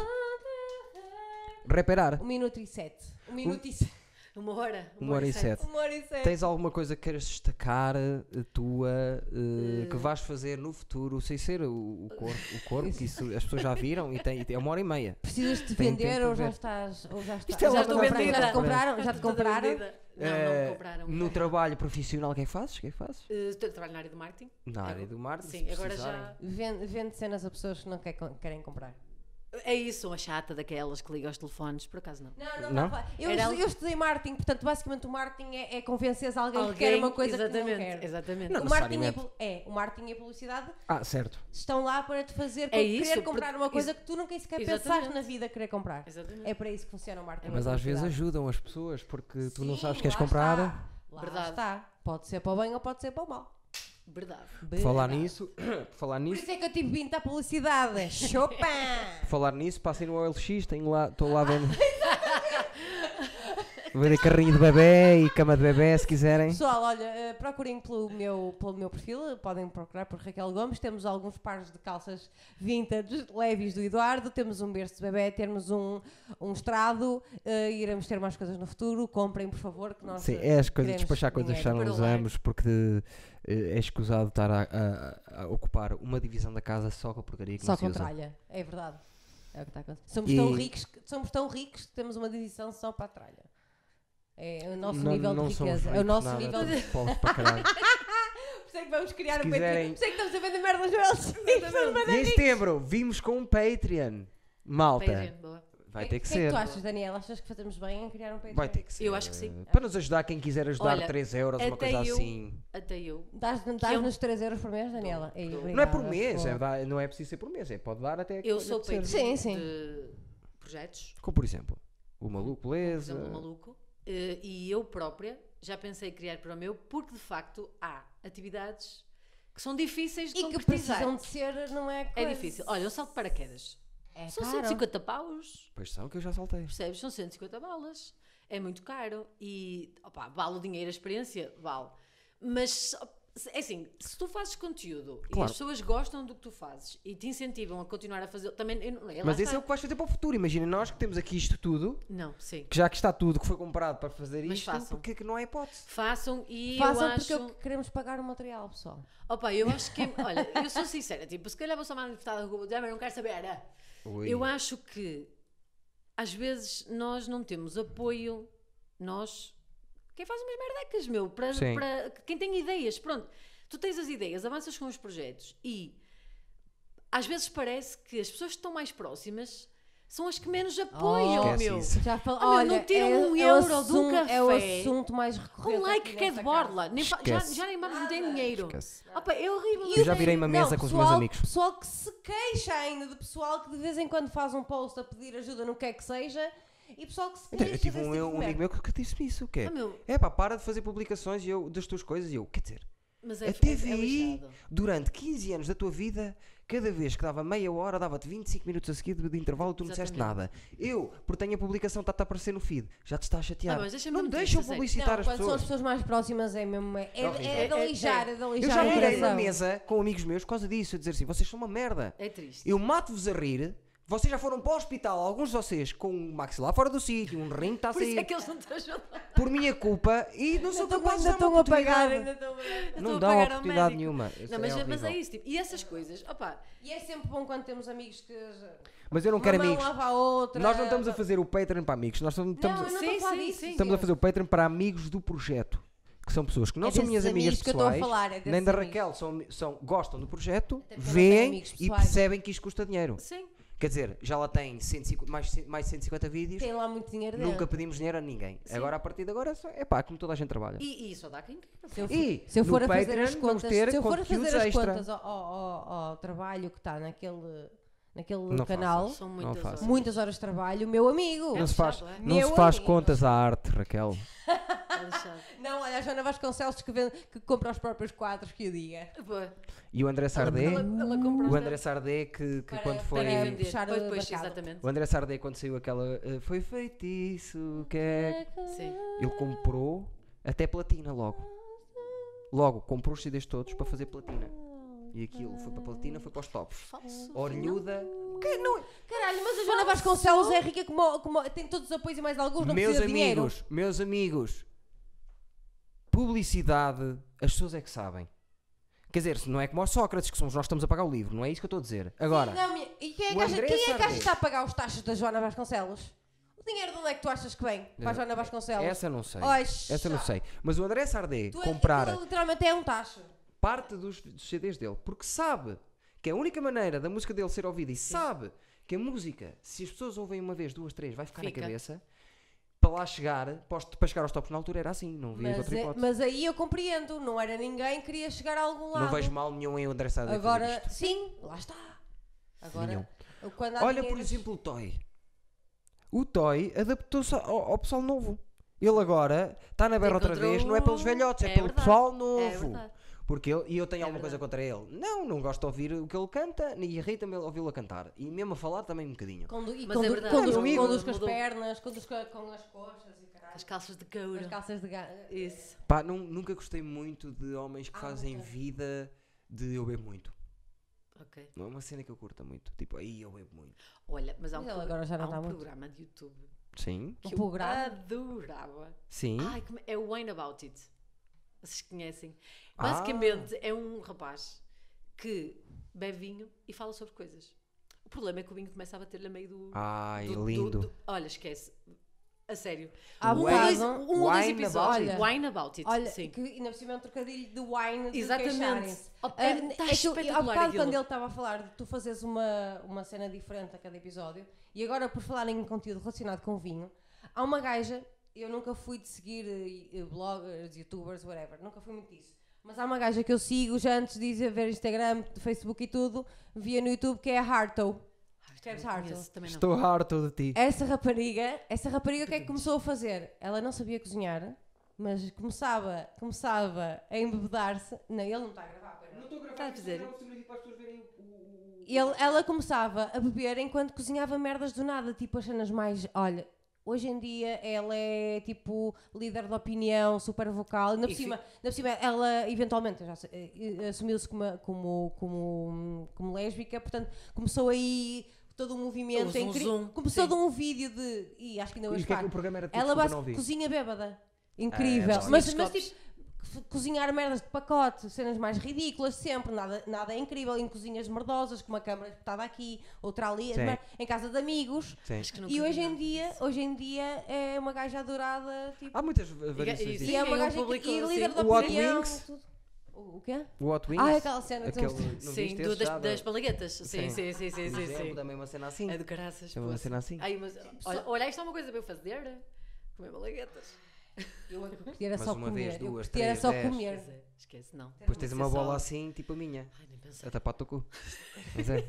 A: Reparar.
C: Um minuto e sete. Um minuto e sete.
B: Uma hora.
A: Uma hora e sete.
C: Uma hora e sete.
A: Tens alguma coisa que queiras destacar eh, tua eh, que vais fazer no futuro, sem ser o, o corpo, o corpo que isso as pessoas já viram e tem, e tem- é uma hora e meia.
C: Precisas te
A: Tem
C: vender
A: tempo
C: ou
A: de
C: já
A: ver.
C: estás. Ou já estás.
A: Isto é
C: já,
A: uma
C: te
A: coisa
C: compraram, já
A: vendida.
C: te compraram? Já te
B: Toda
C: compraram?
B: vendida. Não, não
C: É,
A: Eh,
B: me compraram.
A: No trabalho profissional, o que é que fazes? O que é que fazes?
B: Eh, tra- trabalho na área do marketing.
A: Na área
B: Agora-
A: do marketing,
B: Sim,
A: se
B: agora
A: precisarem.
B: já.
C: Vende, vende cenas a pessoas que não quer- querem comprar.
B: É isso, uma chata daquelas que liga aos telefones. Por acaso não.
C: Não, não,
A: Não?
C: não. Eu,
B: Era
C: estu-
B: ela-
C: eu estudei marketing, portanto, basicamente o marketing é, é convencer alguém, que quer uma coisa
B: exatamente,
C: que não quer.
B: Exatamente.
A: Não,
C: O marketing, e,
A: necessariamente.
C: pu- é, o marketing e a publicidade
A: Ah, certo.
C: estão lá para te fazer com-
B: É isso,
C: querer
B: porque-
C: comprar uma coisa
B: ex-
C: que tu nunca sequer pensaste
B: exatamente.
C: na vida querer comprar.
B: Exatamente.
C: É para isso que funciona o marketing.
A: Mas
C: e a
A: às vezes
C: publicidade.
A: ajudam as pessoas porque tu não
C: Sim,
A: sabes que queres
C: lá
A: comprar.
C: Está. Lá
B: Verdade.
C: está. Pode ser para o bem ou pode ser para o mal.
B: Verdade.
A: Por Falar
C: Verdade.
A: nisso, por falar
C: Por
A: nisso,
C: isso é que eu tive vindo à publicidade. Chopin!
A: por falar nisso, passei no OLX, tenho lá, estou lá vendo. Vender carrinho de bebê e cama de bebê se quiserem.
C: Pessoal, olha, eh, procurem pelo meu, pelo meu perfil, podem procurar por Raquel Gomes. Temos alguns pares de calças vintage leves do Eduardo, temos um berço de bebê, temos um, um estrado, eh, iremos ter mais coisas no futuro. Comprem, por favor, que nós.
A: Sim,
C: eh,
A: é as coisas,
C: queremos
A: despachar coisas que já
C: dinheiro
A: não
C: para o lar.
A: usamos, porque eh, é escusado estar a, a- a ocupar uma divisão da casa só com a porcaria que
C: Só
A: não se
C: com
A: usa.
C: tralha, é verdade. É o que está a acontecer. Somos,
A: E-
C: tão ricos, que- somos tão ricos que temos uma divisão só para a tralha. É o nosso
A: Não-
C: nível
A: não
C: de
A: somos
C: riqueza. É o
A: ricos
C: nosso
A: nada,
C: nível de.
A: estamos pobres para caralho.
C: Por isso é que vamos criar
A: Se
C: um Patreon.
A: quiserem-
C: Por isso é que estamos a vender merda aos Joel.
A: E
C: é
A: em setembro vimos com um Patreon. Malta,
B: Patreon, boa.
A: vai ter que
C: O que é
A: ser.
C: que tu achas, Daniela? Achas que fazemos bem em criar um Patreon?
A: Vai ter que ser.
B: Eu acho que sim.
A: Para nos ajudar, quem quiser ajudar,
B: Olha,
A: 3 euros, uma
B: até
A: coisa
B: eu-
A: assim.
B: Até eu.
C: Dás-nos
B: Que eu-
C: 3 euros por mês, Daniela? Ei,
B: Não é
A: Não é
C: obrigada,
A: por mês,
C: pô.
A: é, dá- não é preciso ser por mês, é, pode dar até.
B: Eu
A: quando
B: sou
A: acontecer.
B: Patreon
C: Sim, sim.
B: de projetos,
A: Como por exemplo, o maluco
B: por
A: lesa.
B: exemplo,
C: é.
B: o Maluco, eh, e eu própria já pensei em criar para o meu, porque de facto há atividades que são difíceis de
C: E que
B: concretizar.
C: precisam de ser, não é?
B: É
C: coisa.
B: difícil. Olha, um salto de paraquedas.
C: É
B: São
C: caro.
B: 150 paus,
A: Pois são que eu já saltei.
B: percebes? São 150 balas. É muito caro. E, opá, vale o dinheiro, a experiência, vale. Mas, é assim, se tu fazes conteúdo e
A: Claro.
B: as pessoas gostam do que tu fazes e te incentivam a continuar a fazer, também... Eu, não- é, lá
A: Mas esse
B: está.
A: é o que vais fazer para o futuro. Imagina, nós que temos aqui isto tudo,
B: Não, sim.
A: que já que está tudo, que foi comprado para fazer
B: Mas
A: isto,
B: façam.
A: porque é que não há hipótese.
B: Façam e eu
C: Façam
B: acho...
C: porque eu- queremos pagar o material, pessoal.
B: Opa, eu acho que. Olha, eu sou sincera, tipo, se calhar vou somar uma deputada do Google, mas não quero saber. ah.
A: Ui.
B: Eu acho que às vezes nós não temos apoio, nós. Quem faz umas merdecas, meu? Para,
A: Sim.
B: para- quem tem ideias, pronto. Tu tens as ideias, avanças com os projetos e às vezes parece que as pessoas que estão mais próximas são as que menos apoiam,
A: Esquece
B: meu.
A: isso.
C: Já fal... é
B: Ah, meu, não tiram um euro de um
C: assunto, É o
B: café.
C: assunto mais recorrente.
B: Um like
C: aqui
B: que é de
C: nesta
B: borla, nem fa- já,
A: Esquece.
B: já nem mais não tem dinheiro.
A: Esquece.
B: Opa, é horrível.
A: Eu já virei uma
C: é Não,
A: mesa com os meus
C: pessoal-
A: amigos.
C: Pessoal que se queixa ainda de pessoal que de vez em quando faz um post a pedir ajuda no que é que seja e pessoal que se
A: Então,
C: queixa.
A: eu tive
C: desse
A: um,
C: tipo de
A: eu- um
C: merda.
A: amigo meu que, que disse isso, o quê?
B: Ah, meu.
A: É pá, para de fazer publicações e eu, das tuas coisas e eu, quer dizer,
B: Mas
A: a
B: é
A: TVI,
B: lixado.
A: durante 15 anos da tua vida, cada vez que dava meia hora, dava-te 25 minutos a seguir de, de intervalo e tu não disseste nada. Eu, porque tenho a publicação, está-te a aparecer no feed, já te está a chatear.
B: Ah, mas deixa-me
A: não
B: mentir,
A: deixam
B: Zé.
A: publicitar
C: não,
A: as
C: Então, quando são
A: pessoas.
C: as pessoas mais próximas é mesmo. É, é,
A: horrível.
C: é, de
B: É- é-
C: aleijar, é de
A: Eu
C: aleijar.
A: já
C: o
A: virei uma
C: coração.
A: mesa com amigos meus por causa disso, a dizer assim: vocês são uma merda.
B: É triste.
A: Eu mato-vos a rir. Vocês já foram para o hospital, alguns de vocês, com um maxilar fora do sítio, um rim está a
B: Por isso
A: sair,
B: é que eles não te ajudam.
A: por minha culpa, e não sou
C: Estão-
A: capaz de
C: Ainda
A: dar uma
C: estão a pagar.
A: oportunidade.
C: ainda estão a pagar.
B: Eu
A: Não
B: estou
A: dá
B: a pagar ao
A: oportunidade
B: médico.
A: nenhuma. Isso
B: Não,
A: é
B: mas, mas
A: horrível.
B: é isso, tipo, e essas coisas, opa,
C: E é sempre bom quando temos amigos que.
A: Mas eu não
C: uma
A: quero
C: mão
A: amigos.
C: lava a outra.
A: Nós não estamos a fazer o Patreon para amigos, nós estamos,
C: Não, é eu
A: estamos,
C: não
A: a,
C: estou a
B: Sim,
C: falar
B: sim,
C: disso.
B: sim.
A: estamos a fazer o Patreon para amigos do projeto. Que são pessoas que não
C: É
A: são
C: desses
A: minhas amigas
C: amigos que eu estou a
A: pessoais,
C: falar, é desses
A: nem da
C: amigos.
A: Raquel, são, são, gostam do projeto,
C: porque eu não tenho
A: veem
C: amigos
A: e
C: pessoais.
A: percebem que isto custa dinheiro.
B: sim.
A: Quer dizer, já lá tem 150, mais, de- mais de 150 vídeos,
C: Tem lá muito dinheiro dentro.
A: nunca pedimos dinheiro a ninguém. Agora, a partir de agora, é só- é pá, como toda a gente trabalha.
B: E, e só dá quem quer.
C: Se eu, for-
A: E
C: se eu
A: no
C: for a fazer
A: Patreon
C: as
A: vamos
C: contas,
A: ter
C: se eu for a
A: conteúdos
C: fazer as
A: extra.
C: contas ao, ao- ao- ao trabalho que está naquele, naquele
A: Não
C: canal,
A: faças.
B: São
A: Não
B: muitas
A: faço.
B: horas.
C: muitas horas de trabalho, meu amigo.
A: não se faz,
B: puxado, é?
A: não se
C: Meu
A: faz
C: amigo.
A: contas à arte, Raquel.
B: Tá lixado.
C: Não, olha, a Joana Vasconcelos que, vende, que compra os próprios quadros que eu diga.
B: Boa.
C: É
A: E o André Sardé,
B: Ela, ela comprou os
A: o André Sardé que, que
C: Para-
A: quando foi.
B: para ir vender.
C: puxar
B: Foi
C: o
B: depois,
C: mercado.
B: exatamente.
A: O André Sardé, quando saiu aquela. eh, foi feitiço, que é.
B: Sim.
A: Ele comprou até platina logo. Logo, comprou os CDs todos para fazer platina. E aquilo foi para platina, foi para os tops.
B: Falso.
A: Orlhuda. Que não-
C: Caralho, mas a Joana Vasconcelos é rica como, como- tem todos os apoios e mais alguns, não
A: Meus
C: precisa de dinheiro.
A: amigos, meus amigos. Publicidade, as pessoas é que sabem. Quer dizer, se não é como aos Sócrates, que somos nós que estamos a pagar o livro, não é isso que eu estou a dizer. Agora,
C: Não, minha- e quem é
A: O
C: que, acha,
A: André
C: quem é que
A: Sardé.
C: acha que está a pagar os taxas da Joana Vasconcelos? O dinheiro de onde é que tu achas que vem? Para a Joana Vasconcelos?
A: essa eu não sei.
C: Ai,
A: Essa eu não
C: chá.
A: sei. Mas o André Sardé
C: Tu- é
A: comprar.
C: aquilo literalmente é um tacho.
A: parte dos, dos CDs dele, porque sabe que a única maneira da música dele ser ouvida e sabe que a música, se as pessoas ouvem uma vez, duas, três, vai ficar
B: Fica.
A: na cabeça para lá chegar, para, os- para chegar aos tops na altura era assim, não havia
C: Mas,
A: outra
C: é-
A: hipótese.
C: mas aí eu compreendo, não era ninguém, queria chegar a algum lado.
A: não vejo mal nenhum em André Sade fazer
C: Agora,
A: isto.
C: sim, lá está.
A: Nenhum.
C: Agora, quando há
A: Olha,
C: dinheiro-
A: por exemplo, o Toy. O Toy adaptou-se ao, ao pessoal novo. Ele agora está na berra outra
B: Encontrou
A: vez, não é pelos velhotes, é,
B: é
A: pelo
B: verdade,
A: pessoal
B: é
A: novo.
B: verdade. É
A: porque ele, e eu tenho alguma coisa
B: verdade.
A: contra ele. Não, não gosto de ouvir o que ele canta, e irrita-me ouvi-lo a cantar. E mesmo a falar também um bocadinho.
C: Condu e
B: Mas é
C: condu
B: verdade,
C: conduz,
A: meu amigo.
C: conduz com as
B: Mudou.
C: pernas, conduz co- com, as coxas e caralho.
B: As calças de
C: As
B: couro.
C: calças de gás.
B: Isso.
A: Pá, nun- nunca gostei muito de homens que
B: Ah,
A: fazem vida de eu bebo muito.
B: Ok.
A: Não é uma cena que eu curta muito. Tipo, aí eu bebo muito.
B: Olha, mas há um,
C: Mas ele
B: pro-
C: agora já não
B: há um
C: dá muito.
B: programa de YouTube
A: Sim.
C: Um
B: que eu
C: programa?
B: adorava.
A: Sim.
B: Ai, como- é o Wine About It. Vocês conhecem? Basicamente é um rapaz que bebe vinho e fala sobre coisas. O problema é que o vinho começa a bater-lhe a meio do.
A: Ai,
B: do- do-
A: lindo.
B: do- olha, esquece. A sério.
C: Há
B: um, ou
C: bocado-
B: dois, um ou dois
A: Wine
B: episódios.
A: about
C: it.
B: Wine about it.
C: Olha,
B: sim.
C: que ainda por cima é um trocadilho de wine. de
B: Exatamente.
C: queixarem-se.
B: Oh,
C: Ah,
B: é-
C: é
B: tá
C: que eu-
B: espetacular
C: Há bocado
B: aquilo.
C: quando ele estava a falar de tu fazes uma, uma cena diferente a cada episódio, e agora por falar em conteúdo relacionado com vinho, há uma gaja, eu nunca fui de seguir eh, eh, bloggers, youtubers, whatever, nunca fui muito disso. Mas há uma gaja que eu sigo já antes de ir a ver Instagram, Facebook e tudo, via no YouTube, que é a Harto.
B: Ai,
C: Escreves
B: não
C: Hartle.
B: conheço, também não.
A: Estou harto de ti.
C: Essa rapariga, essa rapariga o que é que começou a fazer? Ela não sabia cozinhar, mas começava, começava a embebedar-se. Não, ele não está a gravar, pois não.
A: estou a
B: Está a isto, fazer. mas é
C: Ele- ela começava a beber enquanto cozinhava merdas do nada, tipo as cenas mais. Olha, hoje em dia ela é tipo líder de opinião, super vocal, e ainda por
B: E fi-
C: cima, ainda por cima ela eventualmente já se- eh, eh, assumiu-se como, como, como, como lésbica, portanto começou aí todo um movimento.
B: O zoom,
C: em que-
B: zoom,
C: começou
B: sim.
C: de um vídeo de. E acho que ainda
A: E
C: hoje
A: o que é que
C: faz.
A: o programa era
B: tipo
A: de
C: Ela
A: desculpa,
C: base
A: não vi. É,
C: cozinha bêbada. Incrível.
A: bom.
C: mas,
B: Sim,
C: mas
B: copos.
C: tipo, f- cozinhar merdas de pacote, cenas mais ridículas sempre, nada, nada é incrível, em cozinhas merdosas, com uma câmara espetada aqui, outra ali,
A: Sim.
C: mas em casa de amigos.
A: Sim.
B: Acho que nunca
C: E
B: vi
C: hoje em
B: nada
C: dia,
B: disso.
C: hoje em dia é uma gaja adorada, tipo,
A: Há muitas variações
B: e-
A: disso.
C: e é
B: sim,
C: uma
B: é um
C: gaja
B: público,
C: que, e líder
B: sim.
C: da
A: assim, O Hot
C: opinião.
A: Wings.
C: tudo. O o quê?
A: O Hot Wings.
C: Ah, aquela cena tu-
A: Aquele, não
B: Sim,
A: viste
B: do-
A: esse
B: das,
A: já da-
B: das palaguetas. Sim,
A: Sim. é
B: sim, sim, sim, sim,
A: por
B: sim,
A: exemplo,
B: sim.
A: Também Ah, uma cena assim.
B: É do caraças.
A: Também uma
B: poça.
A: cena assim.
B: Ai, mas, olha, olha, isto é uma coisa para eu fazer. Comer malaguetas.
C: Eu é que curtia era
A: Mas
C: só
A: uma
C: comer.
A: vez,
C: eu
A: duas,
C: curtia era
A: três,
C: só
A: dez.
C: comer.
B: Pois é, esquece, não.
A: Depois tens
B: Isso é
A: uma bola
B: só-
A: assim, tipo a minha.
B: Ai, nem pensei.
A: A tapar o teu cu. Mas é.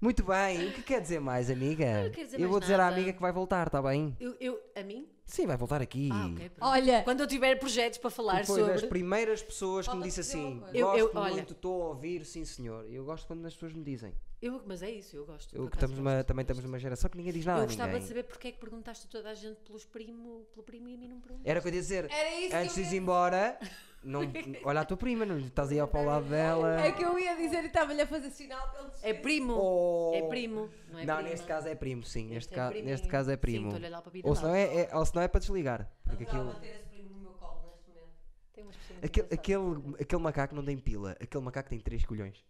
A: Muito bem. O que quer dizer mais, amiga?
B: não quero dizer
A: eu
B: mais
A: vou dizer à
B: nada.
A: amiga que vai voltar, está bem?
B: Eu, eu, a mim?
A: Sim, vai voltar aqui.
B: Ah, ok. pronto.
C: Olha,
B: Quando eu tiver projetos para falar
A: E Foi das
B: sobre.
A: primeiras pessoas que me
C: Falta-te
A: disse
C: dizer
A: assim:
C: uma coisa.
A: eu,
B: Eu- eu-
A: Gosto
B: olha.
A: muito, estou a ouvir, sim senhor. Eu gosto quando as pessoas me dizem.
B: Eu, mas é isso, eu gosto.
A: Eu,
B: por
A: que
B: acaso
A: estamos numa-
B: gosto.
A: também estamos numa geração que ninguém diz nada. a
B: Eu gostava
A: ninguém.
B: de saber porque é que perguntaste a toda a gente pelos primo, pelo primo e a mim não perguntaste.
A: Era o que eu ia dizer.
C: Era isso que
A: Antes
C: eu
A: de ir embora, não, olha a tua prima, não estás aí ao para o lado dela.
C: é que eu ia dizer e estava-lhe a fazer sinal para ele
B: É
C: desistir.
B: primo.
A: Oh.
B: É primo. Não, é
A: Não,
B: prima.
A: neste caso é primo, sim. Neste,
B: Este é
A: ca-
B: primo.
A: neste caso é
B: Sim,
A: primo.
B: estou-lhe a olhar para a vida
A: ou, se não
B: dela.
A: é, é- ou se não é para desligar. Porque aquilo,
C: Adorava ter esse primo no meu colo neste momento.
B: Tem umas pessoas muito
A: aquele,
B: engraçadas.
A: aquele, aquele macaco não tem pila. Aquele macaco tem 3 colhões.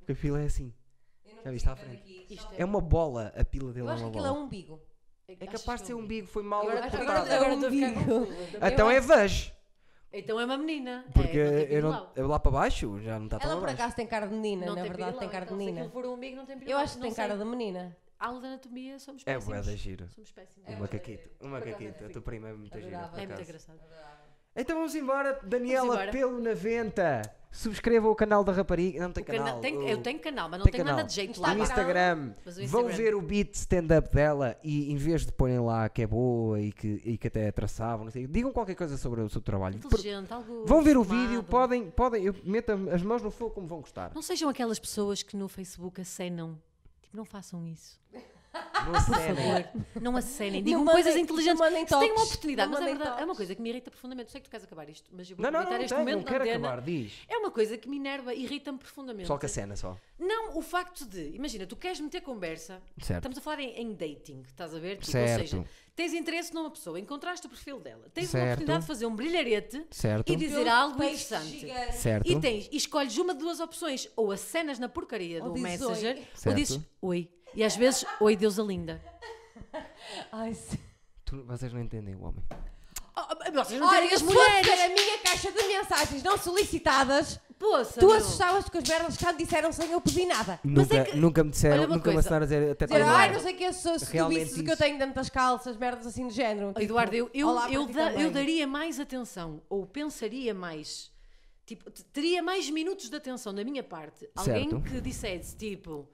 A: Porque a pila é assim.
C: Eu
A: Já
C: não
A: viste
C: consigo
A: à
C: ver
A: frente?
C: aqui.
B: Isto
C: só-
A: É uma bola. A pila dele
C: Eu
A: é
C: acho que
A: uma
C: aquilo é
A: bola.
C: um umbigo.
A: É
B: Achas
A: capaz de
B: que
A: ser
B: eu
A: um
B: vi.
A: bigo. Foi mal
C: Agora-
A: apontado.
C: agora-
B: estou a ficar
C: umbigo.
B: confusa.
A: Então é veg.
B: Então é uma menina.
A: Porque
B: é, não tem
A: eu não,
B: pipilau.
A: eu lá para baixo já não está tão
C: Ela
A: lá
C: por
A: baixo.
C: acaso tem cara de menina,
B: Não
C: na
B: tem
C: verdade
B: pipilau,
C: tem cara de
B: então, Se
C: menina.
B: aquilo for um amigo, não tem
C: Eu
B: pipilau.
C: acho que
B: Não
C: tem
B: sei.
C: cara de menina.
B: Aula de anatomia, somos
A: É
B: péssimos.
A: bué da giro.
B: Somos péssimos.
A: Um macaquito. Um
B: É, acaso
A: macaquito. A tua prima é muito gira.
C: Adorava.
A: por
B: É muito
A: acaso.
B: engraçado.
A: Então vamos embora, Daniela
B: Vamos embora.
A: Pelo na Venta. Subsrevam o canal da rapariga. Não tem
B: O cana-
A: canal.
B: tem-
A: o-
B: eu tenho canal, mas não
A: tem
B: tenho
A: canal.
B: nada de jeito lá.
A: O
C: Instagram.
B: vá.
A: Instagram.
B: Mas o
A: Vão
B: Instagram.
A: ver o beat stand-up dela e em vez de porem lá que é boa e que, e que até traçavam, não sei, digam qualquer coisa sobre o seu trabalho.
B: Inteligente, algo.
A: Vão ver o
B: fumado.
A: vídeo, podem, podem, eu meto as mãos no fogo como vão gostar.
B: Não sejam aquelas pessoas que no Facebook acenam. Tipo, não façam isso.
A: Não acenem.
B: É, Não acenem.
C: Não
B: Digam
C: mandem-
B: coisas inteligentes.
C: não
B: Se
C: mandem
B: tem uma
C: toques.
B: oportunidade,
C: Não
B: mas é,
C: mandem
B: verdade, é uma
C: toques.
B: coisa que me irrita profundamente. Eu sei que tu queres acabar isto, mas eu vou
A: Não, não, não,
B: aproveitar
A: não,
B: este
A: tenho,
B: momento
A: não
B: na
A: quero
B: antena.
A: acabar, diz.
B: É uma coisa que me enerva, irrita-me profundamente.
A: Só que a cena só.
B: Não, o facto de, imagina, tu queres meter conversa,
A: Certo.
B: estamos a falar em, em dating, estás a ver? Tipo,
A: Certo.
B: Ou seja, tens interesse numa pessoa, encontraste o perfil dela, tens
A: Certo.
B: uma oportunidade de fazer um brilharete
A: Certo.
B: e dizer
C: Pelo
B: algo
C: peixe
B: interessante.
C: gigante.
A: Certo.
B: E tens, e escolhes uma de duas opções, ou acenas na porcaria
C: Ou
B: do
C: dizes
B: Messenger,
C: oi.
A: Certo.
B: ou dizes oi. E às vezes, oi, deusa linda.
C: Ai, sim.
A: Tu- vocês não entendem o homem.
B: Oh, vocês não
C: Olha,
B: têm as
C: se fosse
B: mulheres!
C: ter a minha caixa de mensagens não solicitadas,
B: Poça,
C: tu
B: meu.
C: assustavas-te com as merdas que já me disseram sem eu pedir nada.
A: Nunca,
B: é que-
A: nunca me disseram,
B: Olha uma
A: nunca me
B: coisa.
A: assinaram a dizer até
C: Dizer,
A: tenho
C: ai,
A: ar.
C: não sei o que é, se, se tu
A: Realmente
C: visses o que eu
A: isso.
C: tenho dentro das calças, merdas assim de
B: Oh,
C: género. tipo,
B: Eduardo, eu, eu,
C: olá,
B: eu,
C: para ti
B: da-
C: também.
B: eu daria mais atenção, ou pensaria mais, tipo, t- teria mais minutos de atenção da minha parte. Alguém
A: Certo.
B: que dissesse, tipo,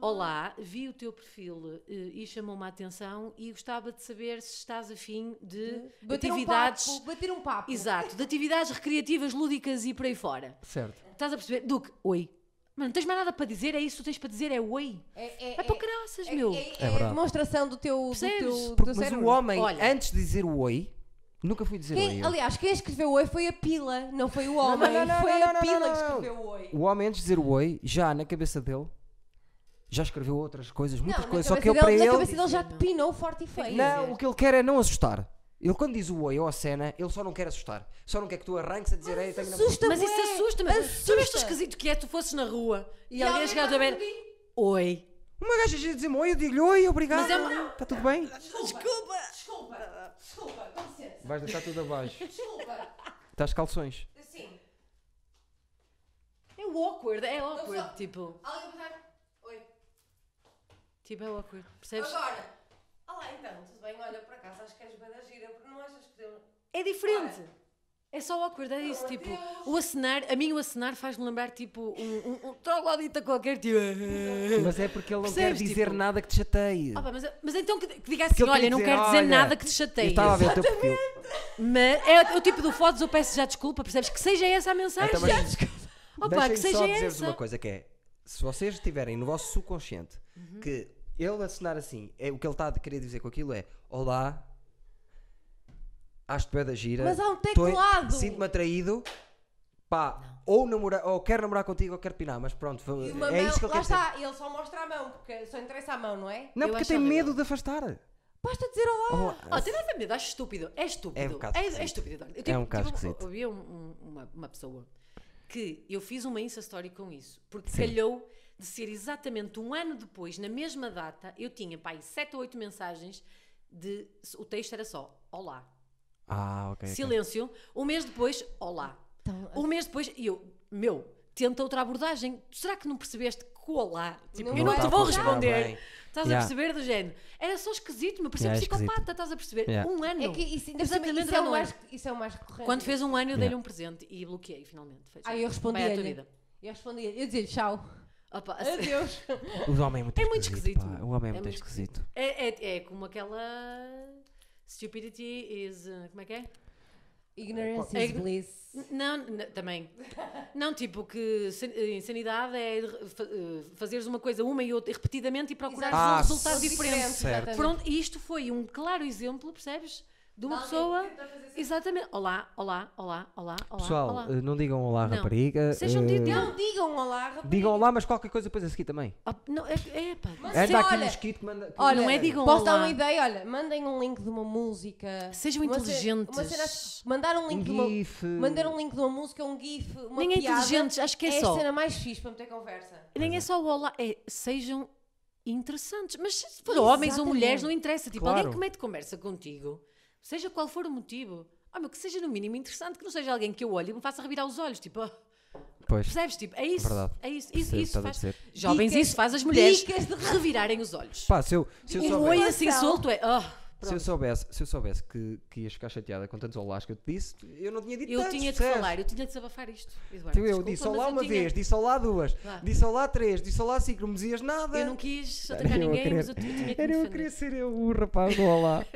B: olá, vi o teu perfil eh, e chamou-me a atenção e gostava de saber se estás afim de,
C: Bater um
B: atividades...
C: papo, bater um papo.
B: Exato, de atividades recreativas, lúdicas e por aí fora.
A: Certo.
B: Estás a perceber? Duque, oi. Mano, não tens mais nada para dizer, é isso que tens para dizer, é oi.
C: É, é,
B: Vai para o caraças, meu.
C: é, é,
A: É
C: é
A: verdade.
C: a demonstração do teu, do
B: Percebes?
C: teu,
A: Porque, mas
C: do
A: o
C: cérebro.
A: homem,
B: Olha.
A: antes de dizer o oi, nunca fui dizer
C: Quem-
A: oi. eu.
C: aliás, quem escreveu o oi foi a pila, não foi o homem.
A: não, não,
C: foi
A: não, não,
C: a
A: não,
C: pila
A: não,
C: que
A: não.
C: escreveu o oi.
A: O homem, antes de dizer o oi, já na cabeça dele, já escreveu outras coisas, muitas
C: na
A: coisas. Só que
C: cabeça
A: ele, para
C: dele- Na
A: ele.
C: cabeça dele já te pinou forte e feio.
A: Não, o que ele quer é não assustar. Ele, quando diz o oi ou a cena, ele só não quer assustar. Só não quer é que tu arranques a dizer ei, tenho na boca."
C: Assusta
B: Mas isso
C: bué,
B: assusta-me. Tu viste o
C: assusta.
B: esquisito que é tu fosses na rua e,
C: E
B: alguém
C: alguém
B: chegar a
C: vai
B: ver. Oi.
A: Uma gaja já diz-me oi, eu digo-lhe oi, obrigado.
B: Mas é uma-
A: Está tudo bem?
B: Desculpa!
C: Desculpa, desculpa, com licença.
A: Vais deixar tudo abaixo.
C: Desculpa.
A: Estás calções.
C: Assim,
B: É awkward, é
C: Não
B: awkward.
C: sou-
B: Tipo,
C: alguém vai dar- Oi.
B: tipo, é awkward. Percebes?
C: Agora. Olá então, tudo bem? Olha, por acaso acho que és bem da gira, porque não achas que deu.
B: É diferente. É só awkward, é isso, tipo, o acenar, a mim o acenar faz-me lembrar, tipo, um, um, um troglodita qualquer, tipo...
A: Mas é porque ele não
B: Percebes,
A: quer dizer
B: tipo-
A: nada que te chateie.
B: Opa, mas, mas então que, que diga
A: Porque
B: assim,
A: ele tem
B: olha,
A: que
B: não
A: dizer,
B: quero dizer
A: "Olha,
B: nada que te
A: eu
B: chateie.
A: estava a ver o teu perfil.
B: Mas é o tipo do fotos, eu peço já desculpa, percebes? Que seja essa a mensagem.
A: Então, mas-
B: Opa, que
A: Deixem-me
B: seja
A: só dizer-vos
B: essa.
A: uma coisa que é, se vocês tiverem no vosso subconsciente
B: Uhum.
A: que ele assinar assim, é, o que ele está a querer dizer com aquilo é Olá, acho-te bué da gira.
C: Mas há um
A: tô em-
C: teclado.
A: Sinto-me atraído. Pá, ou, namora, ou quero namorar contigo ou quero pinar, mas pronto,
C: E
A: é
C: uma mão,
A: isso que ele
C: lá
A: quer dizer.
C: está, ele só mostra a mão, porque só interessa a mão, não é?
A: Não,
B: Eu
A: porque
B: acho
A: tem
B: horrível.
A: medo de afastar.
C: Basta dizer olá.
A: Olá.
B: Oh, tem nada a medo, acho estúpido. É estúpido.
A: É um bocado
B: é,
A: esquisito.
B: estúpido, Eduardo. Eu
A: É um bocado esquisito.
B: Eu vi um- um- uma, uma pessoa que eu fiz uma Insta Story com isso, porque
A: Sim.
B: calhou de ser exatamente um ano depois, na mesma data, eu tinha, pai, sete ou oito mensagens de. O texto era só: Olá.
A: Ah, ok. ok.
B: Silêncio. Um mês depois, olá. um mês depois, e eu, meu, tenta outra abordagem. Será que não percebeste que o olá? Tipo,
C: Não
B: eu não
C: vai
B: te vou
A: funcionar
B: responder.
A: é tá bem.
B: Estás
A: Yeah.
B: a perceber do género? Era só esquisito, me parecia
A: Yeah, é
B: psicopata,
A: esquisito.
B: estás a perceber?
A: Yeah.
B: Um ano.
C: É que isso, ainda por cima,
B: Exatamente
C: isso, é
B: do
C: o mais,
B: ano.
C: isso é o mais recorrente.
B: Quando fez um ano, eu
A: Yeah.
B: dei-lhe um presente e bloqueei, finalmente. Foi
C: Ah,
B: só.
C: eu
B: Vai à tua
C: respondi-lhe.
B: vida.
C: Eu respondi Eu dizia-lhe tchau.
B: Opa, assim, a sério.
C: Adeus.
A: O homem é muito
B: É
A: esquisito.
B: muito
A: pá.
B: esquisito, meu.
A: O homem é,
B: É
A: muito
B: muito
A: esquisito.
B: é, é, é como aquela. Stupidity is. uh, Como é que é?
C: Ignorance
B: É-
C: is bliss.
B: Não, n- também. Não, tipo, que san- eh, insanidade é eh, fa- eh, fazeres uma coisa uma e outra repetidamente e procurares
A: Ah,
B: um resultado
A: sim.
B: diferente.
A: Certo.
C: exatamente.
B: Pronto, e isto foi um claro exemplo, percebes? De uma
C: Alguém assim.
B: pessoa.
C: tenta fazer sempre.
B: Exatamente. Olá, olá, olá, olá, olá.
A: Pessoal,
B: olá.
A: eh, não digam olá,
B: Não.
A: rapariga.
B: Sejam
A: eh,
B: de Deus.
C: Não digam olá, rapaz.
A: Digam olá, mas qualquer coisa depois a seguir também.
B: Ah, não, é, é, pá.
C: Mas
A: Anda
C: sim,
A: aqui um
C: olha,
A: mosquito que manda. que
C: Olha,
B: Não é digam
C: posso dar
B: olá.
C: uma ideia? Olha, mandem um link de uma música.
B: Sejam
C: Uma ce-
B: inteligentes.
C: Uma cena, assim, mandar um link
A: um
C: de uma.
A: gif.
C: Mandar um link de uma música, um gif, uma
B: Nem é
C: piada.
B: inteligentes, acho que é
C: a
B: só.
C: cena mais fixe para meter conversa.
B: Nem é só o olá, é sejam interessantes. Mas se for homens ou
C: Exatamente.
B: mulheres, não interessa. Tipo,
A: Claro.
B: alguém que mete conversa contigo, seja qual for o motivo, ah, meu, que seja no mínimo interessante, que não seja alguém que eu olhe e me faça revirar os olhos. Tipo, ah,
A: Pois.
B: percebes? Tipo, é isso.
A: Verdade.
B: É isso. Isso,
A: Percebo o que
B: isso
A: estás a
B: faz.
A: dizer.
B: Jovens,
C: Dicas-
B: isso faz as mulheres
C: dicas de-
B: revirarem os olhos.
A: Pá, se eu, se eu
B: Um
A: soubesse,
B: oi assim
C: Relação.
B: solto é. ah,
A: se eu
B: pronto.
A: soubesse, se eu soubesse que, que ias ficar chateada com tantos olás que eu te disse, eu não tinha dito
B: Eu
A: tantos,
B: tinha de
A: percebes?
B: falar, eu tinha de desabafar isto. Eduardo,
A: Tipo, Eu,
B: desculpa,
A: disse
B: mas
A: olá
B: eu
A: uma
B: tinha-
A: vez, disse olá duas,
B: Vá.
A: disse olá três, disse olá cinco, não me dizias nada.
B: Eu não quis atacar
A: Eu a
B: ninguém,
A: querer-
B: mas eu, t- eu tinha que
A: Era
B: me
A: eu a
B: defender.
A: querer ser eu o rapaz do olá.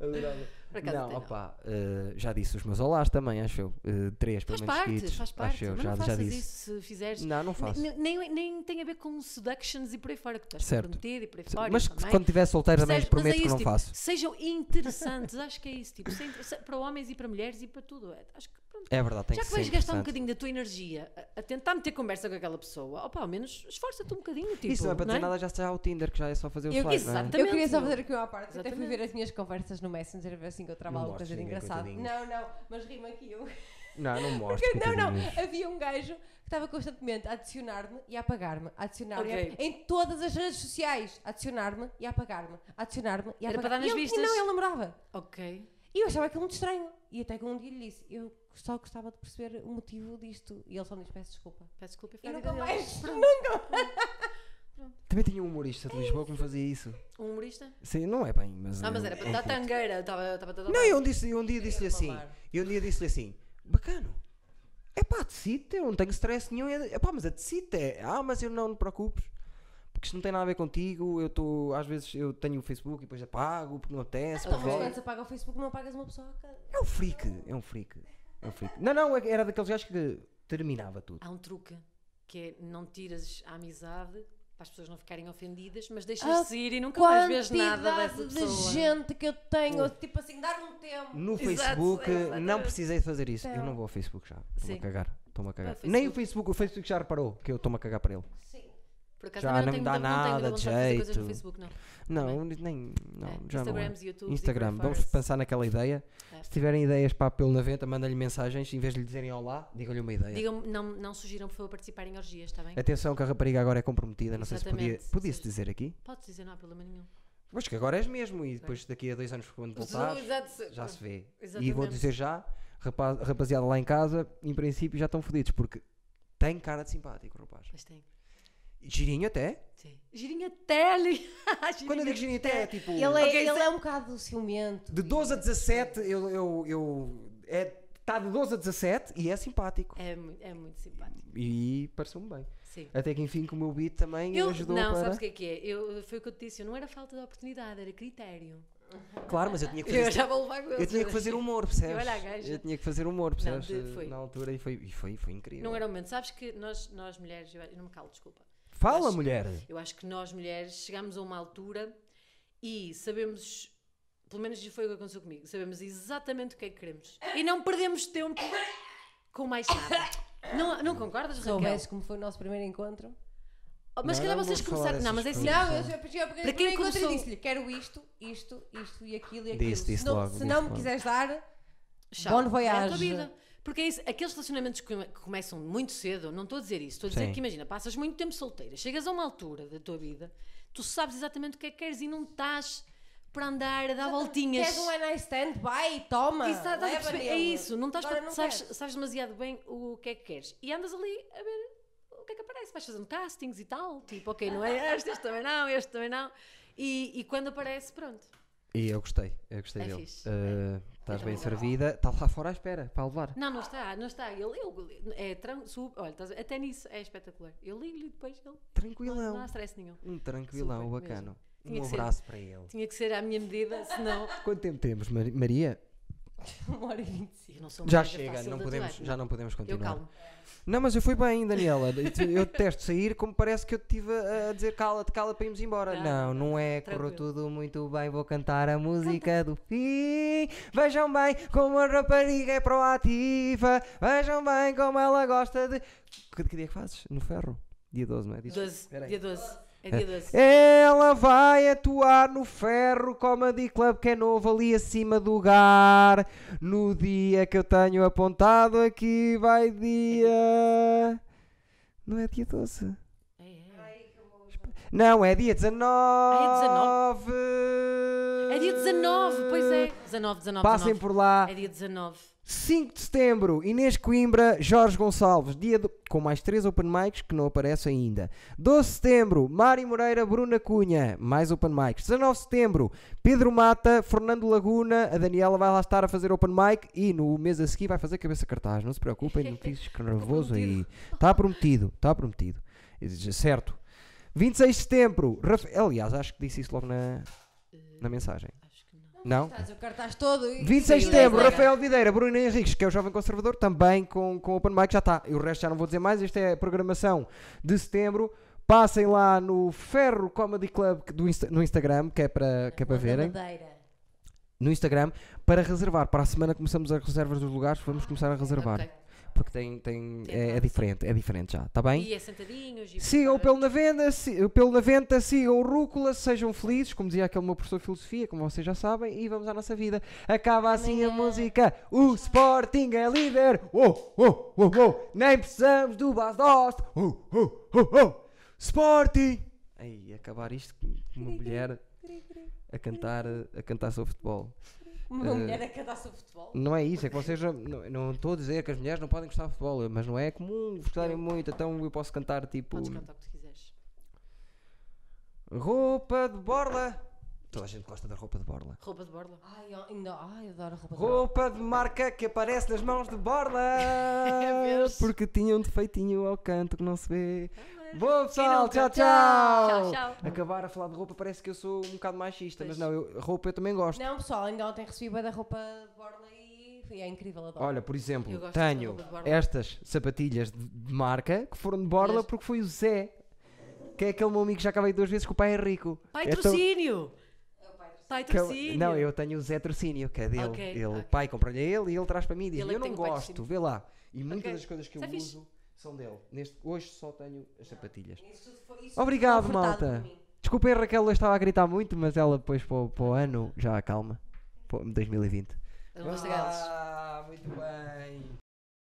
A: Adorava.
B: Por acaso até
A: Não,
B: não.
A: opá, eh, já disse os meus olás também, acho eu. Eh, três, pelo
B: Faz
A: menos
B: parte,
A: seguidos,
B: faz
A: Acho
B: parte.
A: eu,
B: Mas
A: já,
B: não
A: já
B: faças
A: disse.
B: isso se fizeres.
A: Não, não faço.
B: Ne- Nem, nem tem a ver com seductions e por aí fora, que tu estás
A: Certo.
B: comprometido e por aí
A: Sim,
B: fora.
A: Mas
B: eu também.
A: quando estiver solteiro também
B: é? Percebes?
A: lhes
B: Mas
A: prometo
B: é
A: que
B: isso,
A: não
B: tipo,
A: faço.
B: Sejam interessantes, acho que é isso. Tipo, sem- se- para homens e para mulheres e para tudo. é, Acho que, pronto.
A: É verdade, tem
B: Já
A: que
B: que
A: ser
B: vais gastar um
A: interessante.
B: bocadinho da tua energia a, a tentar meter conversa com aquela pessoa, opa, ao menos esforça-te um bocadinho. Tipo,
A: Isso não é para dizer nada, já está o Tinder, que já é só fazer o
B: Eu-
A: swipe, não
B: exatamente.
C: Eu queria só
B: meu.
C: fazer aqui uma parte. Eu Até fui
B: Exatamente.
C: ver as minhas conversas no Messenger, ver se encontrava
A: Não
C: alguma
A: mostres
C: coisa de
A: ninguém,
C: engraçado.
A: coitadinhos.
C: Não, não, mas rima aqui eu.
A: é? Não, não mostro. tipo,
C: Porque- não, não,
A: coitadinhos.
C: havia um gajo que estava constantemente a adicionar-me e a apagar-me, a adicionar-me
B: Ok.
C: a- em todas as redes sociais, a adicionar-me e a apagar-me, a adicionar-me e a apagar-me.
B: Era para dar nas
C: e ele, e
B: vistas?
C: não, ele namorava.
B: Ok.
C: E eu achava aquilo muito estranho. E até que um dia lhe disse, eu só gostava de perceber o motivo disto. E ele só me disse, peço desculpa.
B: Peço desculpa.
C: E
B: foi a
C: nunca
B: vida
C: mais,
B: dele. Pronto.
C: nunca
A: Também tinha um humorista de Lisboa que me fazia isso.
B: Um humorista?
A: Sim, não é bem, mas.
B: Ah, mas
A: eu-
B: era para
A: eu
B: dar
A: curto.
B: tangueira. Estava estava toda
A: Não, eu um, disse, eu um dia disse-lhe
C: Queria
A: assim.
C: falar.
A: Eu um dia disse-lhe assim, bacano. É pá, decide, eu não tenho stress nenhum. É pá, mas a decide é. Ah, mas eu não, não te preocupes. Porque isto não tem nada a ver contigo. Eu estou. Às vezes eu tenho o Facebook e depois apago porque não apetece.
B: Ah,
C: Não,
A: porque
C: mas
A: é-
C: quando se apaga o Facebook não apagas uma pessoa. cara.
A: É um freak, é um freak, é um freak. Não, não, era daqueles gajos que terminava tudo.
B: Há um truque que é não tiras a amizade para as pessoas não ficarem ofendidas, mas deixas de ir e nunca mais vês nada dessa
C: de
B: pessoa.
C: gente que eu tenho, tipo assim, dar um tempo.
A: No
B: Exato,
A: Facebook,
B: exatamente.
A: não precisei de fazer isso. Eu
C: Então.
A: não vou ao Facebook já. Estou-me a
B: Sim.
A: cagar. Estou-me a cagar.
B: Vai ao
A: Nem o Facebook, o Facebook já reparou que eu estou-me a cagar para ele.
C: Sim.
B: Por acaso
A: Já
B: também
A: não
B: tenho
A: me dá
B: muita- tenho muita
A: nada de
B: vontade fazer coisas
A: jeito.
B: no Facebook, não.
A: Não, nem. Não,
B: É,
A: já não. é.
B: Instagrams, YouTubes e
A: Instagram,
B: por aí
A: vamos
B: fora.
A: pensar naquela ideia.
B: É.
A: Se tiverem ideias para pelo na venta, mandem-lhe mensagens. Em vez de lhe dizerem olá, digam-lhe uma ideia.
B: Digam, não, não sugiram por favor participar em orgias, está bem?
A: Atenção que a rapariga agora é comprometida. Não sei se podia.
B: Exatamente.
A: Podia-se
B: Seja-
A: dizer aqui?
B: Podes dizer, não há problema nenhum.
A: Pois que agora és mesmo. E depois daqui a dois anos, quando voltares.
B: Exato.
A: já se vê. E
B: Exatamente.
A: vou dizer já, rapaz, rapaziada lá em casa, em princípio já estão fodidos, porque tem cara de simpático, rapaz.
B: Mas tem.
A: Girinho até.
B: Sim. Girinha até ali. Girinha
A: Quando eu digo girinho até, é tipo.
C: Ele, é,
B: Ok,
C: ele
B: se-
C: é um bocado ciumento.
A: De 12 a 17, eu. eu, eu é está de 12 a 17 e é simpático.
B: É, muito, é muito simpático.
A: E pareceu-me bem.
B: Sim.
A: Até que enfim, que o meu beat também
B: Eu,
A: ajudou
B: não,
A: para.
B: sabes o que é que é? Eu, foi o que eu te disse, eu não era falta de oportunidade, era critério.
A: Claro, mas eu tinha que fazer.
B: Eu já vou levar com
A: é. eu
B: eles,
A: tinha que
B: mas-
A: fazer humor, percebes?
B: Eu olha a gaja.
A: Eu tinha que fazer humor, percebes?
B: de- foi.
A: Na altura e foi, e foi, foi incrível.
B: Não era o momento. Sabes que nós, nós mulheres, eu eu não me calo, desculpa.
A: Fala,
B: Acho-
A: mulher!
B: Eu acho que nós mulheres chegamos a uma altura e sabemos, pelo menos foi o que aconteceu comigo, sabemos exatamente o que é que queremos. E não perdemos tempo com mais nada. Não, não concordas,
C: Se
B: Raquel?
C: soubesse como foi o nosso primeiro encontro.
B: Oh, Mas se
A: Não,
B: calhar
A: não vou
B: vocês
A: falar
B: começaram. Não,
A: dessas
B: mas é assim.
A: coisas.
C: Não,
A: Sim.
C: eu já porque eu peguei
B: Para quem
C: o primeiro encontro
B: começou-
C: e disse-lhe: quero isto, isto, isto e aquilo e aquilo.
A: Disse, disse
C: se não,
A: logo,
C: se
A: disse
C: não
A: logo.
C: me quiseres dar,
B: Tchau.
C: Bon
B: É a
C: voyage.
B: tua vida. Porque é isso, aqueles relacionamentos que come- que começam muito cedo, não estou a dizer isso, estou a dizer
A: Sim.
B: que imagina, passas muito tempo solteira, chegas a uma altura da tua vida, tu sabes exatamente o que é que queres e não estás para andar a dar voltinhas.
C: queres um one night stand, vai, toma.
B: Isso, estás a
C: leva
B: perceber? é
C: nele.
B: isso, não estás
C: Agora
B: para,
C: não
B: sabes,
C: queres.
B: sabes demasiado bem o que é que queres. E andas ali a ver o que é que aparece. Vais fazendo castings e tal, tipo, ok, não é este, este também não, este também não. E, e quando aparece, pronto.
A: E eu gostei, eu gostei
B: É
A: dele.
B: fixe. Então
A: Uh, estás
B: Eu
A: bem
B: também gosto.
A: servida, está lá fora à espera, para levar.
B: Não, não está, não está. Ele, ele é tran- sub, olha, estás a- até nisso é espetacular. Eu ligo-lhe e depois ele não, não há
A: Tranquilão.
B: stress nenhum.
A: Um tranquilão,
B: Super,
A: bacana.
B: mesmo. Tinha
A: Um
B: que ser.
A: abraço para ele.
B: Tinha que ser à minha medida, senão.
A: Quanto tempo temos, Mar- Maria?
C: Uma hora e vinte e cinco.
B: Eu não sou uma
A: Já
B: gaja
A: chega,
B: fácil
A: não
B: de
A: podemos,
B: aturar.
A: já não podemos
B: Eu
A: continuar.
B: calmo.
A: Não, mas eu fui bem, Daniela. Eu detesto sair como parece que eu te estive a a dizer cala-te, cala para irmos embora. Não,
B: Não,
A: não é. Correu
B: tranquilo.
A: tudo muito bem. Vou cantar a música do fim. Vejam bem como a rapariga é proativa. Vejam bem como ela gosta de. Que, que dia é que fazes? No ferro? Dia 12, não é? Diz-
B: 12,
A: Espera aí.
B: dia 12. É dia 12.
A: Ela vai atuar no Ferro Comedy Club, que é novo ali acima do Gar. No dia que eu tenho apontado aqui, vai dia. Não é dia 12.
B: É, é.
A: Não, é dia 19.
B: Ah,
A: é
B: É dia 19, pois é. 19, 19.
A: Passem
B: 19.
A: por lá.
B: É dia 19.
A: 5 de setembro, Inês Coimbra, Jorge Gonçalves, dia do- com mais 3 open mics que não aparecem ainda. 12 de setembro, Mário Moreira, Bruna Cunha, mais open mics. 19 de setembro, Pedro Mata, Fernando Laguna, a Daniela vai lá estar a fazer open mic e no mês a seguir vai fazer cabeça cartaz. Não se preocupem, não fiz nervoso aí. Está prometido, está prometido. Certo. 26 de setembro, Raf... aliás, acho que disse isso logo na, na mensagem.
B: Acho que não.
A: Não?
C: Estás o cartaz todo. e-
A: 26 de
C: Sim,
A: setembro,
C: olha,
B: é.
A: Rafael Videira, Bruno Henriques, que é o jovem conservador, também com, com Open Mic, já está. E o resto já não vou dizer mais, esta é a programação de setembro. Passem lá no Ferro Comedy Club que- do Insta- no Instagram, que é para, que é para
C: Manda
A: verem,
C: madeira.
A: no Instagram, para reservar. Para a semana começamos as reservas dos lugares, vamos começar a reservar.
B: Ok.
A: Porque tem, tem,
B: Tem
A: é, é
B: mais.
A: diferente, é diferente já, está bem?
B: E é sentadinhos. E
A: Sigam o Pelo na Venda, si- o Pelo na Venta, sigam o Rúcula, sejam felizes, como dizia aquele meu professor de filosofia, como vocês já sabem, e vamos à nossa vida. Acaba assim a música, o Sporting é líder, oh, oh, oh, oh, nem precisamos do Bas Dost, oh, oh, oh, oh, Sporting! Aí, acabar isto com uma mulher a cantar, a cantar sobre futebol. Eh,
C: Uma mulher a cantar sobre futebol.
A: Não é isso, é que vocês não- não não estou a dizer que as mulheres não podem gostar de futebol, mas não é comum gostarem muito, então eu posso cantar tipo.
B: Podes cantar o que tu quiseres.
A: Roupa de borla. Toda a gente gosta da roupa de borla.
B: Roupa de borla.
C: Ai, eu- ainda, ai, eu adoro roupa de borla.
A: Roupa de marca que aparece nas mãos de borla.
B: É mesmo.
A: Porque tinha um defeitinho ao canto que não se vê.
B: é.
A: Boa pessoal, tchau
B: nunca?
A: tchau.
B: Tchau, tchau.
A: Acabar a falar de roupa parece que eu sou um bocado machista, mas
B: Pois.
A: não, eu- roupa eu também gosto.
C: Não, pessoal, ainda ontem recebi bué da roupa de borla e foi- é incrível, adoro.
A: Olha, por exemplo,
B: Eu gosto da
A: tenho
B: roupa de borla.
A: estas sapatilhas de- de marca que foram de borla
B: Mas-
A: porque foi o Zé, que é aquele meu amigo que já acabei duas vezes que o pai é rico.
B: Pai
A: É tão-
B: Trocínio! Pai
A: Que eu-
B: Trocínio!
A: não, eu tenho o Zé Trocínio, que é dele.
B: Ok,
A: ele,
B: ok.
A: pai, comprou-lhe a ele e ele traz para mim e diz:
B: Ele é
A: Eu
B: que
A: não
B: tem o pai
A: gosto,
B: Trocínio."
A: vê lá. E muitas
B: Ok,
A: das coisas que eu
B: isso é
A: uso
B: fixe. Ah,
A: são dele. Neste, hoje só tenho as sapatilhas.
C: Isso tudo foi- isso tudo
A: Obrigado,
C: foi ofertado
A: malta.
C: por mim.
A: Desculpem, Raquel, eu estava a gritar muito, mas ela depois para o, para o ano já acalma. Para o 2020.
B: Ele gosta deles.
A: Ah, muito bem.